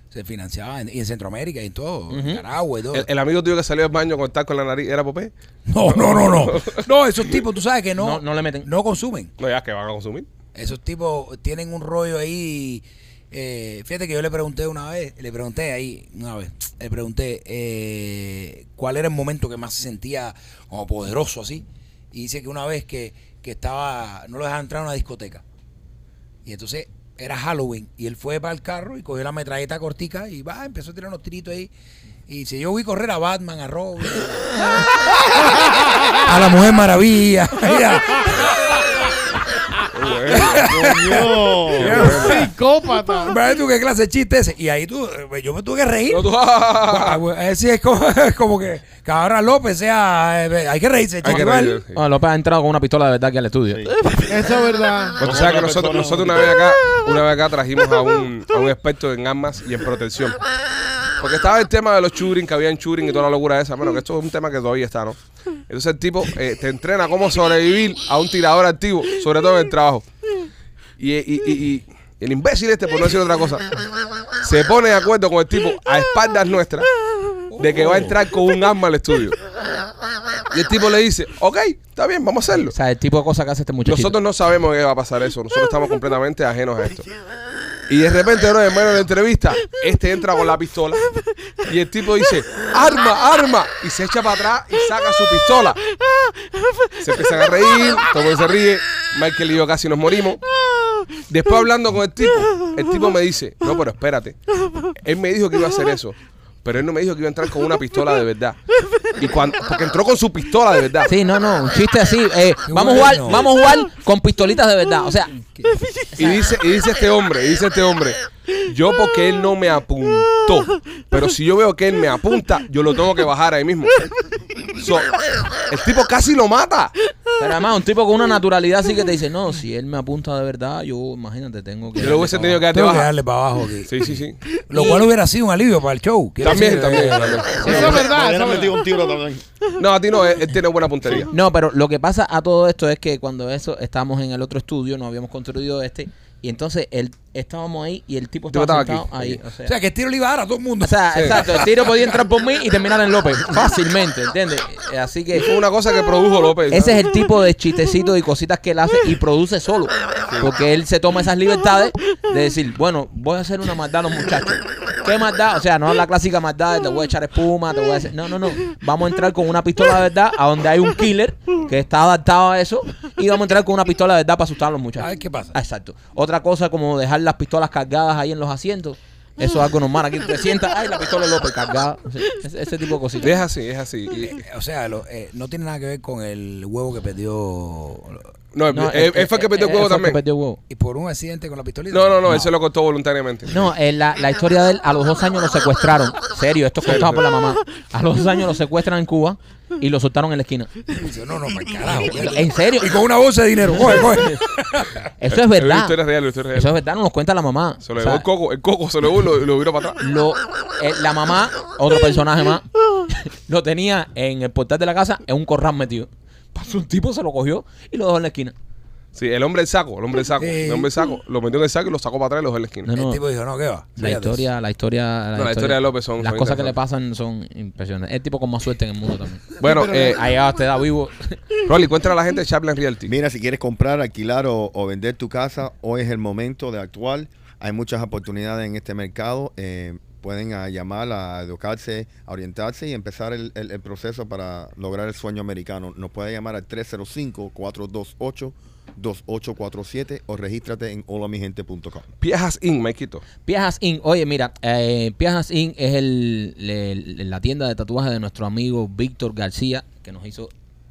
[SPEAKER 6] Se financiaban en, en Centroamérica y en todo, Nicaragua y todo.
[SPEAKER 1] El, el amigo tuyo que salió del baño con tal con la nariz era Popeye.
[SPEAKER 6] No, no, no, [LAUGHS] no. No, esos tipos, tú sabes que no,
[SPEAKER 2] No, no le meten.
[SPEAKER 6] no consumen.
[SPEAKER 1] No, ya que van a consumir.
[SPEAKER 6] Esos tipos tienen un rollo ahí. eh, fíjate que yo le pregunté una vez, le pregunté ahí, una vez, le pregunté eh, cuál era el momento que más se sentía como poderoso así. Y dice que una vez que, que estaba, no lo dejaban entrar a una discoteca. Y entonces era Halloween y él fue para el carro y cogió la metralleta cortica y va, empezó a tirar unos tiritos ahí. Y dice, yo vi correr a Batman, a Robin, [LAUGHS] a la Mujer Maravilla. Mira,
[SPEAKER 4] eh.
[SPEAKER 5] Coño.
[SPEAKER 3] Psicópata.
[SPEAKER 6] ve tú qué clase de chiste ese. Y ahí tú, eh, yo me tuve que reír.
[SPEAKER 1] No, tú- [LAUGHS] Hay
[SPEAKER 6] Ah, güey, Así es como, [LAUGHS] como que Cabra López sea, eh, hay que reírse,
[SPEAKER 1] que
[SPEAKER 6] chaval.
[SPEAKER 1] reír, sí.
[SPEAKER 2] Ah, López ha entrado con una pistola de verdad aquí al estudio.
[SPEAKER 3] [LAUGHS] Eso es verdad.
[SPEAKER 1] Pues tú sabes que nosotros, nosotros una vez acá, una vez acá trajimos a un, a un experto en armas y en protección. Porque estaba el tema de los shooting, que habían shooting y toda la locura esa. Bueno, que esto es un tema que todavía está, ¿no? Entonces el tipo eh, te entrena cómo sobrevivir a un tirador activo, sobre todo en el trabajo. Y, y- y- y el imbécil este, por no decir otra cosa, se pone de acuerdo con el tipo a espaldas nuestras de que va a entrar con un arma al estudio. Y el tipo le dice, ok, está bien, vamos a hacerlo.
[SPEAKER 2] O sea, el tipo de cosas que hace este muchachito.
[SPEAKER 1] Nosotros no sabemos qué va a pasar eso. Nosotros estamos completamente ajenos a esto. Y de repente, bro, en medio de la entrevista, este entra con la pistola y el tipo dice, arma, arma, y se echa para atrás y saca su pistola. Se empiezan a reír, todo el mundo se ríe, Michael y yo casi nos morimos. Después hablando con el tipo, el tipo me dice, no, pero espérate, él me dijo que iba a hacer eso, pero él no me dijo que iba a entrar con una pistola de verdad. Y cuando, porque entró con su pistola de verdad.
[SPEAKER 2] Sí, no, no, un chiste así. eh,
[SPEAKER 6] Qué
[SPEAKER 2] vamos, a
[SPEAKER 6] bueno.
[SPEAKER 2] jugar, vamos a jugar con pistolitas de verdad. O sea,
[SPEAKER 1] Y dice, y dice este hombre, y dice este hombre, yo porque él no me apuntó, pero si yo veo que él me apunta, yo lo tengo que bajar ahí mismo. So, el tipo casi lo mata.
[SPEAKER 2] pero además un tipo con una naturalidad así que te dice, no, si él me apunta de verdad, yo imagínate, tengo que...
[SPEAKER 1] Yo lo hubiese
[SPEAKER 2] darle
[SPEAKER 1] tenido que darte
[SPEAKER 6] Tengo que
[SPEAKER 1] baja.
[SPEAKER 6] darle para abajo aquí.
[SPEAKER 1] Sí, sí, sí.
[SPEAKER 6] Lo cual hubiera sido un alivio para el show. Quiero
[SPEAKER 1] También,
[SPEAKER 6] decir,
[SPEAKER 1] también,
[SPEAKER 6] eh,
[SPEAKER 1] también.
[SPEAKER 3] Eso es verdad.
[SPEAKER 7] Hubiera
[SPEAKER 3] eso es
[SPEAKER 7] metido
[SPEAKER 3] verdad.
[SPEAKER 7] un tiro también.
[SPEAKER 1] No, a ti no, él, él tiene buena puntería.
[SPEAKER 2] No, pero lo que pasa a todo esto es que cuando eso estábamos en el otro estudio, no habíamos construido este, y entonces él, estábamos ahí y el tipo
[SPEAKER 1] Yo
[SPEAKER 2] estaba,
[SPEAKER 1] estaba
[SPEAKER 2] sentado
[SPEAKER 1] aquí,
[SPEAKER 2] ahí. O sea,
[SPEAKER 6] O sea, que el tiro le iba a dar a todo el mundo.
[SPEAKER 2] o sea,
[SPEAKER 1] Sí.
[SPEAKER 2] exacto, el tiro podía entrar por mí y terminar en López, fácilmente, ¿entiendes? Eh, Así que
[SPEAKER 1] Fue una cosa que produjo López.
[SPEAKER 2] ese es
[SPEAKER 1] ¿sabes?
[SPEAKER 2] el tipo de chistecitos y cositas que él hace y produce solo, porque él se toma esas libertades de decir, bueno, voy a hacer una maldad a los muchachos. ¿Qué maldad? O sea, no la clásica maldad de te voy a echar espuma, te voy a hacer... No, no, no. Vamos a entrar con una pistola de verdad a donde hay un killer que está adaptado a eso y vamos a entrar con una pistola de verdad para asustar a los muchachos.
[SPEAKER 6] A ver qué pasa.
[SPEAKER 2] Ah, Exacto. Otra cosa como dejar las pistolas cargadas ahí en los asientos. Eso es algo normal. Aquí te sientas, ay, la pistola de López cargada. O sea, Ese, ese tipo de cositas.
[SPEAKER 1] Es así, es así. Y-
[SPEAKER 6] O sea, lo- eh, no tiene nada que ver con el huevo que perdió.
[SPEAKER 1] no,
[SPEAKER 2] No,
[SPEAKER 1] él,
[SPEAKER 2] eh,
[SPEAKER 1] él fue el
[SPEAKER 2] eh,
[SPEAKER 1] que perdió el juego
[SPEAKER 2] eh, él fue el que
[SPEAKER 1] también.
[SPEAKER 2] perdió el huevo.
[SPEAKER 6] Y por un accidente con la pistolita.
[SPEAKER 1] No, no, no, él se lo cortó voluntariamente.
[SPEAKER 2] No, eh, la, la historia de él, a los dos años lo secuestraron. Serio, esto es contado por la mamá. A los dos años lo secuestran en Cuba y lo soltaron en la esquina.
[SPEAKER 6] Dice, No, no, para el carajo.
[SPEAKER 2] En serio.
[SPEAKER 6] Y con una bolsa de dinero. Coge, coge.
[SPEAKER 2] Eso es
[SPEAKER 1] La
[SPEAKER 2] verdad.
[SPEAKER 1] historia es real, la historia es
[SPEAKER 2] Eso
[SPEAKER 1] real.
[SPEAKER 2] es verdad, no nos cuenta la mamá.
[SPEAKER 1] Se lo
[SPEAKER 2] O
[SPEAKER 1] llevó
[SPEAKER 2] sea,
[SPEAKER 1] el coco, el coco se lo llevó y lo, y lo viró para atrás.
[SPEAKER 2] lo- eh, la mamá, otro personaje más, [LAUGHS] lo tenía en el portal de la casa en un corral metido. Pasó un tipo, se lo cogió y lo dejó en la esquina.
[SPEAKER 1] Sí, el hombre del saco, el hombre del saco,
[SPEAKER 6] Sí.
[SPEAKER 1] el hombre del saco, lo metió en el saco y lo sacó para atrás y lo dejó en la esquina.
[SPEAKER 2] No, no.
[SPEAKER 6] El tipo dijo, no, ¿qué va?
[SPEAKER 2] La
[SPEAKER 6] Fíjate.
[SPEAKER 2] historia, la historia, la,
[SPEAKER 1] No, la historia de López son-
[SPEAKER 2] Las
[SPEAKER 1] son
[SPEAKER 2] cosas que le pasan son impresionantes. Es el tipo con más suerte en el mundo también.
[SPEAKER 1] Bueno, eh,
[SPEAKER 2] Ha llegado hasta edad vivo.
[SPEAKER 1] Rolly, cuéntale a la gente de Chaplin Realty.
[SPEAKER 4] Mira, si quieres comprar, alquilar o, o vender tu casa, hoy es el momento de actuar. Hay muchas oportunidades en este mercado. eh, pueden ah, llamar a educarse, a orientarse y empezar el, el- el proceso para lograr el sueño americano. Nos puede llamar al 305-428-2847 o regístrate en holamigente.com.
[SPEAKER 1] Piajas Inc, Maikito.
[SPEAKER 2] Piajas Inc. Oye, mira, eh, Piajas Inc. es el, el- la tienda de tatuajes de nuestro amigo Víctor García, que nos hizo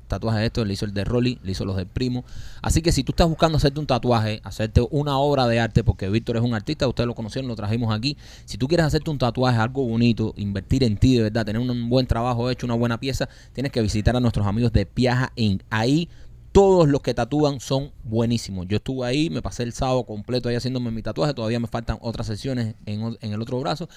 [SPEAKER 2] tatuajes de estos, le hizo el de Rolly, le hizo los del primo. Así que si tú estás buscando hacerte un tatuaje, hacerte una obra de arte, porque Víctor es un artista, ustedes lo conocieron, lo trajimos aquí. Si tú quieres hacerte un tatuaje, algo bonito, invertir en ti de verdad, tener un buen trabajo hecho, una buena pieza, tienes que visitar a nuestros amigos de Piaja Inc. Ahí todos los que tatúan son buenísimos. Yo estuve ahí, me pasé el sábado completo ahí haciéndome mi tatuaje. Todavía me faltan otras sesiones en, o- en el otro brazo.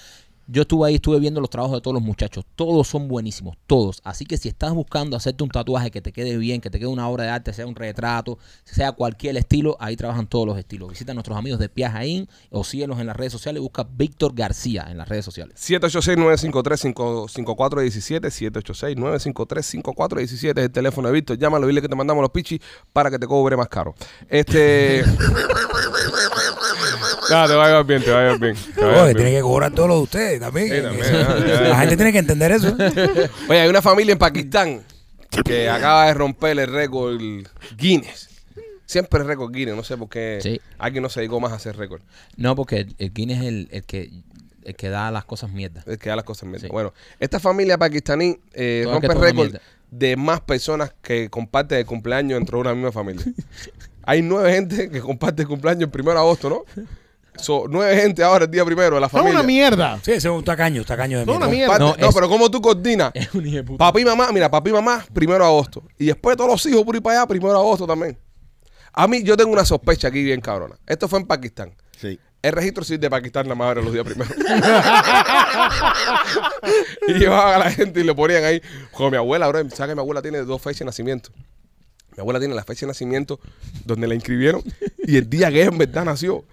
[SPEAKER 2] Yo estuve ahí, estuve viendo los trabajos de todos los muchachos. Todos son buenísimos, todos. Así que si estás buscando hacerte un tatuaje que te quede bien, que te quede una obra de arte, sea un retrato, sea cualquier estilo, ahí trabajan todos los estilos. Visita a nuestros amigos de Piajaín o síguelos en las redes sociales. Busca Víctor García en las redes sociales.
[SPEAKER 1] 786-953-5417, 786-953-5417 es el teléfono de Víctor. Llámalo, dile que te mandamos los pichis para que te cobre más caro. [LAUGHS] Este... no, te va a llevar bien, te va a llevar bien. te va a llevar
[SPEAKER 6] Oye,
[SPEAKER 1] bien.
[SPEAKER 6] tiene que cobrar todo lo de ustedes también.
[SPEAKER 1] Sí, también, ah,
[SPEAKER 6] [LAUGHS] la gente tiene que entender eso.
[SPEAKER 1] Oye, hay una familia en Pakistán que acaba de romper el récord Guinness. Siempre es récord Guinness, no sé por qué
[SPEAKER 2] Sí.
[SPEAKER 1] alguien no se dedicó más a hacer récord.
[SPEAKER 2] No, porque el, el Guinness es el, el que, el que da las cosas
[SPEAKER 1] [LAUGHS]
[SPEAKER 2] mierda.
[SPEAKER 1] Es eh, que da las cosas mierda.
[SPEAKER 2] Sí.
[SPEAKER 1] Bueno, esta familia pakistaní eh,
[SPEAKER 2] Todo el que
[SPEAKER 1] rompe
[SPEAKER 2] toca
[SPEAKER 1] récord
[SPEAKER 2] mierda.
[SPEAKER 1] de más personas que comparten el cumpleaños dentro de una misma
[SPEAKER 2] [LAUGHS]
[SPEAKER 1] familia. Hay nueve gente que comparte el cumpleaños el primero de agosto, ¿no? So, nueve gente ahora el día primero de la
[SPEAKER 3] Son
[SPEAKER 1] familia.
[SPEAKER 3] una mierda.
[SPEAKER 6] Sí, ese es un tacaño, tacaño de
[SPEAKER 3] Son una
[SPEAKER 6] mierda.
[SPEAKER 3] mierda.
[SPEAKER 1] Parte-
[SPEAKER 2] No,
[SPEAKER 1] no,
[SPEAKER 2] es-
[SPEAKER 1] pero ¿cómo tú coordinas?
[SPEAKER 2] Es un hijo de puta.
[SPEAKER 1] Papá y mamá, mira, papá y mamá, primero de agosto. Y después todos los hijos por ir para allá, primero de agosto también. A mí, yo tengo una sospecha aquí bien cabrona. Esto fue en Pakistán.
[SPEAKER 4] Sí.
[SPEAKER 1] El registro civil de Pakistán la madre los días primeros. [LAUGHS] y llevaban a la gente y le ponían ahí. Como mi abuela, bro, ¿sabes que mi abuela tiene dos fechas de nacimiento? Mi abuela tiene la fecha de nacimiento donde la inscribieron y el día que ella en verdad nació.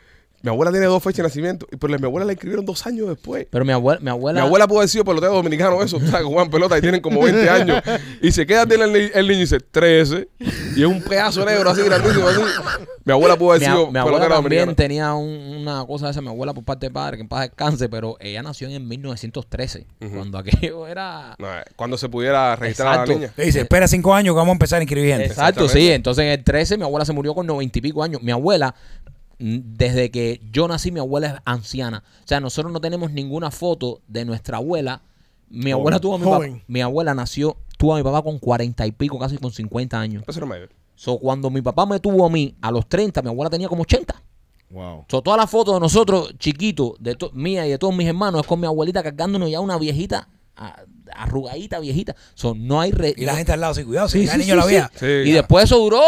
[SPEAKER 1] Mi abuela tiene dos fechas de nacimiento, y- pero a mi abuela la inscribieron dos años después.
[SPEAKER 2] Pero mi abuela, mi abuela,
[SPEAKER 1] Mi abuela pudo haber sido pelotero dominicano, eso, [LAUGHS] o sea, que juegan pelota y tienen como 20 años. Y se queda tiene el, ni- el niño y dice 13. Y es un pedazo negro así grandísimo. Así. Mi abuela pudo haber
[SPEAKER 2] mi a-
[SPEAKER 1] sido
[SPEAKER 2] mi abuela
[SPEAKER 1] pelotera
[SPEAKER 2] también
[SPEAKER 1] dominicana.
[SPEAKER 2] tenía un- una cosa de esa, mi abuela por parte de padre, que en paz descanse, pero ella nació en 1913, cuando aquello era...
[SPEAKER 1] No, eh, cuando se pudiera registrar a la
[SPEAKER 2] Exacto.
[SPEAKER 1] niña.
[SPEAKER 6] Le dice, espera cinco años que vamos a empezar inscribiendo.
[SPEAKER 2] Exacto,
[SPEAKER 1] Exactamente.
[SPEAKER 2] sí. Entonces en el 13 mi abuela se murió con 90 y pico años. Mi abuela, mm, desde que yo nací, mi abuela es anciana. O sea, nosotros no tenemos ninguna foto de nuestra abuela. Mi abuela tuvo a mi
[SPEAKER 3] Joven.
[SPEAKER 2] papá. Mi abuela nació, tuvo a mi papá con 40 y pico, casi con 50 años.
[SPEAKER 1] Pues Eso no me ve.
[SPEAKER 2] So, cuando mi papá me tuvo a mí, a los 30, mi abuela tenía como 80.
[SPEAKER 4] Wow.
[SPEAKER 2] So, todas las fotos de nosotros, chiquitos, de to- mía y de todos mis hermanos, es con mi abuelita cargándonos ya una viejita, a- arrugadita, viejita. So, no hay... re-
[SPEAKER 6] Y la
[SPEAKER 2] no-
[SPEAKER 6] gente al lado, sí, cuidado, si
[SPEAKER 2] Sí,
[SPEAKER 6] el
[SPEAKER 2] sí,
[SPEAKER 6] niño
[SPEAKER 2] sí,
[SPEAKER 6] la
[SPEAKER 2] sí.
[SPEAKER 6] vea.
[SPEAKER 1] Sí,
[SPEAKER 2] y
[SPEAKER 1] claro.
[SPEAKER 2] después eso duró,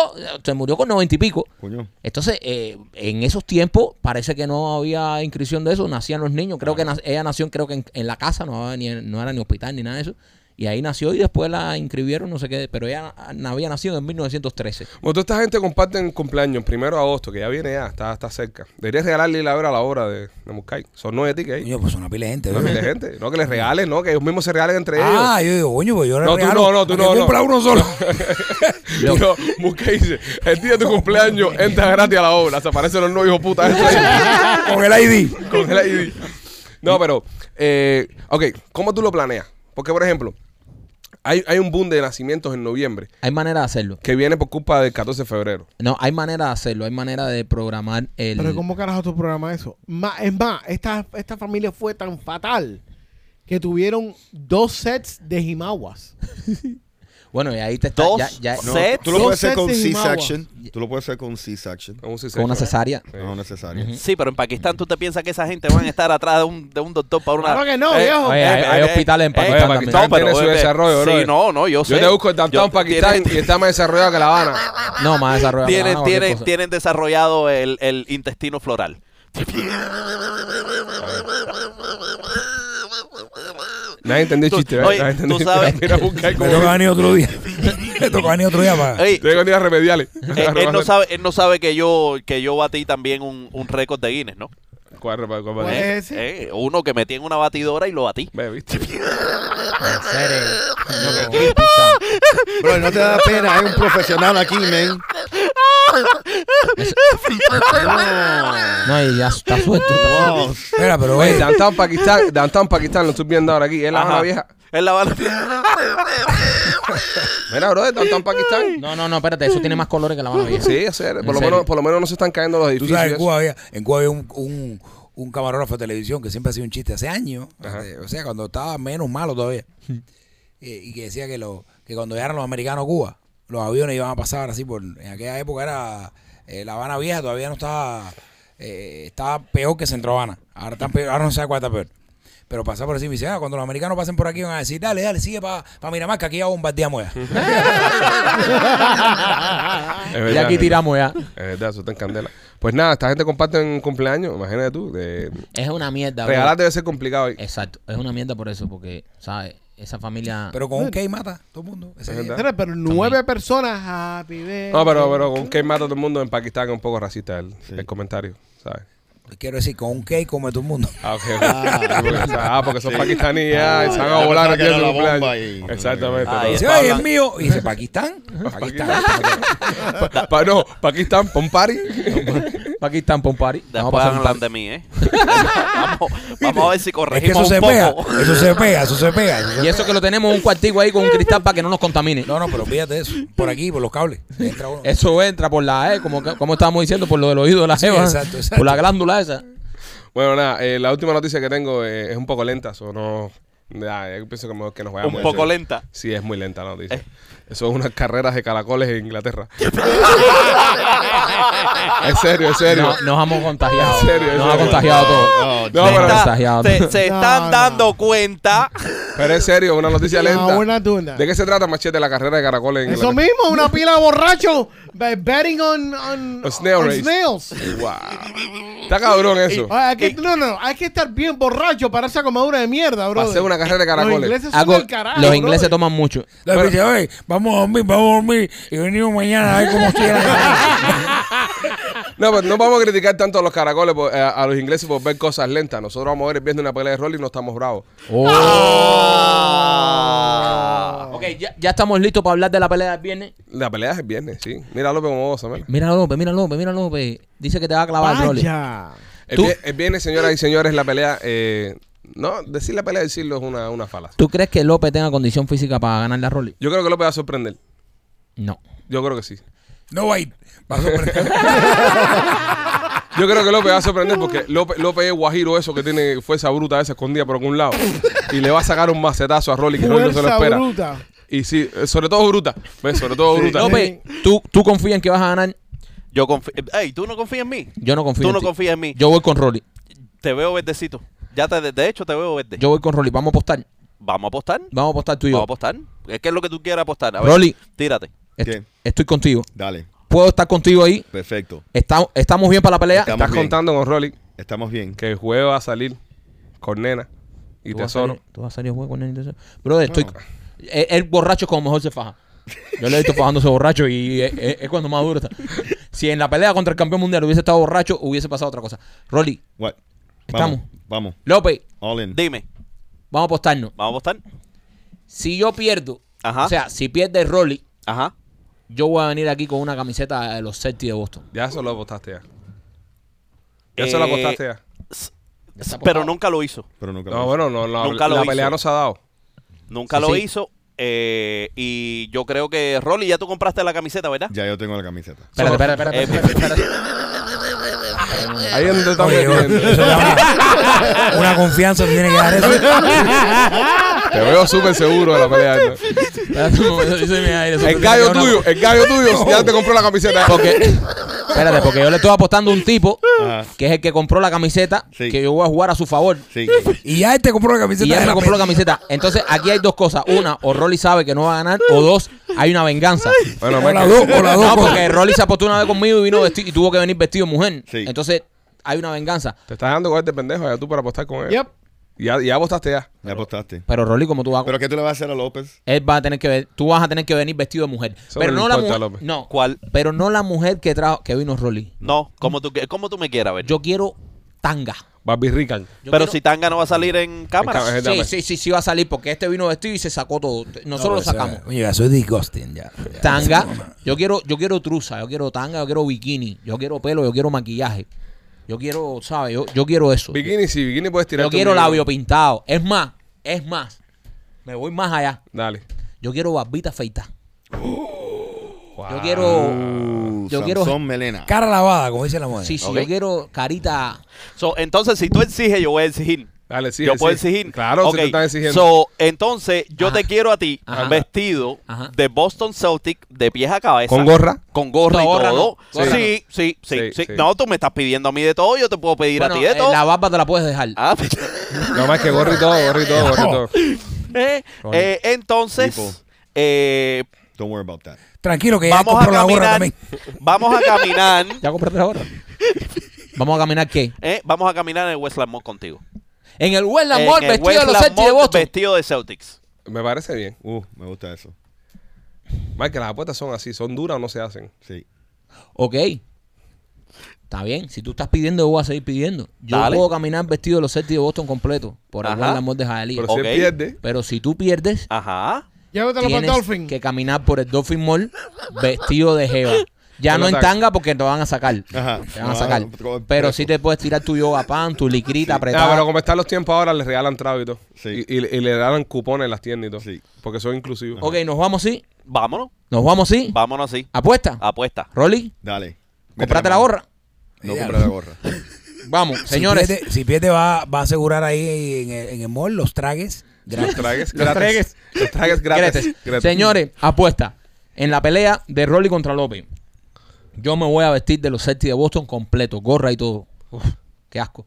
[SPEAKER 2] se murió con noventa y pico.
[SPEAKER 4] Coño.
[SPEAKER 2] Entonces, eh, en esos tiempos parece que no había inscripción de eso, nacían los niños, creo que na- ella nació creo que en, en la casa, no, había ni, no era ni hospital ni nada de eso, y ahí nació y después la inscribieron, no sé qué, pero ella ah, na- había nacido en 1913.
[SPEAKER 1] Bueno, toda esta gente comparten cumpleaños primero de agosto, que ya viene ya, está, está cerca. Deberías regalarle la hora a la hora de, de Muscay. Son nueve tickets ahí.
[SPEAKER 6] Coño, pues una pila de gente.
[SPEAKER 1] No,
[SPEAKER 6] ¿no?
[SPEAKER 1] que le- gente, no que les regales, no, que ellos mismos se regalen entre ellos.
[SPEAKER 6] Ah, yo digo, coño, pues yo le
[SPEAKER 1] No, tú
[SPEAKER 6] regalo
[SPEAKER 1] no, no, tú
[SPEAKER 6] a que
[SPEAKER 1] no, no.
[SPEAKER 6] cumpla uno
[SPEAKER 1] [LAUGHS]
[SPEAKER 6] solo.
[SPEAKER 1] No, Muscay dice, el día de tu cumpleaños entras gratis a la obra. Se aparecen los nuevos hijos puta.
[SPEAKER 2] [LAUGHS]
[SPEAKER 1] estos.
[SPEAKER 6] con el ID.
[SPEAKER 1] con el ID. No, pero, eh, ok, ¿cómo tú lo planeas? Porque, por ejemplo, hay, hay un boom de nacimientos en noviembre
[SPEAKER 2] Hay manera de hacerlo.
[SPEAKER 1] que viene por culpa del 14 de febrero.
[SPEAKER 2] No, hay manera de hacerlo, hay manera de programar el...
[SPEAKER 3] Pero ¿cómo carajo tu programa eso? Ma- es más, esta, esta familia fue tan fatal que tuvieron dos sets de jimaguas.
[SPEAKER 2] Bueno, y ahí te está...
[SPEAKER 5] Dos
[SPEAKER 2] Ya, ya-
[SPEAKER 4] No,
[SPEAKER 5] sets
[SPEAKER 4] tú lo
[SPEAKER 3] Dos
[SPEAKER 4] puedes hacer con
[SPEAKER 3] sets de Jimawa.
[SPEAKER 4] C-section. Tú lo puedes hacer con C-section.
[SPEAKER 1] Con un
[SPEAKER 2] con
[SPEAKER 1] C-section.
[SPEAKER 2] una cesárea.
[SPEAKER 4] No es necesario.
[SPEAKER 5] Sí, pero en Pakistán tú te piensas que esa gente van a estar atrás de un, de un doctor para una. Eh,
[SPEAKER 3] Claro que no, viejo.
[SPEAKER 2] oye, hay- hay hospitales en Pakistán
[SPEAKER 1] Oye, Pakistán
[SPEAKER 5] pero,
[SPEAKER 1] tiene su
[SPEAKER 5] oye,
[SPEAKER 1] desarrollo, brother.
[SPEAKER 5] Sí, no, no, yo sé.
[SPEAKER 1] Yo te busco el downtown
[SPEAKER 5] Yo- [LAUGHS]
[SPEAKER 1] Pakistán
[SPEAKER 5] tienen-
[SPEAKER 1] y está más desarrollado que La Habana.
[SPEAKER 5] [LAUGHS]
[SPEAKER 2] No, más desarrollado.
[SPEAKER 5] Tienen,
[SPEAKER 2] más cualquier
[SPEAKER 5] tienen,
[SPEAKER 2] cosa.
[SPEAKER 5] tienen desarrollado el, el intestino floral.
[SPEAKER 1] Nadie entendió el
[SPEAKER 5] Tú-
[SPEAKER 1] chiste, ¿verdad?
[SPEAKER 5] oye,
[SPEAKER 1] Nadie entendió
[SPEAKER 5] tú
[SPEAKER 1] el chiste.
[SPEAKER 5] sabes-
[SPEAKER 1] Mira, busca ahí
[SPEAKER 6] Me
[SPEAKER 1] como-
[SPEAKER 6] toca venir otro día. [LAUGHS] Me toca venir otro día
[SPEAKER 3] Ah,
[SPEAKER 6] para.
[SPEAKER 5] Ey, eh,
[SPEAKER 1] Tengo que ir a remediales.
[SPEAKER 5] [LAUGHS] él, él no sabe, él no sabe que yo, que yo batí también un, un récord de Guinness, ¿no?
[SPEAKER 1] ¿Cuál, cuál, cuál,
[SPEAKER 3] ¿Cuál
[SPEAKER 1] cuál?
[SPEAKER 3] es ese?
[SPEAKER 5] Eh, uno que metí en una batidora y lo batí.
[SPEAKER 1] Ve, ¿viste?
[SPEAKER 2] En serio. No, pista.
[SPEAKER 4] Bro, no te da pena, hay un profesional aquí, man.
[SPEAKER 2] No, y ya está suelto. está-
[SPEAKER 4] Wow.
[SPEAKER 6] Espera, pero
[SPEAKER 1] Oye,
[SPEAKER 6] ey,
[SPEAKER 1] downtown Pakistán, downtown Pakistán, lo estoy viendo ahora aquí. Es Ah, La Habana
[SPEAKER 5] Ajá.
[SPEAKER 1] vieja.
[SPEAKER 5] Es la Habana-
[SPEAKER 1] Mira, bro, es downtown Pakistán.
[SPEAKER 2] No, no, no, espérate, eso tiene más colores que la mano vieja.
[SPEAKER 1] Sí, hacer.
[SPEAKER 2] ¿En
[SPEAKER 1] Por lo,
[SPEAKER 2] serio?
[SPEAKER 1] menos, por lo menos no se están cayendo los
[SPEAKER 6] tú
[SPEAKER 1] edificios.
[SPEAKER 6] sabes, en Cuba había, en Cuba había un, un, un camarógrafo de televisión que siempre hacía un chiste hace años. eh, O sea, cuando estaba menos malo todavía. eh, y que decía que, lo, que cuando llegaron los americanos a Cuba, los aviones iban a pasar así por. En aquella época era. eh, la Habana Vieja todavía no estaba. eh, estaba peor que Centro Habana. Ahora, está peor, ahora no sé cuál está peor. Pero pasaba por encima y dice, ah, cuando los americanos pasen por aquí van a decir, dale, dale, sigue para Miramar, que aquí ya bombardeamos ya.
[SPEAKER 1] Es verdad,
[SPEAKER 2] Y aquí
[SPEAKER 1] es verdad.
[SPEAKER 2] tiramos ya.
[SPEAKER 1] Es verdad, eso está en candela. Pues nada, esta gente comparte un cumpleaños, imagínate tú. De...
[SPEAKER 2] Es una mierda. bro.
[SPEAKER 1] Regalar debe ser complicado
[SPEAKER 6] Eh.
[SPEAKER 1] hoy.
[SPEAKER 2] Exacto, es una mierda por eso, porque, ¿sabes? Esa familia.
[SPEAKER 6] Pero con un K mata todo el mundo. Ese día.
[SPEAKER 1] verdad.
[SPEAKER 3] Pero, pero nueve personas, happy birthday. Ah,
[SPEAKER 1] No, pero, pero con que mata a todo el mundo en Pakistán es un poco racista el, el comentario, ¿sabes?
[SPEAKER 6] Quiero decir, con un cake come todo el mundo.
[SPEAKER 1] Ah, ok. [LAUGHS] porque, ah, porque son
[SPEAKER 4] Sí. Ah,
[SPEAKER 1] pakistaníes, ya, y se van a
[SPEAKER 4] Ya
[SPEAKER 1] volar
[SPEAKER 4] pensaba
[SPEAKER 1] el
[SPEAKER 4] que
[SPEAKER 1] día de
[SPEAKER 4] era
[SPEAKER 1] su
[SPEAKER 4] la
[SPEAKER 1] cumpleaños.
[SPEAKER 4] bomba y-
[SPEAKER 1] Exactamente.
[SPEAKER 5] Ahí
[SPEAKER 6] Dice,
[SPEAKER 5] está
[SPEAKER 6] ay, es
[SPEAKER 5] hablando-
[SPEAKER 6] mío. Y dice, Pakistán. Pakistán.
[SPEAKER 1] Pa- pa- no, Pakistán, Pompari.
[SPEAKER 2] [LAUGHS] Pakistán, Pompari. Vamos a
[SPEAKER 5] Después
[SPEAKER 2] pasar un
[SPEAKER 5] hablan
[SPEAKER 2] par-
[SPEAKER 5] de mí, ¿eh? [LAUGHS] vamos, vamos a ver si
[SPEAKER 6] Es que
[SPEAKER 5] corregimos
[SPEAKER 6] eso se
[SPEAKER 5] un
[SPEAKER 6] pega.
[SPEAKER 5] poco.
[SPEAKER 6] Eso se pega, eso se pega.
[SPEAKER 2] [LAUGHS]
[SPEAKER 6] eso se
[SPEAKER 2] Y eso que lo tenemos en un cuartico ahí con un cristal para que no nos contamine.
[SPEAKER 6] No, no, pero fíjate eso. Por aquí, por los cables. Entra uno.
[SPEAKER 2] Eso entra por la E, como, que- como estábamos diciendo, por lo del oído de la
[SPEAKER 6] Sí,
[SPEAKER 2] jeva.
[SPEAKER 6] exacto, exacto.
[SPEAKER 2] Por la glándula esa.
[SPEAKER 1] [LAUGHS] Bueno, nada, eh, la última noticia que tengo eh, es un poco lenta, o no. Ya, yo pienso que, mejor que nos vayamos.
[SPEAKER 5] Un poco lenta. Eh.
[SPEAKER 1] Sí, es muy lenta la noticia. Eso es unas carreras de caracoles en Inglaterra. [LAUGHS] en serio, en serio.
[SPEAKER 2] No, nos hemos contagiado.
[SPEAKER 1] En serio, en
[SPEAKER 2] nos ha
[SPEAKER 1] serio.
[SPEAKER 2] contagiado todo.
[SPEAKER 4] No,
[SPEAKER 1] No,
[SPEAKER 2] Se
[SPEAKER 1] pero-
[SPEAKER 2] está contagiado.
[SPEAKER 5] se, se
[SPEAKER 3] [LAUGHS] No,
[SPEAKER 5] están
[SPEAKER 3] no.
[SPEAKER 5] dando cuenta.
[SPEAKER 1] Pero es serio, una noticia lenta.
[SPEAKER 3] No, una tunda.
[SPEAKER 1] ¿De qué se trata, Machete, la carrera de caracoles en
[SPEAKER 3] Eso
[SPEAKER 1] Inglaterra?
[SPEAKER 3] mismo, una pila de borrachos be- betting on, on,
[SPEAKER 1] A snail
[SPEAKER 3] on
[SPEAKER 1] race.
[SPEAKER 3] snails.
[SPEAKER 1] Wow. Está cabrón eso.
[SPEAKER 3] Ah, hay que- no, no, hay que estar bien borracho para esa comadura de mierda, bro.
[SPEAKER 1] hacer una carrera de caracoles.
[SPEAKER 3] Los ingleses son
[SPEAKER 2] Algo-
[SPEAKER 3] del carajo,
[SPEAKER 2] los ingleses
[SPEAKER 3] brother.
[SPEAKER 2] toman mucho.
[SPEAKER 6] La
[SPEAKER 1] Pero-
[SPEAKER 6] dice, oye, vamos a dormir, vamos a dormir. Y venimos mañana a ver cómo estoy. en la calle".
[SPEAKER 1] No, pero no vamos a criticar tanto a los caracoles, por- eh, a los ingleses por ver cosas lentas. Nosotros vamos a ver viendo una pelea de rol y no estamos bravos.
[SPEAKER 2] Ok, ya, ya estamos listos para hablar de la pelea del viernes.
[SPEAKER 1] La pelea es el viernes, sí. Mira López como vos, Samuel.
[SPEAKER 2] Mira a López, mira a López, mira a López. Dice que te va a clavar el rol.
[SPEAKER 3] Vaya.
[SPEAKER 1] El,
[SPEAKER 2] Tú-
[SPEAKER 1] vie- el viernes, señoras y señores, la pelea... eh, no, decir la pelea, decirlo es una, una falacia.
[SPEAKER 2] ¿Tú crees que López tenga condición física para ganar la Rolly?
[SPEAKER 1] Yo creo que López va a sorprender.
[SPEAKER 2] No.
[SPEAKER 1] Yo creo que sí.
[SPEAKER 6] No va a ir. Va a
[SPEAKER 2] [LAUGHS]
[SPEAKER 6] sorprender.
[SPEAKER 1] Yo creo que López va a sorprender porque López, López es guajiro eso que tiene fuerza bruta esa escondida por algún lado. Y le va a sacar un macetazo a Rolly que Rolly no se lo
[SPEAKER 3] Fuerza
[SPEAKER 1] espera.
[SPEAKER 3] bruta.
[SPEAKER 1] Y sí, eh, sobre todo bruta. ¿Ves? Sobre todo bruta.
[SPEAKER 2] López, ¿tú, ¿tú confías en que vas a ganar?
[SPEAKER 5] Yo confío. Ey, tú no confías en mí.
[SPEAKER 2] Yo no confío
[SPEAKER 5] Tú
[SPEAKER 2] en
[SPEAKER 5] no
[SPEAKER 2] ti.
[SPEAKER 5] confías en mí.
[SPEAKER 2] Yo voy con Rolly.
[SPEAKER 5] Te veo verdecito. Ya te, de- de hecho, te veo verde.
[SPEAKER 2] Yo voy con Rolly. Vamos a apostar.
[SPEAKER 5] Vamos a apostar.
[SPEAKER 2] Vamos a apostar tú y
[SPEAKER 5] Vamos a
[SPEAKER 2] yo.
[SPEAKER 5] apostar. Es que es lo que tú quieras apostar. A ver,
[SPEAKER 2] Rolly,
[SPEAKER 5] tírate.
[SPEAKER 2] est-
[SPEAKER 4] ¿Qué?
[SPEAKER 2] estoy contigo.
[SPEAKER 4] Dale,
[SPEAKER 2] Puedo estar contigo ahí.
[SPEAKER 4] perfecto.
[SPEAKER 2] Estamos, estamos bien para la pelea.
[SPEAKER 4] Estamos-
[SPEAKER 1] Estás
[SPEAKER 4] bien.
[SPEAKER 1] contando con Rolly
[SPEAKER 4] Estamos bien.
[SPEAKER 1] que el jueves va a salir con Nena y
[SPEAKER 2] Tú vas a
[SPEAKER 1] Tesoro.
[SPEAKER 2] salir- Tú vas a salir a jugar con él. y Tesoro. Brother, estoy. El, el borracho es como mejor se faja. Yo le he visto fajándose borracho y es, es- es cuando más duro está. Si en la pelea contra el campeón mundial hubiese estado borracho, hubiese pasado otra cosa. Rolly,
[SPEAKER 4] What?
[SPEAKER 2] Estamos.
[SPEAKER 4] Vamos. vamos.
[SPEAKER 2] López,
[SPEAKER 4] All in.
[SPEAKER 5] Dime.
[SPEAKER 2] vamos a apostarnos.
[SPEAKER 5] Vamos a apostar.
[SPEAKER 2] Si yo pierdo,
[SPEAKER 5] Ajá.
[SPEAKER 2] o sea, si pierde Rolly,
[SPEAKER 5] Ajá.
[SPEAKER 2] yo voy a venir aquí con una camiseta de los Celtics de Boston.
[SPEAKER 1] Ya eso lo apostaste ya. Ya se lo
[SPEAKER 5] Eh,
[SPEAKER 1] apostaste ya.
[SPEAKER 5] S- Pero nunca lo hizo.
[SPEAKER 4] Pero nunca
[SPEAKER 1] No, bueno, no, no,
[SPEAKER 5] Nunca lo
[SPEAKER 1] la
[SPEAKER 5] hizo.
[SPEAKER 1] pelea no se ha dado.
[SPEAKER 5] Nunca
[SPEAKER 2] Sí,
[SPEAKER 5] lo
[SPEAKER 2] sí.
[SPEAKER 5] hizo. eh, y yo creo que, Rolly, ya tú compraste la camiseta, ¿verdad?
[SPEAKER 4] Ya yo tengo la camiseta.
[SPEAKER 2] Espérate, espérate, espérate.
[SPEAKER 5] Eh,
[SPEAKER 1] Ahí es donde estamos
[SPEAKER 6] Oye, oye, eso
[SPEAKER 1] viendo.
[SPEAKER 6] también. Una confianza que tiene que dar eso.
[SPEAKER 1] Te veo súper seguro de la pelea.
[SPEAKER 2] [LAUGHS]
[SPEAKER 1] ¿no?
[SPEAKER 2] Espérate un momento, yo soy mi aire,
[SPEAKER 1] El
[SPEAKER 2] soy-
[SPEAKER 1] gallo tuyo, el gallo tuyo, ya te compró la camiseta.
[SPEAKER 2] Porque, espérate, porque yo le estoy apostando a un tipo
[SPEAKER 4] Ajá.
[SPEAKER 2] que es el que compró la camiseta
[SPEAKER 4] Sí.
[SPEAKER 2] que yo voy a jugar a su favor.
[SPEAKER 4] Sí.
[SPEAKER 2] pues.
[SPEAKER 6] Y ya él te compró la camiseta.
[SPEAKER 2] Y él
[SPEAKER 6] de
[SPEAKER 2] me compró la
[SPEAKER 6] Messi.
[SPEAKER 2] camiseta. Entonces, aquí hay dos cosas. Una, o Rolly sabe que no va a ganar. O dos, hay una venganza.
[SPEAKER 1] Bueno,
[SPEAKER 6] O
[SPEAKER 1] Mike,
[SPEAKER 6] las dos, o las
[SPEAKER 2] No,
[SPEAKER 6] dos.
[SPEAKER 2] porque Rolly se apostó una vez conmigo y vino vestido y tuvo que venir vestido de mujer.
[SPEAKER 4] Sí.
[SPEAKER 2] Entonces, hay una venganza.
[SPEAKER 1] te estás dando con este pendejo ya tú para apostar con él.
[SPEAKER 3] Yep.
[SPEAKER 1] Ya, ya apostaste ya.
[SPEAKER 4] Ya apostaste.
[SPEAKER 2] Pero Rolly, como tú vas,
[SPEAKER 4] ¿Pero qué tú le vas a hacer a López?
[SPEAKER 2] él va a tener que ver- tú vas a tener que venir vestido de mujer.
[SPEAKER 1] Eso
[SPEAKER 2] pero
[SPEAKER 1] no le
[SPEAKER 2] no, la
[SPEAKER 1] importa a
[SPEAKER 2] mujer,
[SPEAKER 1] López.
[SPEAKER 2] no,
[SPEAKER 5] ¿Cuál?
[SPEAKER 2] pero no la mujer que trajo que vino Rolly.
[SPEAKER 5] No, como tú, que- como tú me quieras ver.
[SPEAKER 2] Yo quiero tanga.
[SPEAKER 1] Barbie Rican.
[SPEAKER 2] Yo
[SPEAKER 5] pero
[SPEAKER 2] quiero- eh.
[SPEAKER 5] si Tanga no va a salir en cámara.
[SPEAKER 1] cámara.
[SPEAKER 2] Sí, sí, sí, sí va a salir porque este vino vestido y se sacó todo. Nosotros lo
[SPEAKER 6] o sea,
[SPEAKER 2] sacamos.
[SPEAKER 6] Oye, ya soy disgusting. Ya. Ya,
[SPEAKER 2] Tanga. Yo quiero, yo quiero trusa, yo quiero tanga, yo quiero bikini, yo quiero pelo, yo quiero maquillaje. Yo quiero, ¿sabes? Yo, yo quiero eso.
[SPEAKER 1] Bikini, sí, bikini puedes tirar.
[SPEAKER 2] yo quiero labio pintado. Es más, es más. Me voy más allá.
[SPEAKER 1] Dale.
[SPEAKER 2] Yo quiero barbita
[SPEAKER 5] [GASPS]
[SPEAKER 2] feita.
[SPEAKER 1] Wow.
[SPEAKER 2] Yo quiero.
[SPEAKER 4] Uh,
[SPEAKER 2] Yo
[SPEAKER 4] Samson
[SPEAKER 2] quiero-
[SPEAKER 4] Melena.
[SPEAKER 6] Cara lavada, como dice la mujer.
[SPEAKER 2] Sí, sí,
[SPEAKER 5] Ok.
[SPEAKER 2] yo quiero carita.
[SPEAKER 5] So, entonces, si tú exiges, yo voy a exigir.
[SPEAKER 1] Dale, sí.
[SPEAKER 5] yo
[SPEAKER 1] sí.
[SPEAKER 5] puedo exigir.
[SPEAKER 1] Claro,
[SPEAKER 5] Ok,
[SPEAKER 1] si te están exigiendo.
[SPEAKER 5] So, entonces, yo
[SPEAKER 2] Ajá.
[SPEAKER 5] te quiero a ti
[SPEAKER 2] Ajá.
[SPEAKER 5] vestido
[SPEAKER 2] Ajá.
[SPEAKER 5] de Boston Celtic de pies a cabeza.
[SPEAKER 1] ¿Con gorra?
[SPEAKER 5] Con gorra
[SPEAKER 2] No,
[SPEAKER 5] y
[SPEAKER 2] gorra
[SPEAKER 5] todo.
[SPEAKER 2] no, gorra
[SPEAKER 5] sí, sí, sí,
[SPEAKER 1] Sí,
[SPEAKER 5] sí.
[SPEAKER 1] sí.
[SPEAKER 5] No, tú me estás pidiendo a mí de todo, yo te puedo pedir a
[SPEAKER 2] Bueno,
[SPEAKER 5] ti de
[SPEAKER 2] eh,
[SPEAKER 5] todo.
[SPEAKER 2] la barba te la puedes dejar.
[SPEAKER 5] Ah, [LAUGHS]
[SPEAKER 1] No más que gorra y todo, gorra y todo, gorra y todo.
[SPEAKER 5] eh,
[SPEAKER 1] Coño.
[SPEAKER 5] eh,
[SPEAKER 4] Tipo.
[SPEAKER 5] entonces, eh,
[SPEAKER 4] Don't worry about that.
[SPEAKER 6] Tranquilo, que ya
[SPEAKER 5] vamos a
[SPEAKER 6] compró la gorra
[SPEAKER 5] caminar.
[SPEAKER 6] también.
[SPEAKER 5] [LAUGHS] Vamos a caminar.
[SPEAKER 2] ¿Ya compraste la
[SPEAKER 5] [LAUGHS]
[SPEAKER 2] gorra? Vamos a caminar qué?
[SPEAKER 5] eh, vamos a caminar en el Westland Mall contigo.
[SPEAKER 2] En el Westland
[SPEAKER 5] En
[SPEAKER 2] Mall
[SPEAKER 5] el
[SPEAKER 2] vestido de los
[SPEAKER 5] Westland
[SPEAKER 2] Celtics de
[SPEAKER 5] Mall
[SPEAKER 2] Boston.
[SPEAKER 5] Vestido de Celtics.
[SPEAKER 1] Me parece bien.
[SPEAKER 4] Uh, me gusta eso.
[SPEAKER 1] Mike, las apuestas son así, son duras o no se hacen.
[SPEAKER 4] Sí.
[SPEAKER 2] Ok. Está bien, si tú estás pidiendo, yo voy a seguir pidiendo. Yo
[SPEAKER 5] Dale.
[SPEAKER 2] puedo caminar vestido de los Celtics de Boston completo, por el
[SPEAKER 5] Ajá.
[SPEAKER 2] buen amor de Jaelí.
[SPEAKER 1] Pero
[SPEAKER 2] Pero,
[SPEAKER 5] Ok.
[SPEAKER 1] si él pierde,
[SPEAKER 2] si tú pierdes,
[SPEAKER 5] Ajá.
[SPEAKER 3] Llévatelo para el
[SPEAKER 2] tienes
[SPEAKER 3] Dolphin.
[SPEAKER 2] que caminar por el Dolphin Mall vestido de jeva. Ya
[SPEAKER 1] Con
[SPEAKER 2] no
[SPEAKER 1] los
[SPEAKER 2] en
[SPEAKER 1] tacos.
[SPEAKER 2] tanga porque te van a sacar.
[SPEAKER 4] Ajá.
[SPEAKER 2] Te van a
[SPEAKER 4] Ah,
[SPEAKER 2] sacar.
[SPEAKER 4] otro-
[SPEAKER 2] Pero sí te puedes tirar tu yoga pan, tu licrita
[SPEAKER 1] Ah,
[SPEAKER 2] apretada.
[SPEAKER 1] pero como están los tiempos ahora, les regalan trago y todo.
[SPEAKER 4] Sí.
[SPEAKER 1] Y, y- y le dan cupones en las tiendas y todo.
[SPEAKER 4] Sí.
[SPEAKER 1] Porque son inclusivos.
[SPEAKER 2] ok, nos vamos, sí.
[SPEAKER 5] Vámonos.
[SPEAKER 2] Nos vamos, sí.
[SPEAKER 5] Vámonos así.
[SPEAKER 2] Apuesta.
[SPEAKER 5] Apuesta.
[SPEAKER 2] Rolly,
[SPEAKER 4] Dale.
[SPEAKER 2] comprate
[SPEAKER 4] Métele
[SPEAKER 2] la
[SPEAKER 4] mano.
[SPEAKER 2] gorra.
[SPEAKER 4] No compré la gorra.
[SPEAKER 2] Vamos,
[SPEAKER 6] Si
[SPEAKER 2] señores.
[SPEAKER 6] pierde- si pierde, va, va a asegurar ahí en el, en el mall los tragues.
[SPEAKER 1] Los tragues
[SPEAKER 2] Los
[SPEAKER 1] gratis.
[SPEAKER 2] tragues.
[SPEAKER 1] Los tragues
[SPEAKER 2] Gretes.
[SPEAKER 1] gratis. Gratis.
[SPEAKER 2] Señores, apuesta. En la pelea de Rolly contra López, yo me voy a vestir de los Celtics de Boston completo, gorra y todo. Uf, qué asco.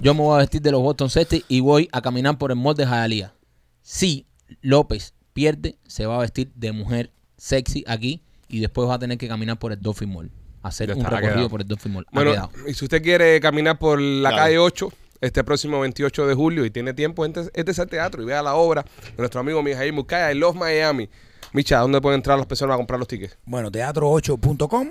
[SPEAKER 2] Yo me voy a vestir de los Boston Celtics y voy a caminar por el mall de Jayalía. Si López pierde, se va a vestir de mujer sexy aquí y después va a tener que caminar por el Dolphin Mall. Hacer
[SPEAKER 1] Ya
[SPEAKER 2] un
[SPEAKER 1] está, ha
[SPEAKER 2] recorrido
[SPEAKER 1] quedado.
[SPEAKER 2] por el Dolphin Mall. Ha
[SPEAKER 1] Bueno,
[SPEAKER 2] quedado.
[SPEAKER 1] y si usted quiere caminar por la
[SPEAKER 4] Dale.
[SPEAKER 1] calle 8 este próximo 28 de julio y tiene tiempo, entes- este es el teatro y vea la obra de nuestro amigo Mijail Mukaya de Los Miami. Micha, ¿dónde pueden entrar las personas a comprar los tickets?
[SPEAKER 6] Bueno, teatro8.com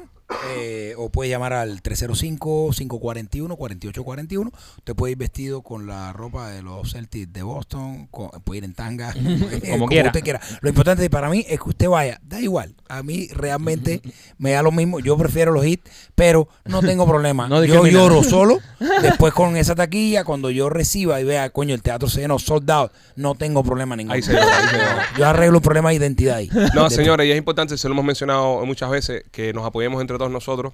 [SPEAKER 6] eh, o puede llamar al 305-541-4841. Usted puede ir vestido con la ropa de los Celtics de Boston, con- puede ir
[SPEAKER 1] [LAUGHS]
[SPEAKER 6] en tanga, eh, como,
[SPEAKER 2] quiera.
[SPEAKER 6] usted quiera. Lo importante para mí es que usted vaya, da igual. A mí realmente me da lo mismo. Yo prefiero los hits, pero no tengo
[SPEAKER 1] [LAUGHS]
[SPEAKER 6] problema.
[SPEAKER 2] No
[SPEAKER 6] yo
[SPEAKER 2] discrimina.
[SPEAKER 6] lloro solo. Después con esa taquilla, cuando yo reciba y vea, coño, el teatro se llenó sold out, no tengo problema ninguno.
[SPEAKER 1] Ahí se llora, ahí se llora.
[SPEAKER 6] Yo arreglo el problema de identidad ahí. [LAUGHS]
[SPEAKER 1] No,
[SPEAKER 6] Después.
[SPEAKER 1] señores, y es importante, se lo hemos mencionado muchas veces, que nos apoyemos entre todos nosotros.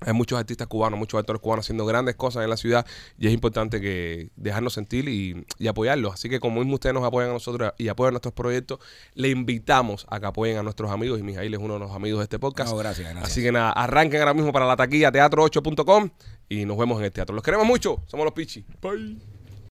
[SPEAKER 1] Hay muchos artistas cubanos, muchos actores cubanos haciendo grandes cosas en la ciudad y es importante que dejarnos sentir y, y apoyarlos. Así que como mismo ustedes nos apoyan a nosotros y apoyan nuestros proyectos, le invitamos a que apoyen a nuestros amigos y Mijail es uno de los amigos de este podcast.
[SPEAKER 6] No, gracias, gracias.
[SPEAKER 1] Así que nada, arranquen ahora mismo para la taquilla teatro8.com y nos vemos en el teatro. Los queremos mucho, somos los Pichi. Bye.